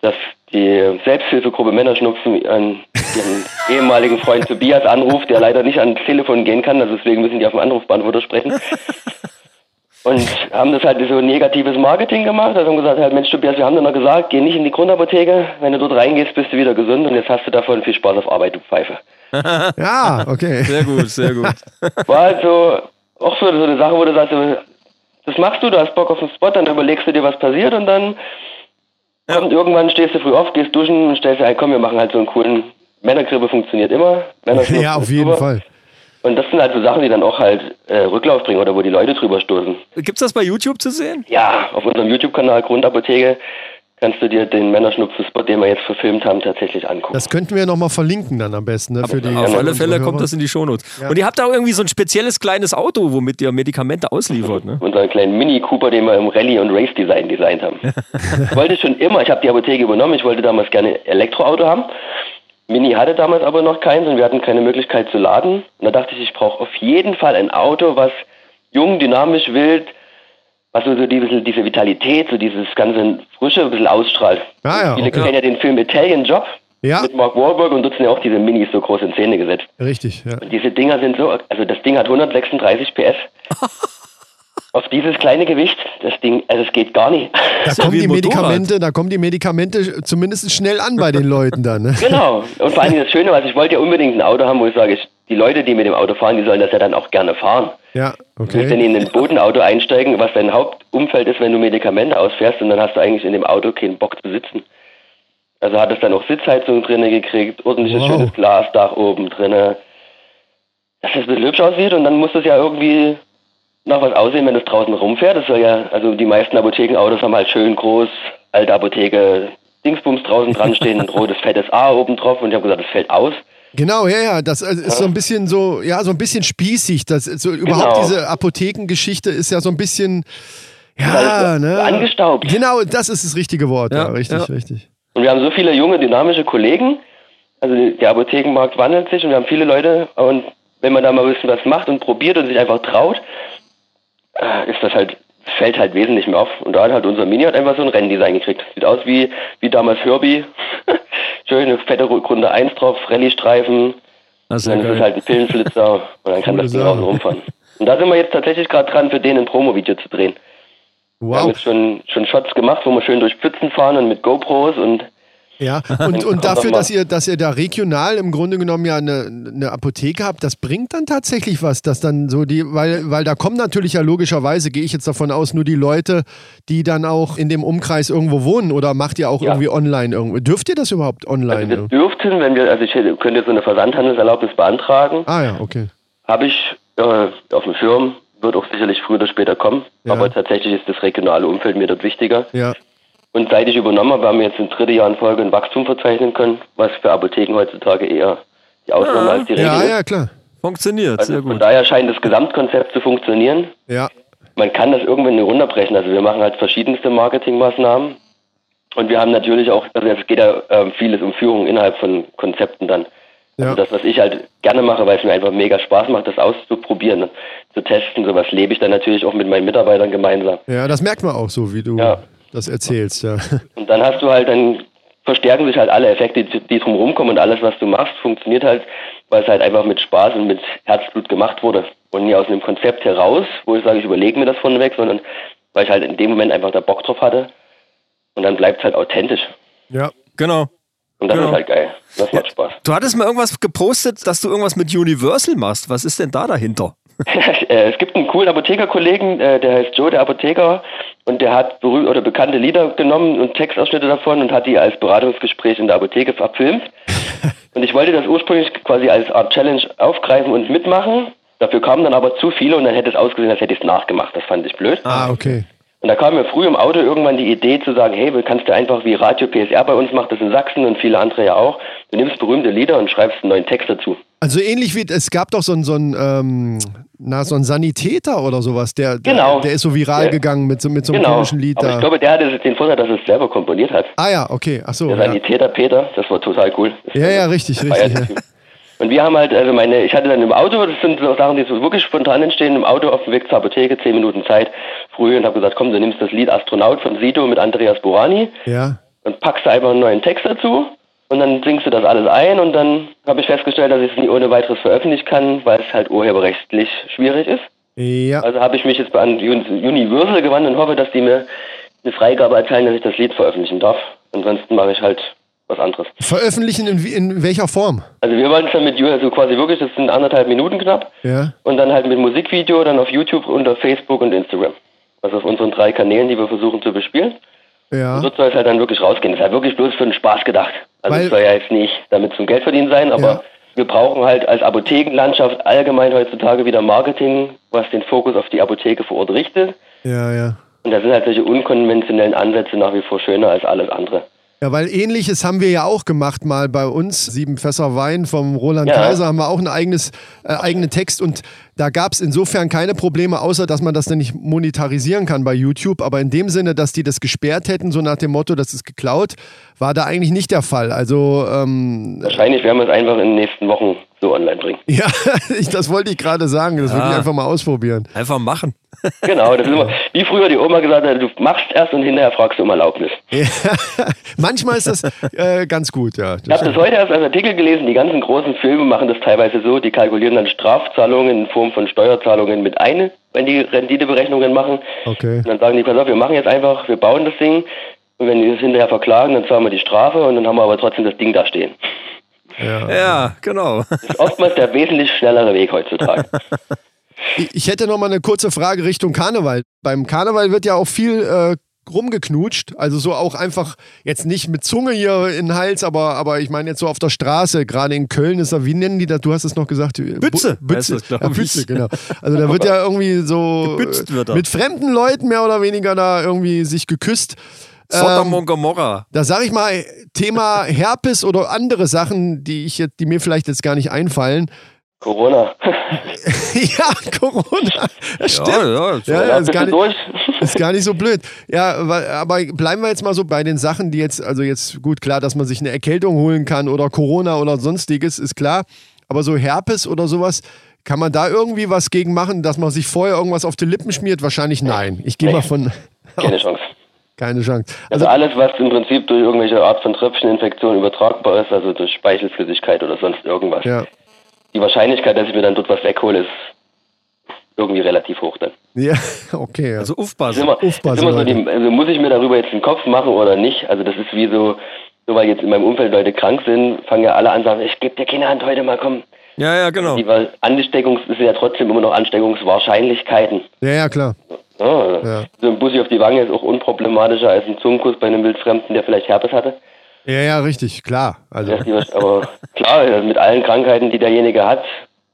Speaker 7: dass die Selbsthilfegruppe Männerschnupfen ihren, ihren ehemaligen Freund Tobias anruft, der leider nicht ans Telefon gehen kann, also deswegen müssen die auf dem Anrufbeantworter sprechen. Und haben das halt so negatives Marketing gemacht. Also haben gesagt, halt, Mensch, Tobias, wir haben dir noch gesagt, geh nicht in die Grundapotheke. Wenn du dort reingehst, bist du wieder gesund und jetzt hast du davon viel Spaß auf Arbeit, du Pfeife.
Speaker 3: Ja, okay.
Speaker 5: Sehr gut, sehr gut.
Speaker 7: War halt so, auch so, so eine Sache, wo du sagst, das machst du, du hast Bock auf den Spot, dann überlegst du dir, was passiert und dann kommt irgendwann, stehst du früh auf, gehst duschen und stellst dir ein, komm, wir machen halt so einen coolen, Männergrippe funktioniert immer. Männerschnupfen
Speaker 3: Ja, auf
Speaker 7: ist
Speaker 3: jeden
Speaker 7: super.
Speaker 3: Fall.
Speaker 7: Und das sind halt so Sachen, die dann auch halt äh, Rücklauf bringen oder wo die Leute drüber stoßen.
Speaker 5: Gibt's das bei YouTube zu sehen?
Speaker 7: Ja, auf unserem YouTube-Kanal Grundapotheke kannst du dir den Männerschnupfen-Spot, den wir jetzt verfilmt haben, tatsächlich angucken.
Speaker 3: Das könnten wir nochmal verlinken dann am besten. Ne, für die,
Speaker 5: Auf
Speaker 7: Ja,
Speaker 5: alle
Speaker 7: unsere
Speaker 5: Fälle kommt das in die Shownotes. Und ihr habt da auch irgendwie so ein spezielles kleines Auto, womit ihr Medikamente ausliefert, ne?
Speaker 7: unseren kleinen Mini Cooper, den wir im Rallye und Race Design designt haben. Ich wollte schon immer, ich habe die Apotheke übernommen, ich wollte damals gerne ein Elektroauto haben. Mini hatte damals aber noch keins und wir hatten keine Möglichkeit zu laden. Und da dachte ich, ich brauche auf jeden Fall ein Auto, was jung, dynamisch, wild, was so so die, bisschen diese Vitalität, so dieses ganze Frische ein bisschen ausstrahlt.
Speaker 3: Ah ja,
Speaker 7: Viele
Speaker 3: okay.
Speaker 7: kennen ja den Film Italian Job
Speaker 3: Ja.
Speaker 7: mit Mark Wahlberg und dort sind ja auch diese Minis so groß in Szene gesetzt.
Speaker 3: Richtig, ja.
Speaker 7: Diese Dinger sind so, also das Ding hat 136 PS. Auf dieses kleine Gewicht, das Ding, also es geht gar nicht.
Speaker 3: Da
Speaker 5: ja
Speaker 3: kommen
Speaker 5: wie
Speaker 3: die
Speaker 5: ein Motorrad.
Speaker 3: Medikamente, da kommen die Medikamente zumindest schnell an bei den Leuten dann. Ne?
Speaker 7: genau. Und vor allem das Schöne, was ich wollte ja unbedingt ein Auto haben, wo ich sage, ich, die Leute, die mit dem Auto fahren, die sollen das ja dann auch gerne fahren.
Speaker 3: Ja,
Speaker 7: Du musst ja
Speaker 3: okay.
Speaker 7: nicht in ein Bodenauto einsteigen, was dein Hauptumfeld ist, wenn du Medikamente ausfährst und dann hast du eigentlich in dem Auto keinen Bock zu sitzen. Also hat es dann auch Sitzheizung drinne gekriegt, ordentliches
Speaker 3: Wow.
Speaker 7: schönes Glasdach oben drinne. Dass es ein bisschen hübsch aussieht und dann muss es ja irgendwie nach was aussehen, wenn es draußen rumfährt. Das soll ja, also die meisten Apothekenautos haben halt schön groß, alte Apotheke, Dingsbums draußen dran stehen, ein rotes fettes A oben drauf und ich habe gesagt, das fällt aus.
Speaker 3: Genau, ja, ja. Das äh, ist so ein bisschen so, ja, so ein bisschen spießig. Das ist so überhaupt
Speaker 7: Genau.
Speaker 3: diese Apothekengeschichte ist ja so ein bisschen, ja,
Speaker 7: Alles
Speaker 3: ne?
Speaker 7: angestaubt.
Speaker 3: Genau, das ist das richtige Wort. Ja,
Speaker 5: Ja,
Speaker 3: richtig,
Speaker 5: ja.
Speaker 3: richtig.
Speaker 7: Und wir haben so viele junge, dynamische Kollegen. Also die- der Apothekenmarkt wandelt sich und wir haben viele Leute. Und wenn man da mal ein bisschen was macht und probiert und sich einfach traut, äh, ist das halt, fällt halt wesentlich mehr auf. Und da hat halt unser Mini hat einfach so ein Renndesign gekriegt. Sieht aus wie, wie damals Herbie. Schöne fette Ru- Runde 1 drauf, Rallye-Streifen.
Speaker 5: Das ist ja
Speaker 7: Dann ist es
Speaker 5: geil.
Speaker 7: halt ein Pillenflitzer und dann kann
Speaker 3: Coole
Speaker 7: das Ding
Speaker 3: Sache.
Speaker 7: draußen rumfahren. Und da sind wir jetzt tatsächlich gerade dran, für den ein Promo-Video zu drehen. Wir haben
Speaker 3: Wow.
Speaker 7: jetzt schon, schon Shots gemacht, wo wir schön durch Pfützen fahren und mit GoPros und
Speaker 3: Ja, und, und
Speaker 7: Kommt
Speaker 3: dafür,
Speaker 7: doch mal.
Speaker 3: dass ihr, dass ihr da regional im Grunde genommen ja eine, eine Apotheke habt, das bringt dann tatsächlich was, dass dann so die, weil, weil da kommen natürlich ja logischerweise, gehe ich jetzt davon aus, nur die Leute, die dann auch in dem Umkreis irgendwo wohnen oder macht ihr auch
Speaker 7: Ja.
Speaker 3: irgendwie online irgendwo? Dürft ihr das überhaupt
Speaker 7: Also
Speaker 3: online?
Speaker 7: wir dürften, wenn wir, also ich hätte- könnte jetzt so eine Versandhandelserlaubnis beantragen,
Speaker 3: ah ja, okay.
Speaker 7: habe ich äh, auf dem Schirm, wird auch sicherlich früher oder später kommen,
Speaker 3: Ja.
Speaker 7: aber tatsächlich ist das regionale Umfeld mir dort wichtiger.
Speaker 3: Ja.
Speaker 7: Und seit ich übernommen habe, haben wir jetzt im dritten Jahr in Folge ein Wachstum verzeichnen können, was für Apotheken heutzutage eher die Ausnahme als die Regel
Speaker 3: Ah. Ja,
Speaker 7: ist.
Speaker 3: ja, klar.
Speaker 5: Funktioniert,
Speaker 7: Also
Speaker 5: sehr
Speaker 7: von
Speaker 5: gut.
Speaker 7: daher scheint das Gesamtkonzept zu funktionieren.
Speaker 3: Ja.
Speaker 7: man kann das irgendwann runterbrechen. Also wir machen halt verschiedenste Marketingmaßnahmen und wir haben natürlich auch, also es geht ja ähm, vieles um Führung innerhalb von Konzepten dann.
Speaker 3: Ja.
Speaker 7: Also das, was ich halt gerne mache, weil es mir einfach mega Spaß macht, das auszuprobieren, zu testen, sowas lebe ich dann natürlich auch mit meinen Mitarbeitern gemeinsam.
Speaker 3: Ja, das merkt man auch so, wie du
Speaker 7: Ja.
Speaker 3: das erzählst, ja.
Speaker 7: Und dann hast du halt, dann verstärken sich halt alle Effekte, die, die drumherum kommen und alles, was du machst, funktioniert halt, weil es halt einfach mit Spaß und mit Herzblut gemacht wurde. Und nie aus einem Konzept heraus, wo ich sage, ich überlege mir das vorneweg, sondern weil ich halt in dem Moment einfach da Bock drauf hatte. Und dann bleibt es halt authentisch.
Speaker 3: Ja.
Speaker 5: Genau.
Speaker 7: Und das
Speaker 5: Genau.
Speaker 7: ist halt geil. Das macht Spaß.
Speaker 5: Du hattest mal irgendwas gepostet, dass du irgendwas mit Universal machst. Was ist denn da dahinter?
Speaker 7: Äh, es gibt einen coolen Apothekerkollegen, äh, der heißt Joe, der Apotheker, und der hat berühmte oder bekannte Lieder genommen und Textausschnitte davon und hat die als Beratungsgespräch in der Apotheke verfilmt. Und ich wollte das ursprünglich quasi als Art Challenge aufgreifen und mitmachen. Dafür kamen dann aber zu viele und dann hätte es ausgesehen, als hätte ich es nachgemacht. Das fand ich blöd.
Speaker 3: Ah, okay.
Speaker 7: Und da kam mir früh im Auto irgendwann die Idee zu sagen, hey, du kannst du einfach wie Radio PSR bei uns macht das in Sachsen und viele andere ja auch. Du nimmst berühmte Lieder und schreibst einen neuen Text dazu.
Speaker 3: Also ähnlich wie, es gab doch so einen, so einen, ähm, na, so einen Sanitäter oder sowas, der, der-
Speaker 7: Genau.
Speaker 3: der ist so viral
Speaker 7: Ja.
Speaker 3: gegangen mit so, mit so einem
Speaker 7: Genau.
Speaker 3: komischen Lied
Speaker 7: aber
Speaker 3: da.
Speaker 7: ich glaube, der hatte den Vorteil, dass er es selber komponiert hat.
Speaker 3: ah ja, okay, ach so.
Speaker 7: Der
Speaker 3: Ja,
Speaker 7: Sanitäter Peter, das war total cool.
Speaker 3: ja, ja richtig,
Speaker 7: War ja
Speaker 3: richtig.
Speaker 7: der
Speaker 3: Ja.
Speaker 7: Typ. Und wir haben halt, also meine, ich hatte dann im Auto, das sind so Sachen, die so wirklich spontan entstehen, im Auto auf dem Weg zur Apotheke, zehn Minuten Zeit, früh und habe gesagt, komm, du nimmst das Lied Astronaut von Sido mit Andreas Borani
Speaker 3: Ja.
Speaker 7: und packst da einfach einen neuen Text dazu und dann singst du das alles ein und dann habe ich festgestellt, dass ich es nie ohne weiteres veröffentlichen kann, weil es halt urheberrechtlich schwierig ist.
Speaker 3: Ja.
Speaker 7: Also habe ich mich jetzt an Universal gewandt und hoffe, dass die mir eine Freigabe erteilen, dass ich das Lied veröffentlichen darf. Ansonsten mache ich halt was anderes.
Speaker 3: Veröffentlichen in, wie- in welcher Form?
Speaker 7: Also wir wollen es dann mit Ju- also quasi wirklich, das sind anderthalb Minuten knapp.
Speaker 3: Ja.
Speaker 7: Und dann halt mit Musikvideo, dann auf YouTube und auf Facebook und Instagram. Also auf unseren drei Kanälen, die wir versuchen zu bespielen.
Speaker 3: Ja.
Speaker 7: Dort soll es halt dann wirklich rausgehen. Das ist halt wirklich bloß für den Spaß gedacht. Also
Speaker 3: Weil-
Speaker 7: es soll ja jetzt nicht damit zum Geld verdienen sein, aber
Speaker 3: Ja.
Speaker 7: wir brauchen halt als Apothekenlandschaft allgemein heutzutage wieder Marketing, was den Fokus auf die Apotheke vor Ort richtet.
Speaker 3: Ja, ja.
Speaker 7: Und da sind halt solche unkonventionellen Ansätze nach wie vor schöner als alles andere.
Speaker 3: Ja, weil ähnliches haben wir ja auch gemacht mal bei uns. Sieben Fässer Wein vom Roland
Speaker 7: Ja.
Speaker 3: Kaiser haben wir auch einen eigenes, äh, eigenen Text und da gab es insofern keine Probleme, außer dass man das dann nicht monetarisieren kann bei YouTube. Aber in dem Sinne, dass die das gesperrt hätten, so nach dem Motto, das ist geklaut, war da eigentlich nicht der Fall. Also, ähm,
Speaker 7: Wahrscheinlich werden wir es einfach in den nächsten Wochen so online bringen.
Speaker 3: ja, ich, das wollte ich gerade sagen. Das würde ich einfach mal ausprobieren.
Speaker 5: Einfach machen.
Speaker 7: Genau, das ist immer, wie früher die Oma gesagt hat, du machst erst und hinterher fragst du um Erlaubnis.
Speaker 3: Ja. Manchmal ist das äh, ganz gut, ja.
Speaker 7: Ich habe das heute erst als Artikel gelesen, die ganzen großen Filme machen das teilweise so, die kalkulieren dann Strafzahlungen in Form von Steuerzahlungen mit ein, wenn die Renditeberechnungen machen.
Speaker 3: Okay.
Speaker 7: Und dann sagen die, pass auf, wir machen jetzt einfach, wir bauen das Ding und wenn die das hinterher verklagen, dann zahlen wir die Strafe und dann haben wir aber trotzdem das Ding da stehen.
Speaker 5: Ja, genau.
Speaker 7: Das ist oftmals der wesentlich schnellere Weg heutzutage.
Speaker 3: Ich- Ich hätte noch mal eine kurze Frage Richtung Karneval. Beim Karneval wird ja auch viel äh, rumgeknutscht, also so auch einfach jetzt nicht mit Zunge hier in den Hals, aber aber ich meine jetzt so auf der Straße, gerade in Köln ist da, wie nennen die das? Du hast es noch gesagt, äh,
Speaker 5: Bütze
Speaker 3: Bu
Speaker 5: heißt
Speaker 3: Bütze,
Speaker 5: das, glaub
Speaker 3: ja, Bütze,
Speaker 5: ich.
Speaker 3: genau. Also da wird ja irgendwie so
Speaker 5: Gebützt wird
Speaker 3: äh,
Speaker 5: er.
Speaker 3: mit fremden Leuten mehr oder weniger da irgendwie sich geküsst.
Speaker 5: Sodom und Gomorra.
Speaker 3: Da sage ich mal, Thema Herpes oder andere Sachen, die ich jetzt, die mir vielleicht jetzt gar nicht einfallen.
Speaker 7: Corona.
Speaker 3: ja, Corona. Das stimmt.
Speaker 5: Ja, ja.
Speaker 3: Ja, ja,
Speaker 7: Ja,
Speaker 3: ist,
Speaker 7: bist
Speaker 3: gar
Speaker 7: du
Speaker 3: nicht,
Speaker 7: durch?
Speaker 3: ist gar nicht so blöd. Ja, wa- aber bleiben wir jetzt mal so bei den Sachen, die jetzt, also jetzt gut, klar, dass man sich eine Erkältung holen kann oder Corona oder sonstiges, ist klar. Aber so Herpes oder sowas, kann man da irgendwie was gegen machen, dass man sich vorher irgendwas auf die Lippen schmiert? Wahrscheinlich nein. Ich gehe mal von.
Speaker 7: Keine Chance.
Speaker 3: Keine Chance. Also,
Speaker 7: Also alles, was im Prinzip durch irgendwelche Art von Tröpfcheninfektion übertragbar ist, also durch Speichelflüssigkeit oder sonst irgendwas.
Speaker 3: ja.
Speaker 7: Die Wahrscheinlichkeit, dass ich mir dann dort was weghole, ist irgendwie relativ hoch dann.
Speaker 3: ja, okay. Ja.
Speaker 5: Also
Speaker 7: Das ist
Speaker 5: aufpassen.
Speaker 7: immer, das
Speaker 3: Aufpassen,
Speaker 7: ist immer so
Speaker 3: Leute.
Speaker 7: die, also muss ich mir darüber jetzt einen Kopf machen oder nicht? Also das ist wie so, nur weil jetzt in meinem Umfeld Leute krank sind, fangen ja alle an sagen, ich gebe dir keine Hand heute mal, komm.
Speaker 5: Ja, ja, genau.
Speaker 7: Die weil Ansteckungs ist ja trotzdem immer noch Ansteckungswahrscheinlichkeiten.
Speaker 3: ja, ja, klar.
Speaker 7: Ah.
Speaker 3: Ja.
Speaker 7: So ein Bussi auf die Wange ist auch unproblematischer als ein Zungenkuss bei einem Wildfremden, der vielleicht Herpes hatte.
Speaker 3: Ja, ja, richtig, klar. Also,
Speaker 7: Ja, die was- Aber klar, also mit allen Krankheiten, die derjenige hat,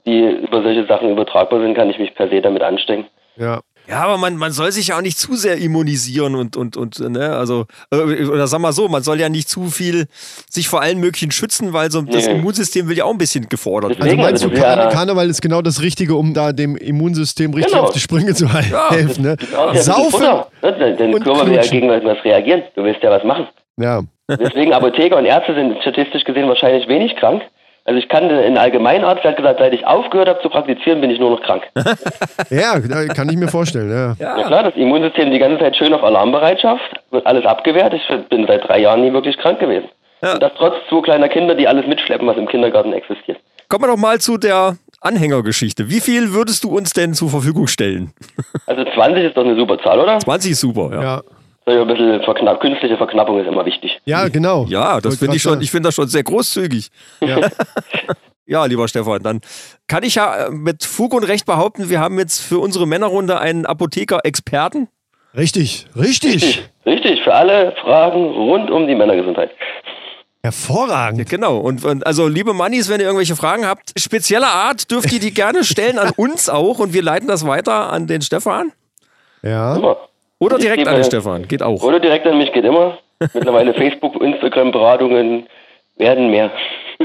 Speaker 7: die über solche Sachen übertragbar sind, kann ich mich per se damit anstecken.
Speaker 3: ja.
Speaker 5: Ja, aber man, man soll sich ja auch nicht zu sehr immunisieren und, und, und, ne, also, äh, oder sag mal so, man soll ja nicht zu viel sich vor allen möglichen schützen, weil so das
Speaker 7: Nee.
Speaker 5: Immunsystem will ja auch ein bisschen gefordert werden.
Speaker 3: Also
Speaker 7: Deswegen,
Speaker 3: meinst
Speaker 7: also
Speaker 3: du,
Speaker 7: das
Speaker 3: Karne-
Speaker 7: wär-
Speaker 3: Karneval ist genau das Richtige, um da dem Immunsystem richtig
Speaker 7: Genau.
Speaker 3: auf die Sprünge zu he- helfen? Ne?
Speaker 7: Du brauchst ja ein bisschen
Speaker 3: Saufen!
Speaker 7: Futter, ne? Dein- Dein
Speaker 3: und
Speaker 7: Körper will ja
Speaker 3: knutschen.
Speaker 7: gegen was reagieren. Du willst ja was machen.
Speaker 3: Ja,
Speaker 7: Deswegen Apotheker und Ärzte sind statistisch gesehen wahrscheinlich wenig krank. Also ich kannte einen Allgemeinarzt, der hat gesagt, seit ich aufgehört habe zu praktizieren, bin ich nur noch krank.
Speaker 3: ja, da kann ich mir vorstellen. Ja.
Speaker 7: Ja klar, das Immunsystem die ganze Zeit schön auf Alarmbereitschaft, wird alles abgewehrt. Ich bin seit drei Jahren nie wirklich krank gewesen. Und das trotz zwei kleiner Kinder, die alles mitschleppen, was im Kindergarten existiert.
Speaker 5: Kommen wir doch mal zu der Anhängergeschichte. Wie viel würdest du uns denn zur Verfügung stellen?
Speaker 7: Also 20 ist doch eine super Zahl, oder?
Speaker 5: 20 ist super, ja.
Speaker 3: Ja.
Speaker 7: So, ja, ein bisschen verknapp, künstliche Verknappung ist immer wichtig.
Speaker 3: ja, genau.
Speaker 5: Ja, das
Speaker 3: Wollte
Speaker 5: finde ich
Speaker 3: grad
Speaker 5: schon, ich finde das schon sehr großzügig.
Speaker 3: sagen. Ja.
Speaker 5: Ja, lieber Stefan, dann kann ich ja äh, mit Fug und Recht behaupten, wir haben jetzt für unsere Männerrunde einen Apotheker-Experten.
Speaker 3: Richtig, richtig.
Speaker 7: Richtig, für alle Fragen rund um die Männergesundheit.
Speaker 5: Ja,
Speaker 3: Hervorragend.
Speaker 5: Genau. Und, und also, liebe Mannis, wenn ihr irgendwelche Fragen habt, spezieller Art, dürft ihr die gerne stellen an uns auch und wir leiten das weiter an den Stefan.
Speaker 3: Ja,
Speaker 7: Immer.
Speaker 5: Oder
Speaker 7: Ich
Speaker 5: direkt
Speaker 7: gebe-
Speaker 5: an den Stefan. Geht auch.
Speaker 7: Oder direkt an mich geht immer. Mittlerweile Facebook, Instagram-Beratungen werden mehr.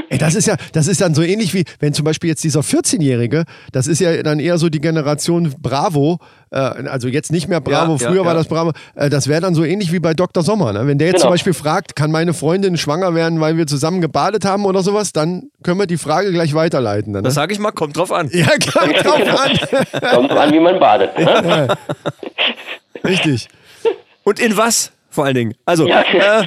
Speaker 3: Ey, das ist ja, das ist dann so ähnlich wie, wenn zum Beispiel jetzt dieser 14-Jährige, das ist ja dann eher so die Generation Bravo, äh, also jetzt nicht mehr Bravo,
Speaker 5: Ja, ja,
Speaker 3: früher war
Speaker 5: ja.
Speaker 3: das Bravo, äh, das wäre dann so ähnlich wie bei Dr. Sommer. Ne? Wenn der jetzt
Speaker 7: Genau.
Speaker 3: zum Beispiel fragt, kann meine Freundin schwanger werden, weil wir zusammen gebadet haben oder sowas, dann können wir die Frage gleich weiterleiten. Dann, ne?
Speaker 5: Das Genau. sage ich mal, kommt drauf an.
Speaker 3: ja, kommt drauf an.
Speaker 7: Kommt drauf an, wie man badet. Ne?
Speaker 3: Richtig.
Speaker 5: Und in was? Vor allen Dingen. Also,
Speaker 7: Ja.
Speaker 5: äh,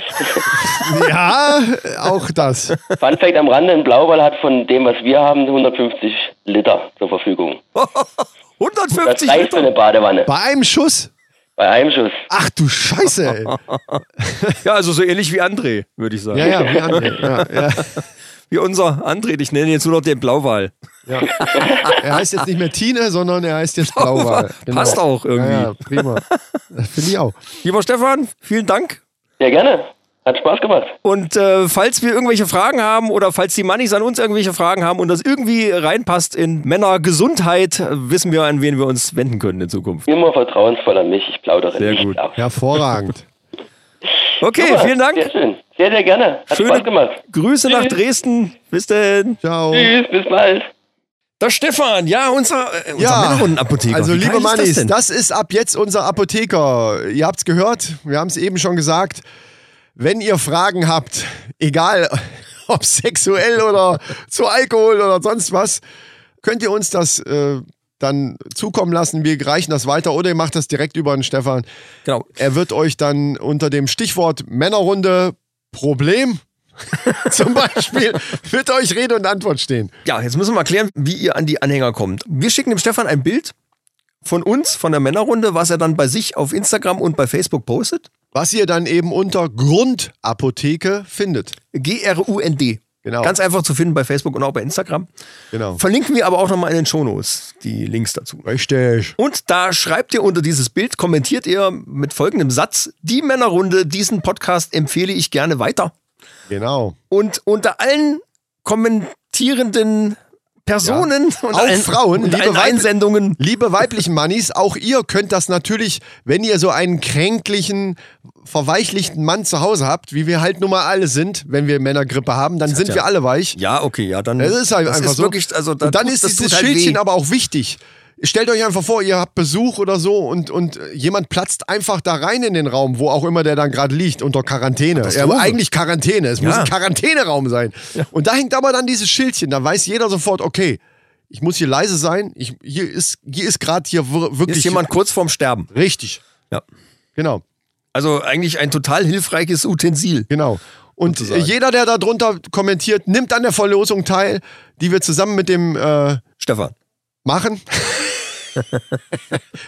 Speaker 3: Ja, äh, auch das.
Speaker 7: Fun Fact am Rande, ein Blauwal hat von dem, was wir haben, 150 Liter zur Verfügung. Das
Speaker 5: 150
Speaker 7: reicht für
Speaker 5: Liter.
Speaker 7: eine Badewanne.
Speaker 3: Bei einem Schuss.
Speaker 7: Bei einem Schuss.
Speaker 3: Ach du Scheiße, ey.
Speaker 5: Ja, also so ähnlich wie André, würde ich sagen.
Speaker 3: Ja, ja, wie André. Ja, ja.
Speaker 5: Wie unser André. Ich nenne ihn jetzt nur noch den Blauwal.
Speaker 3: Ja. Er heißt jetzt nicht mehr Tine, sondern er heißt jetzt Blauwal. genau.
Speaker 5: Passt auch irgendwie.
Speaker 3: Ja, ja, prima. Das Finde ich auch.
Speaker 5: Lieber Stefan, vielen Dank.
Speaker 7: Sehr gerne. Hat Spaß gemacht.
Speaker 5: Und äh, falls wir irgendwelche Fragen haben oder falls die Mannis an uns irgendwelche Fragen haben und das irgendwie reinpasst in Männergesundheit, äh, wissen wir, an wen wir uns wenden können in Zukunft.
Speaker 7: Immer vertrauensvoll an mich. Ich plaudere
Speaker 5: Sehr
Speaker 7: nicht
Speaker 5: gut.
Speaker 7: aus.
Speaker 3: Hervorragend.
Speaker 5: Okay,
Speaker 7: Super,
Speaker 5: vielen Dank.
Speaker 7: Sehr schön. Sehr, sehr gerne. Hat
Speaker 5: Schöne
Speaker 7: Spaß gemacht.
Speaker 5: Grüße nach Dresden. Bis denn.
Speaker 3: Ciao.
Speaker 7: Tschüss, bis bald.
Speaker 5: Der Stefan, ja, unser, äh, unser
Speaker 3: Ja,
Speaker 5: Männerrundenapotheker.
Speaker 3: also
Speaker 5: Wie geil
Speaker 3: liebe
Speaker 5: ist das
Speaker 3: Mannis, das,
Speaker 5: denn?
Speaker 3: ist ab jetzt unser Apotheker. Ihr habt's gehört, wir haben's eben schon gesagt. Wenn ihr Fragen habt, egal ob sexuell oder zu Alkohol oder sonst was, könnt ihr uns das äh, dann zukommen lassen. Wir reichen das weiter oder ihr macht das direkt über den Stefan.
Speaker 5: genau.
Speaker 3: Er wird euch dann unter dem Stichwort Männerrunde Problem zum Beispiel wird euch Rede und Antwort stehen.
Speaker 5: Ja, jetzt müssen wir mal klären, wie ihr an die Anhänger kommt. Wir schicken dem Stefan ein Bild von uns, von der Männerrunde, was er dann bei sich auf Instagram und bei Facebook postet.
Speaker 3: Was ihr dann eben unter Grundapotheke findet.
Speaker 5: G-R-U-N-D.
Speaker 3: Genau.
Speaker 5: Ganz einfach zu finden bei Facebook und auch bei Instagram.
Speaker 3: Genau.
Speaker 5: Verlinken wir aber auch nochmal in den Shownotes die Links dazu.
Speaker 3: Richtig.
Speaker 5: Und da schreibt ihr unter dieses Bild, kommentiert ihr mit folgendem Satz, die Männerrunde, diesen Podcast empfehle ich gerne weiter.
Speaker 3: Genau.
Speaker 5: Und unter allen kommentierenden Personen und
Speaker 3: Auch
Speaker 5: allen
Speaker 3: Frauen,
Speaker 5: und
Speaker 3: liebe
Speaker 5: allen
Speaker 3: Weib-
Speaker 5: Einsendungen.
Speaker 3: Liebe weiblichen Mannis, auch ihr könnt das natürlich, wenn ihr so einen kränklichen, verweichlichten Mann zu Hause habt, wie wir halt nun mal alle sind, wenn wir Männergrippe haben, dann sind
Speaker 5: ja-
Speaker 3: wir alle weich.
Speaker 5: Ja, okay, ja, dann.
Speaker 3: Es ist halt
Speaker 5: das
Speaker 3: einfach
Speaker 5: ist
Speaker 3: so.
Speaker 5: Wirklich, also, da
Speaker 3: und dann
Speaker 5: tut-
Speaker 3: ist
Speaker 5: das
Speaker 3: dieses
Speaker 5: tut halt
Speaker 3: Schildchen
Speaker 5: weh.
Speaker 3: aber auch wichtig. Stellt euch einfach vor, ihr habt Besuch oder so und, und äh, jemand platzt einfach da rein in den Raum, wo auch immer der dann gerade liegt, unter Quarantäne. Ja,
Speaker 5: Katastrophe.
Speaker 3: aber eigentlich Quarantäne. Es muss
Speaker 5: Ja.
Speaker 3: ein Quarantäneraum sein. Und da hängt aber dann dieses Schildchen. Da weiß jeder sofort, okay, ich muss hier leise sein. Ich, hier ist, hier ist gerade hier wir-
Speaker 5: Hier
Speaker 3: wirklich
Speaker 5: ist jemand kurz vorm Sterben.
Speaker 3: Richtig.
Speaker 5: Ja.
Speaker 3: Genau.
Speaker 5: Also eigentlich ein total hilfreiches Utensil.
Speaker 3: Genau. Und
Speaker 5: Sozusagen.
Speaker 3: jeder, der da drunter kommentiert, nimmt an der Verlosung teil, die wir zusammen mit dem äh,
Speaker 5: Stefan.
Speaker 3: machen.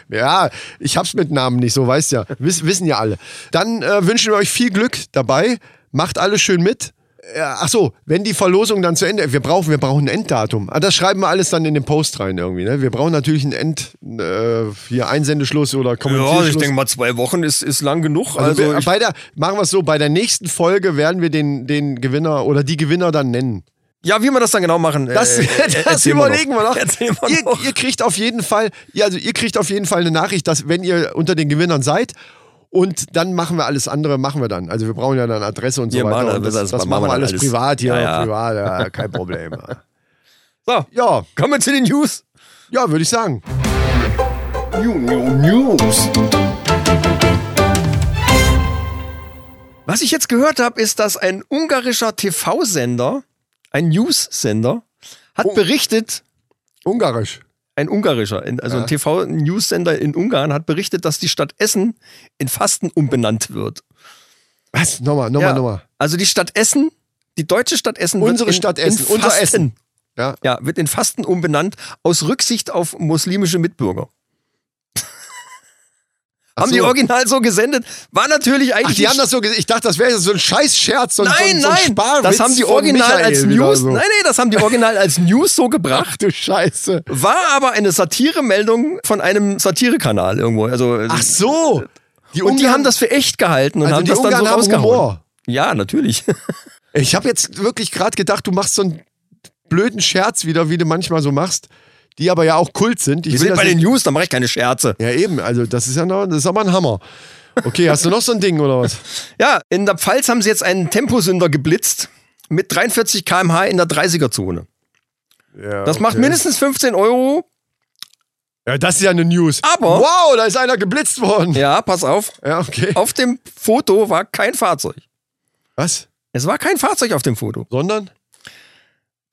Speaker 3: ja, ich hab's mit Namen nicht, so weißt ja. Wiss, wissen ja alle. Dann äh, wünschen wir euch viel Glück dabei. Macht alles schön mit. Äh, ach so, wenn die Verlosung dann zu Ende, wir brauchen, wir brauchen ein Enddatum. Ah, das schreiben wir alles dann in den Post rein irgendwie. Ne? Wir brauchen natürlich ein End, äh, hier Einsendeschluss oder Kommentierschluss.
Speaker 5: mal, zwei Wochen ist, ist lang genug.
Speaker 3: Also, wir- bei der, machen wir es so, bei der nächsten Folge werden wir den, den Gewinner oder die Gewinner dann nennen.
Speaker 5: ja, wie wir das dann genau machen.
Speaker 3: Das,
Speaker 5: äh, äh,
Speaker 3: das
Speaker 5: erzählen
Speaker 3: überlegen wir noch.
Speaker 5: Erzählen wir
Speaker 3: ihr,
Speaker 5: noch.
Speaker 3: ihr kriegt auf jeden Fall, ja, also ihr kriegt auf jeden Fall eine Nachricht, dass wenn ihr unter den Gewinnern seid und dann machen wir alles andere, machen wir dann. Also wir brauchen ja dann Adresse und so
Speaker 5: Wir
Speaker 3: weiter.
Speaker 5: machen das-
Speaker 3: Und das,
Speaker 5: das
Speaker 3: das
Speaker 5: machen
Speaker 3: machen
Speaker 5: wir
Speaker 3: wir alles,
Speaker 5: dann alles.
Speaker 3: privat hier,
Speaker 5: Ja, ja.
Speaker 3: privat, ja, kein Problem.
Speaker 5: So,
Speaker 3: ja,
Speaker 5: kommen wir zu den News.
Speaker 3: ja, würde ich sagen.
Speaker 5: Was ich jetzt gehört habe, ist, dass ein ungarischer TV-Sender, ein News-Sender, hat
Speaker 3: Oh.
Speaker 5: berichtet,
Speaker 3: Ungarisch.
Speaker 5: ein ungarischer, in- also ein TV-News-Sender in Ungarn hat berichtet, dass die Stadt Essen in Fasten umbenannt wird.
Speaker 3: Was? Nochmal, nochmal,
Speaker 5: Ja.
Speaker 3: nochmal.
Speaker 5: Also die Stadt Essen, die deutsche Stadt Essen
Speaker 3: Unsere
Speaker 5: wird in,
Speaker 3: Stadt
Speaker 5: in
Speaker 3: Essen,
Speaker 5: Fasten,
Speaker 3: unser Essen. Ja.
Speaker 5: Ja, wird in Fasten umbenannt aus Rücksicht auf muslimische Mitbürger.
Speaker 3: Ach
Speaker 5: Haben die
Speaker 3: so.
Speaker 5: original so gesendet? War natürlich
Speaker 3: Ach,
Speaker 5: eigentlich
Speaker 3: die haben das so gesagt. Ich dachte, das wäre so ein Scheiß-Scherz. So ein- so
Speaker 5: Nein,
Speaker 3: ein, so ein
Speaker 5: nein,
Speaker 3: Sparwitz
Speaker 5: das haben die
Speaker 3: von
Speaker 5: original
Speaker 3: Michael
Speaker 5: als
Speaker 3: wieder
Speaker 5: News.
Speaker 3: So.
Speaker 5: Nein, nein, das haben die original als News so gebracht.
Speaker 3: Ach du Scheiße.
Speaker 5: War aber eine Satiremeldung von einem Satirekanal irgendwo. Also
Speaker 3: Ach so. Die
Speaker 5: und die
Speaker 3: Ungarn-
Speaker 5: haben das für echt gehalten und
Speaker 3: also
Speaker 5: haben
Speaker 3: die
Speaker 5: das dann
Speaker 3: Ungarn
Speaker 5: so
Speaker 3: haben
Speaker 5: rausgehauen.
Speaker 3: Humor.
Speaker 5: Ja, natürlich.
Speaker 3: Ich habe jetzt wirklich gerade gedacht, du machst so einen blöden Scherz wieder, wie du manchmal so machst, die aber ja auch Kult sind. Ich will
Speaker 5: Wir sind
Speaker 3: das
Speaker 5: bei den
Speaker 3: nicht-
Speaker 5: News, da mache ich keine Scherze.
Speaker 3: Ja, eben. Also, das ist ja noch, das ist aber ein Hammer. Okay, hast du noch so ein Ding oder was?
Speaker 5: Ja, in der Pfalz haben sie jetzt einen Temposünder geblitzt mit 43 km/h in der 30er-Zone.
Speaker 3: Ja,
Speaker 5: Das
Speaker 3: Ah,
Speaker 5: macht
Speaker 3: okay.
Speaker 5: mindestens 15 Euro.
Speaker 3: Ja, das ist ja eine News.
Speaker 5: Aber-
Speaker 3: Wow, da ist einer geblitzt worden. Ja,
Speaker 5: Ja, pass auf.
Speaker 3: okay.
Speaker 5: Auf dem Foto war kein Fahrzeug.
Speaker 3: Was?
Speaker 5: Es war kein Fahrzeug auf dem Foto.
Speaker 3: Sondern?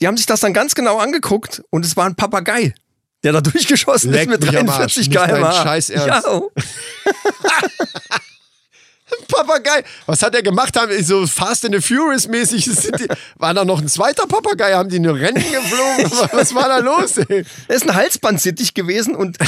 Speaker 5: Die haben sich das dann ganz genau angeguckt und es war ein Papagei, der da durchgeschossen
Speaker 3: Leck
Speaker 5: ist mit
Speaker 3: mich am
Speaker 5: 43
Speaker 3: Arsch, nicht dein
Speaker 5: km/h.
Speaker 3: Scheiß
Speaker 5: ja, oh.
Speaker 3: Ernst. Papagei. Was hat er gemacht? Haben so Fast and the Furious mäßig. Sind die, war da noch ein zweiter Papagei? Haben die nur Rennen geflogen? Was war da los, ey?
Speaker 5: da ist ein Halsbandsittich gewesen und,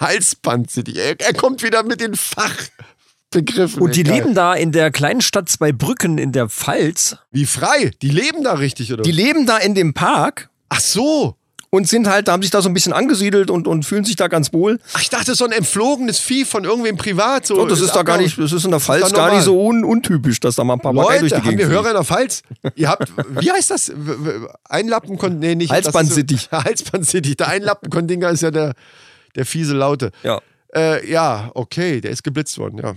Speaker 3: Halsband City. Er, er kommt wieder mit den Fachbegriffen.
Speaker 1: Und die
Speaker 3: Egal.
Speaker 1: leben da in der kleinen Stadt Zweibrücken in der Pfalz.
Speaker 3: Wie frei? Die leben da richtig, oder?
Speaker 5: die leben da in dem Park
Speaker 3: Ach so.
Speaker 5: und sind halt, da haben sich da so ein bisschen angesiedelt und, und fühlen sich da ganz wohl.
Speaker 3: Ach, ich dachte, so ein entflogenes Vieh von irgendwem privat. So
Speaker 5: Und das ist da gar nicht, das ist in der Pfalz
Speaker 3: da
Speaker 5: gar
Speaker 3: normal.
Speaker 5: nicht so un, untypisch, dass da mal ein Papagei durch
Speaker 3: Leute,
Speaker 5: die
Speaker 3: haben
Speaker 5: Gegend
Speaker 3: wir
Speaker 5: fliegt.
Speaker 3: Hörer in der Pfalz? Ihr habt, wie heißt das? W- w- Einlappenkon... Nee, nicht.
Speaker 5: Halsbandsittich.
Speaker 3: Halsbandsittich. Der Einlappenkondinger ist ja der, der fiese Laute.
Speaker 5: Ja.
Speaker 3: Äh, ja, okay, der ist geblitzt worden, ja.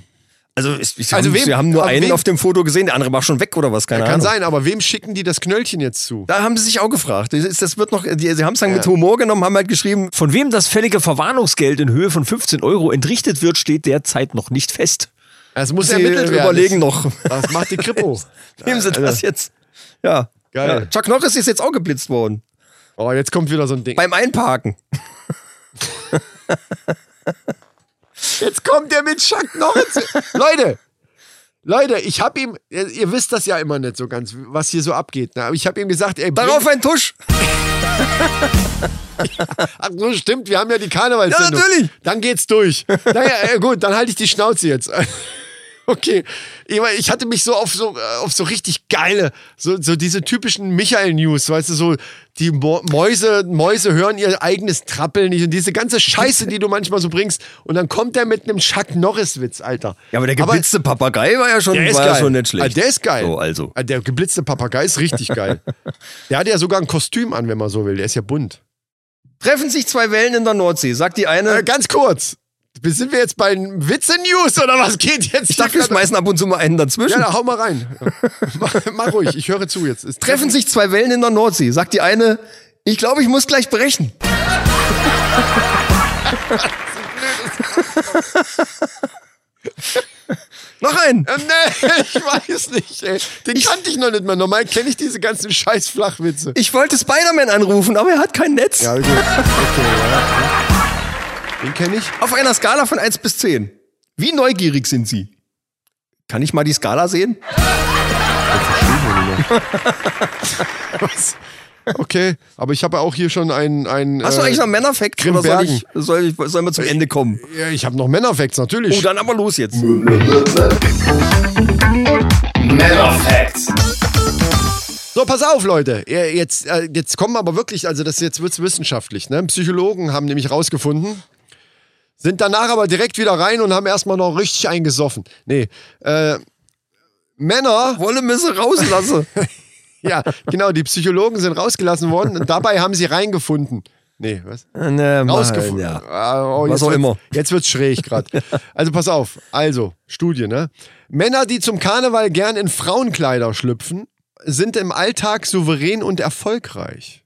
Speaker 5: Also, ist, ich,
Speaker 3: Also
Speaker 5: haben,
Speaker 3: wem-
Speaker 5: wir haben nur
Speaker 3: aber
Speaker 5: einen
Speaker 3: wem-
Speaker 5: auf dem Foto gesehen, der andere war schon weg oder was, keine
Speaker 3: Kann
Speaker 5: Ahnung.
Speaker 3: sein, aber wem schicken die das Knöllchen jetzt zu?
Speaker 5: Da haben sie sich auch gefragt. Das, ist- das wird noch, die, sie haben es dann mit Humor genommen, haben halt geschrieben,
Speaker 1: Von wem das fällige Verwarnungsgeld in Höhe von 15 Euro entrichtet wird, steht derzeit noch nicht fest.
Speaker 3: Das muss
Speaker 5: sie
Speaker 3: ermittelt werden.
Speaker 5: überlegen noch.
Speaker 3: Das macht die Kripo.
Speaker 5: Nehmen Sie das jetzt. Ja.
Speaker 3: Geil.
Speaker 5: Ja. Chuck Norris ist jetzt auch geblitzt worden.
Speaker 3: Oh, jetzt kommt wieder so ein Ding.
Speaker 5: Beim Einparken.
Speaker 3: Jetzt kommt der mit Chuck Norris. Leute, Leute, ich hab ihm, ihr ihr wisst das ja immer nicht so ganz, was hier so abgeht. Ne? Aber ich hab ihm gesagt, ey, bring-
Speaker 5: Darauf ein Tusch.
Speaker 3: Ach, so stimmt, wir haben ja die Karnevalssendung.
Speaker 5: Ja, natürlich.
Speaker 3: Dann geht's durch. Naja, äh, gut, dann halte ich die Schnauze jetzt. Okay. Ich meine, ich hatte mich so auf so, äh, auf so richtig geile, so, so diese typischen Michael-News, weißt du, so die Mo Mäuse, Mäuse hören ihr eigenes Trappeln nicht und diese ganze Scheiße, die du manchmal so bringst. Und dann kommt der mit einem Chuck Norris-Witz, Alter.
Speaker 5: Ja, aber der geblitzte Papagei war ja schon,
Speaker 3: der ist
Speaker 5: war
Speaker 3: geil.
Speaker 5: ja schon nicht schlecht.
Speaker 3: Ah, der ist geil.
Speaker 5: So, also.
Speaker 3: Ah, Der geblitzte Papagei ist richtig geil. der hat ja sogar ein Kostüm an, wenn man so will. Der ist ja bunt.
Speaker 5: Treffen sich zwei Wellen in der Nordsee, sagt die eine.
Speaker 3: Äh, ganz kurz. Sind wir jetzt bei Witze-News oder was geht jetzt?
Speaker 5: ich dachte, wir schmeißen ab und zu mal einen
Speaker 3: Ja,
Speaker 5: dazwischen.
Speaker 3: da hau mal rein. mach, mach ruhig, ich höre zu jetzt. Es
Speaker 5: Treffen sich zwei Wellen in der Nordsee, sagt die eine. Ich glaube, ich muss gleich brechen. Noch einen.
Speaker 3: Ähm, nee, ich weiß nicht, ey. Den kannte ich noch nicht mehr. Normal kenne ich diese ganzen scheiß Flachwitze.
Speaker 5: Ich wollte Spider-Man anrufen, aber er hat kein Netz.
Speaker 3: Ja, gut. Okay, ja. Den kenne ich.
Speaker 5: Auf einer Skala von 1 bis 10. Wie neugierig sind Sie? Kann ich mal die Skala sehen?
Speaker 3: Okay, aber ich habe auch hier schon äh, einen. einen
Speaker 5: Hast du eigentlich noch Männerfact? Oder soll
Speaker 3: Grimbergen.
Speaker 5: ich, soll ich, sollen wir zum Ende kommen?
Speaker 3: Ja, ich habe noch Männerfacts, natürlich.
Speaker 5: Oh, dann aber los jetzt.
Speaker 3: So, pass auf, Leute. Ja, Jetzt, äh, jetzt kommen wir aber wirklich, also das jetzt wird's wissenschaftlich. Ne? Psychologen haben nämlich rausgefunden, sind danach aber direkt wieder rein und haben erstmal noch richtig eingesoffen. Nee, äh, Männer,
Speaker 5: Wolle müsse rauslasse.
Speaker 3: ja, genau, die Psychologen sind rausgelassen worden und dabei haben sie reingefunden. Nee, was? Rausgefunden.
Speaker 5: Rausgefunden.
Speaker 3: Ah, oh,
Speaker 5: Was
Speaker 3: jetzt
Speaker 5: auch
Speaker 3: wird's-
Speaker 5: immer.
Speaker 3: Jetzt wird's schräg gerade. Also pass auf. Also, Studie, ne? Männer, die zum Karneval gern in Frauenkleider schlüpfen, sind im Alltag souverän und erfolgreich.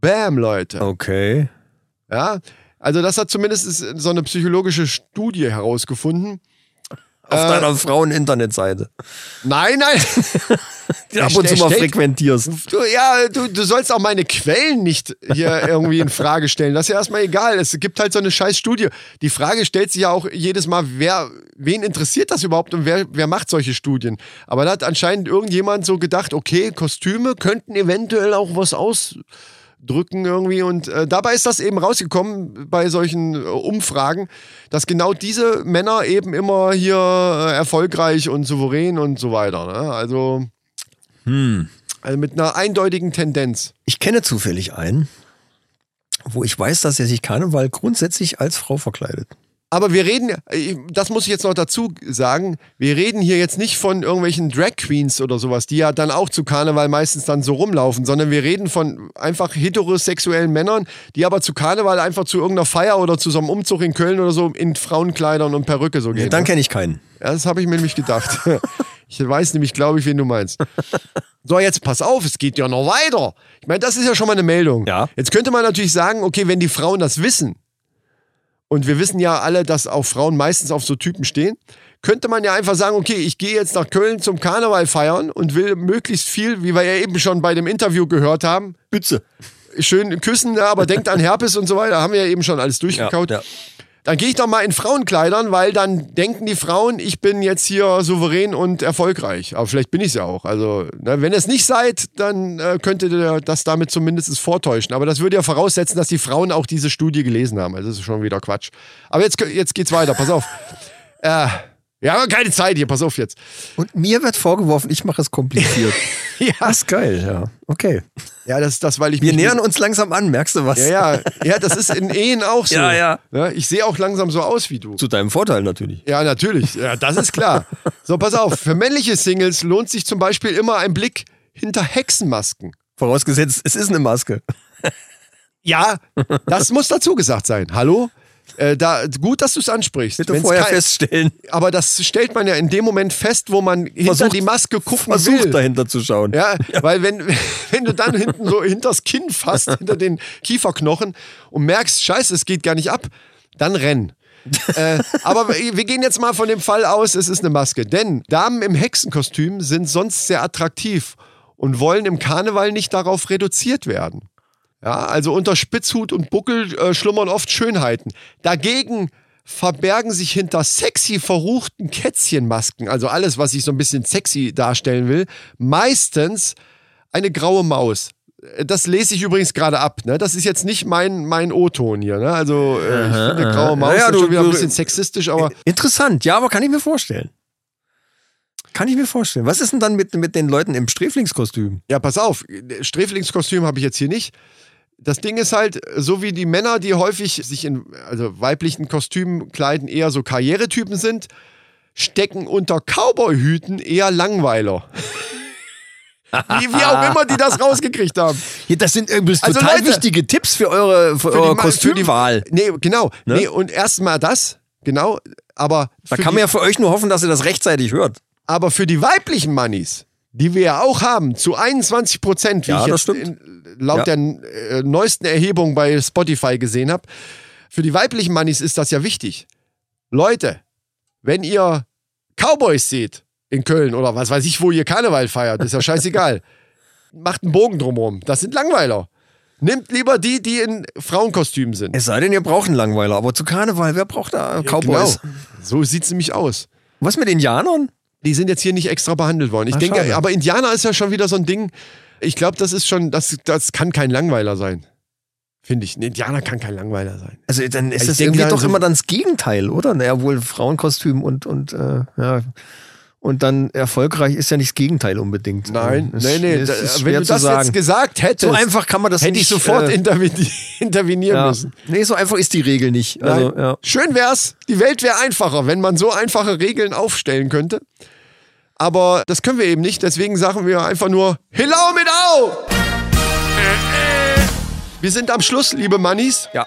Speaker 3: Bam, Leute.
Speaker 5: Okay.
Speaker 3: Ja? Also, das hat zumindest so eine psychologische Studie herausgefunden.
Speaker 5: Auf
Speaker 3: Äh.
Speaker 5: deiner Frauen-Internetseite.
Speaker 3: Nein, nein.
Speaker 5: Die ab und zu
Speaker 3: steht-
Speaker 5: mal
Speaker 3: steht-
Speaker 5: frequentierst.
Speaker 3: Du, ja, du, du sollst auch meine Quellen nicht hier irgendwie in Frage stellen. Das ist ja erstmal egal. Es gibt halt so eine scheiß Studie. Die Frage stellt sich ja auch jedes Mal, wer, wen interessiert das überhaupt und wer, wer macht solche Studien? Aber da hat anscheinend irgendjemand so gedacht, okay, Kostüme könnten eventuell auch was ausdrücken irgendwie und äh, dabei ist das eben rausgekommen bei solchen äh, Umfragen, dass genau diese Männer eben immer hier äh, erfolgreich und souverän und so weiter. Ne? Also also mit einer eindeutigen Tendenz.
Speaker 5: Ich kenne zufällig einen, wo ich weiß, dass er sich Karneval grundsätzlich als Frau verkleidet.
Speaker 3: Aber wir reden, äh, das muss ich jetzt noch dazu sagen, wir reden hier jetzt nicht von irgendwelchen Drag Queens oder sowas, die ja dann auch zu Karneval meistens dann so rumlaufen, sondern wir reden von einfach heterosexuellen Männern, die aber zu Karneval einfach zu irgendeiner Feier oder zu so einem Umzug in Köln oder so in Frauenkleidern und Perücke so gehen. ne?
Speaker 5: Dann kenne ich keinen.
Speaker 3: Ja, das habe ich mir nämlich gedacht. Ich weiß nämlich, glaube ich, wen du meinst. So, jetzt pass auf, es geht ja noch weiter. Ich meine, das ist ja schon mal eine Meldung.
Speaker 5: Ja.
Speaker 3: Jetzt könnte man natürlich sagen, okay, wenn die Frauen das wissen, und wir wissen ja alle, dass auch Frauen meistens auf so Typen stehen, könnte man ja einfach sagen, okay, ich gehe jetzt nach Köln zum Karneval feiern und will möglichst viel, wie wir ja eben schon bei dem Interview gehört haben,
Speaker 5: Bütze.
Speaker 3: schön küssen, ja, aber denkt an Herpes und so weiter, haben wir ja eben schon alles durchgekaut.
Speaker 5: ja.
Speaker 3: Dann gehe ich doch mal in Frauenkleidern, weil dann denken die Frauen, ich bin jetzt hier souverän und erfolgreich. Aber vielleicht bin ich es ja auch. Also, ne, wenn ihr es nicht seid, dann äh, könntet ihr das damit zumindest vortäuschen. Aber das würde ja voraussetzen, dass die Frauen auch diese Studie gelesen haben. Also, das ist schon wieder Quatsch. Aber jetzt, jetzt geht's weiter, pass auf. äh, wir haben keine Zeit hier, pass auf jetzt.
Speaker 5: Und mir wird vorgeworfen, ich mache es kompliziert. ja. Das ist geil, ja. Okay.
Speaker 3: Ja, das, das weil ich
Speaker 5: Wir
Speaker 3: mich
Speaker 5: nähern uns langsam an, merkst du was?
Speaker 3: Ja, ja, ja, das ist in Ehen auch so. Ne,
Speaker 5: Ja, ja.
Speaker 3: Ich sehe auch langsam so aus wie du.
Speaker 5: Zu deinem Vorteil natürlich.
Speaker 3: Ja, natürlich. Ja, das ist klar. So, pass auf. Für männliche Singles lohnt sich zum Beispiel immer ein Blick hinter Hexenmasken.
Speaker 5: Vorausgesetzt, es ist eine Maske.
Speaker 3: Ja, das muss dazu gesagt sein. Hallo? Äh, da, gut, dass du es ansprichst.
Speaker 5: Bitte
Speaker 3: Wenn's
Speaker 5: vorher
Speaker 3: kein-
Speaker 5: feststellen.
Speaker 3: Aber das stellt man ja in dem Moment fest, wo man hinter
Speaker 5: Versucht-
Speaker 3: die Maske gucken
Speaker 5: Versuch
Speaker 3: will.
Speaker 5: dahinter zu schauen.
Speaker 3: Ja, weil wenn, wenn du dann hinten so hinters Kinn fasst, hinter den Kieferknochen und merkst, scheiße, es geht gar nicht ab, dann renn. äh, aber wir gehen jetzt mal von dem Fall aus, es ist eine Maske. Denn Damen im Hexenkostüm sind sonst sehr attraktiv und wollen im Karneval nicht darauf reduziert werden. Ja, also unter Spitzhut und Buckel äh, schlummern oft Schönheiten. Dagegen verbergen sich hinter sexy verruchten Kätzchenmasken, also alles, was sich so ein bisschen sexy darstellen will, meistens eine graue Maus. Äh, Das lese ich übrigens gerade ab. Ne? Das ist jetzt nicht mein, mein O-Ton hier. Ne? Also äh, ich finde graue Maus
Speaker 5: Naja,
Speaker 3: ist
Speaker 5: du-
Speaker 3: schon wieder ein
Speaker 5: du-
Speaker 3: bisschen sexistisch, aber
Speaker 5: Interessant, ja, aber kann ich mir vorstellen. Kann ich mir vorstellen. Was ist denn dann mit, mit den Leuten im Sträflingskostüm?
Speaker 3: Ja, pass auf, Sträflingskostüm habe ich jetzt hier nicht. Das Ding ist halt, so wie die Männer, die häufig sich in also weiblichen Kostümen kleiden, eher so Karrieretypen sind, stecken unter Cowboyhüten eher Langweiler. wie, wie auch immer die das rausgekriegt haben.
Speaker 5: Ja, das sind irgendwie
Speaker 3: Also,
Speaker 5: total
Speaker 3: Leute,
Speaker 5: wichtige Tipps für eure, für
Speaker 3: Für
Speaker 5: eure
Speaker 3: die Ma-
Speaker 5: Kostümwahl.
Speaker 3: Für die, nee, genau. Nee, und erstmal das, genau. Aber
Speaker 5: Ne? Da
Speaker 3: für
Speaker 5: kann
Speaker 3: die,
Speaker 5: man ja für euch nur hoffen, dass ihr das rechtzeitig hört.
Speaker 3: Aber für die weiblichen Mannis, die wir ja auch haben, zu 21 Prozent, wie
Speaker 5: Ja,
Speaker 3: ich
Speaker 5: das
Speaker 3: jetzt
Speaker 5: stimmt.
Speaker 3: in, laut der äh, neuesten Erhebung bei Spotify gesehen habe, für die weiblichen Mannis ist das ja wichtig. Leute, wenn ihr Cowboys seht in Köln oder was weiß ich, wo ihr Karneval feiert, ist ja scheißegal. Macht einen Bogen drumherum. Das sind Langweiler. Nehmt lieber die, die in Frauenkostümen sind.
Speaker 5: Es sei denn, ihr braucht einen Langweiler, aber zu Karneval, wer braucht da Cowboys?
Speaker 3: Genau. So sieht's nämlich aus.
Speaker 5: Was mit Indianern?
Speaker 3: die sind jetzt hier nicht extra behandelt worden. Ich
Speaker 5: Ah,
Speaker 3: denke,
Speaker 5: schade.
Speaker 3: aber Indianer ist ja schon wieder so ein Ding. Ich glaube, das ist schon, das, das kann kein Langweiler sein. Finde ich. Ein Indianer kann kein Langweiler sein.
Speaker 5: Also dann ist
Speaker 3: Ich
Speaker 5: das
Speaker 3: denke,
Speaker 5: irgendwie
Speaker 3: da
Speaker 5: doch
Speaker 3: sind-
Speaker 5: immer dann das Gegenteil, oder? Naja, wohl Frauenkostüm und und äh, ja. Und dann erfolgreich ist ja nicht das Gegenteil unbedingt.
Speaker 3: Nein,
Speaker 5: Es-
Speaker 3: nee, nee.
Speaker 5: es
Speaker 3: da-
Speaker 5: ist schwer
Speaker 3: wenn du
Speaker 5: zu
Speaker 3: das
Speaker 5: sagen.
Speaker 3: jetzt gesagt hättest,
Speaker 5: so einfach kann man das
Speaker 3: hätte
Speaker 5: nicht.
Speaker 3: ich sofort
Speaker 5: äh,
Speaker 3: interveni intervenieren
Speaker 5: ja.
Speaker 3: müssen.
Speaker 5: Nee, so einfach ist die Regel nicht. Also,
Speaker 3: Nein.
Speaker 5: ja.
Speaker 3: Schön wär's, die Welt wäre einfacher, wenn man so einfache Regeln aufstellen könnte. Aber das können wir eben nicht, deswegen sagen wir einfach nur Hilau mit Au! Wir sind am Schluss, liebe Mannis.
Speaker 5: Ja.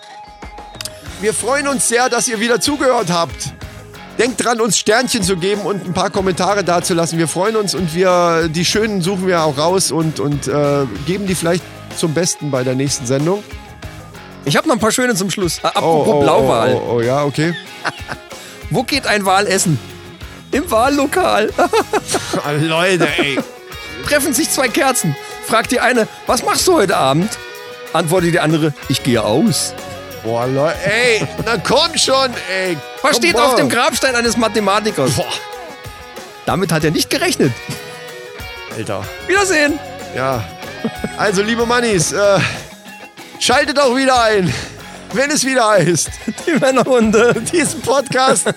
Speaker 3: Wir freuen uns sehr, dass ihr wieder zugehört habt. Denkt dran, uns Sternchen zu geben und ein paar Kommentare dazulassen. Wir freuen uns und wir die schönen suchen wir auch raus und, und äh, geben die vielleicht zum Besten bei der nächsten Sendung.
Speaker 5: Ich habe noch ein paar schöne zum Schluss. Äh, Apropos Blauwal.
Speaker 3: Oh, oh, oh, ja, okay.
Speaker 5: Wo geht ein Wal essen? Im Wahllokal.
Speaker 3: Ah, Leute, ey.
Speaker 5: Treffen sich zwei Kerzen. Fragt die eine, was machst du heute Abend? Antwortet die andere, ich gehe aus.
Speaker 3: Boah, Leute, ey. Na komm schon, ey.
Speaker 5: Was steht
Speaker 3: Come
Speaker 5: auf
Speaker 3: on.
Speaker 5: dem Grabstein eines Mathematikers?
Speaker 3: Boah,
Speaker 5: Damit hat er nicht gerechnet.
Speaker 3: Alter.
Speaker 5: Wiedersehen.
Speaker 3: Ja. Also, liebe Mannis, äh, schaltet auch wieder ein, wenn es wieder heißt.
Speaker 5: Die Männerrunde.
Speaker 3: Diesen Podcast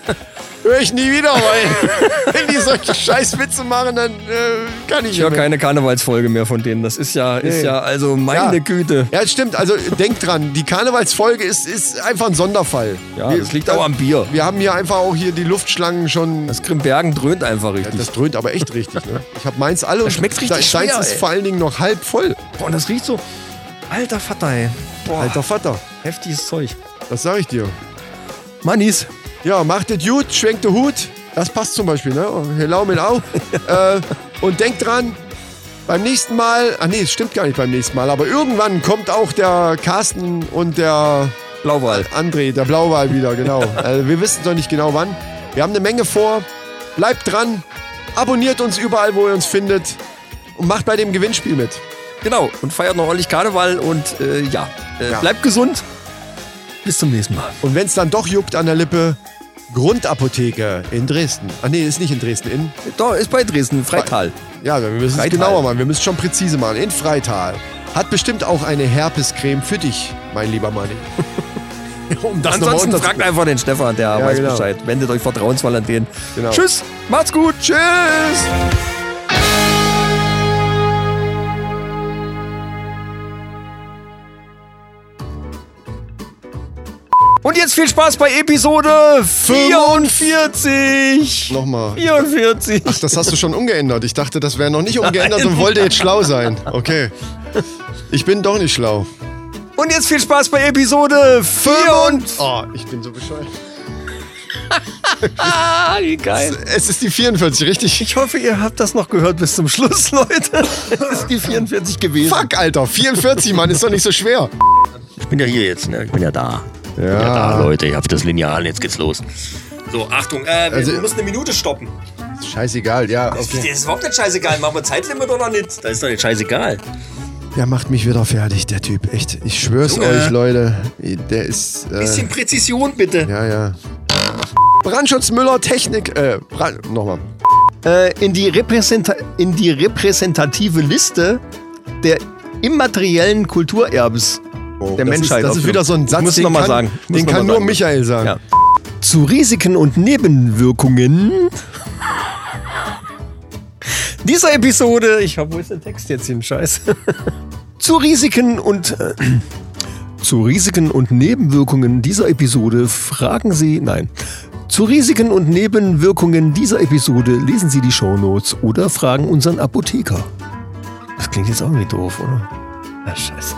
Speaker 3: höre ich nie wieder, weil wenn die solche Scheißwitze machen, dann äh, kann ich
Speaker 5: Ich höre
Speaker 3: nicht mehr.
Speaker 5: keine Karnevalsfolge mehr von denen. Das ist ja, ist
Speaker 3: Nee.
Speaker 5: ja also meine
Speaker 3: Ja.
Speaker 5: Güte.
Speaker 3: Ja, stimmt. Also denkt dran, die Karnevalsfolge ist, ist einfach ein Sonderfall.
Speaker 5: Ja, das liegt auch am Bier.
Speaker 3: Wir haben hier einfach auch hier die Luftschlangen schon.
Speaker 5: Das Grimbergen dröhnt einfach richtig.
Speaker 3: Das dröhnt aber echt richtig, ne? Ich habe meins alle und
Speaker 5: schmeckt's richtig
Speaker 3: da- deins
Speaker 5: schwer,
Speaker 3: ist
Speaker 5: ey.
Speaker 3: vor allen Dingen noch halb voll.
Speaker 5: Boah, und das riecht so. Alter Vater, ey. Boah,
Speaker 3: Alter Vater,
Speaker 5: heftiges Zeug.
Speaker 3: das sag ich dir.
Speaker 5: Mannis.
Speaker 3: Ja, macht es gut, schwenkt den Hut. Das passt zum Beispiel, ne? Hello mit au. äh, und denkt dran, beim nächsten Mal, ah nee, es stimmt gar nicht beim nächsten Mal, aber irgendwann kommt auch der Carsten und der
Speaker 5: Blauwal.
Speaker 3: André, der Blauwal wieder, genau. also wir wissen doch nicht genau wann. Wir haben eine Menge vor. Bleibt dran, abonniert uns überall, wo ihr uns findet und macht bei dem Gewinnspiel mit.
Speaker 5: Genau. Und feiert noch ordentlich Karneval und äh, ja. Äh,
Speaker 3: Ja.
Speaker 5: Bleibt gesund. Bis zum nächsten Mal.
Speaker 3: Und wenn es dann doch juckt an der Lippe, Grundapotheke in Dresden. Ah nee, ist nicht in Dresden, in
Speaker 5: Da ist bei Dresden Freital.
Speaker 3: Ja, wir müssen es
Speaker 5: Freital.
Speaker 3: genauer machen. Wir müssen es schon präzise machen. In Freital. Hat bestimmt auch eine Herpescreme für dich, mein lieber Manni. um das nochmal
Speaker 5: Ansonsten
Speaker 3: unter-
Speaker 5: fragt einfach den Stefan, der
Speaker 3: Ja,
Speaker 5: weiß
Speaker 3: genau.
Speaker 5: Bescheid. Wendet euch vertrauensvoll an den.
Speaker 3: Genau.
Speaker 5: Tschüss, macht's gut. Tschüss. Und jetzt viel Spaß bei Episode 44.
Speaker 3: Nochmal.
Speaker 5: 44.
Speaker 3: Ach, das hast du schon umgeändert. Ich dachte, das wäre noch nicht umgeändert und wollte jetzt schlau sein. Okay. Ich bin doch nicht schlau.
Speaker 5: Und jetzt viel Spaß bei Episode 44.
Speaker 3: Oh, ich bin so bescheuert.
Speaker 5: Ah, wie geil.
Speaker 3: Es ist die 44, richtig?
Speaker 5: Ich hoffe, ihr habt das noch gehört bis zum Schluss, Leute. Es ist die 44 gewesen.
Speaker 3: Fuck, Alter. 44, Mann, ist doch nicht so schwer.
Speaker 8: Ich bin ja hier jetzt, ne? Ich bin ja da. Ja, ja da, Leute. Ich hab das Lineal, jetzt geht's los.
Speaker 6: So, Achtung, äh, wir
Speaker 3: Also-
Speaker 6: müssen eine Minute stoppen.
Speaker 3: Scheißegal, ja.
Speaker 6: Das
Speaker 3: Okay.
Speaker 6: ist überhaupt nicht scheißegal. Machen wir Zeitlimit oder nicht?
Speaker 8: Das ist doch nicht scheißegal.
Speaker 5: Äh.
Speaker 3: Der macht mich wieder fertig, der Typ. Echt. Ich schwör's euch, Leute. Der ist. Äh,
Speaker 8: Bisschen Präzision bitte.
Speaker 3: Ja, ja. Brandschutz Müller Technik. Äh, Brand, nochmal.
Speaker 5: äh, in, die Repräsenta- in die repräsentative Liste der immateriellen Kulturerbes der
Speaker 3: das
Speaker 5: Menschheit.
Speaker 3: Ist, das ist
Speaker 5: aufführen.
Speaker 3: wieder so ein Satz,
Speaker 5: Muss
Speaker 3: den
Speaker 5: noch mal
Speaker 3: kann,
Speaker 5: sagen. Muss
Speaker 3: den
Speaker 5: noch
Speaker 3: kann
Speaker 5: mal
Speaker 3: nur
Speaker 5: sagen.
Speaker 3: Michael sagen.
Speaker 5: Ja. Zu Risiken und Nebenwirkungen dieser Episode. Ich habe wo ist der Text jetzt hin? Scheiße. Zu Risiken und äh, zu Risiken und Nebenwirkungen dieser Episode fragen Sie nein. Zu Risiken und Nebenwirkungen dieser Episode lesen Sie die Shownotes oder fragen unseren Apotheker. Das klingt jetzt auch irgendwie doof, oder? Ah, scheiße.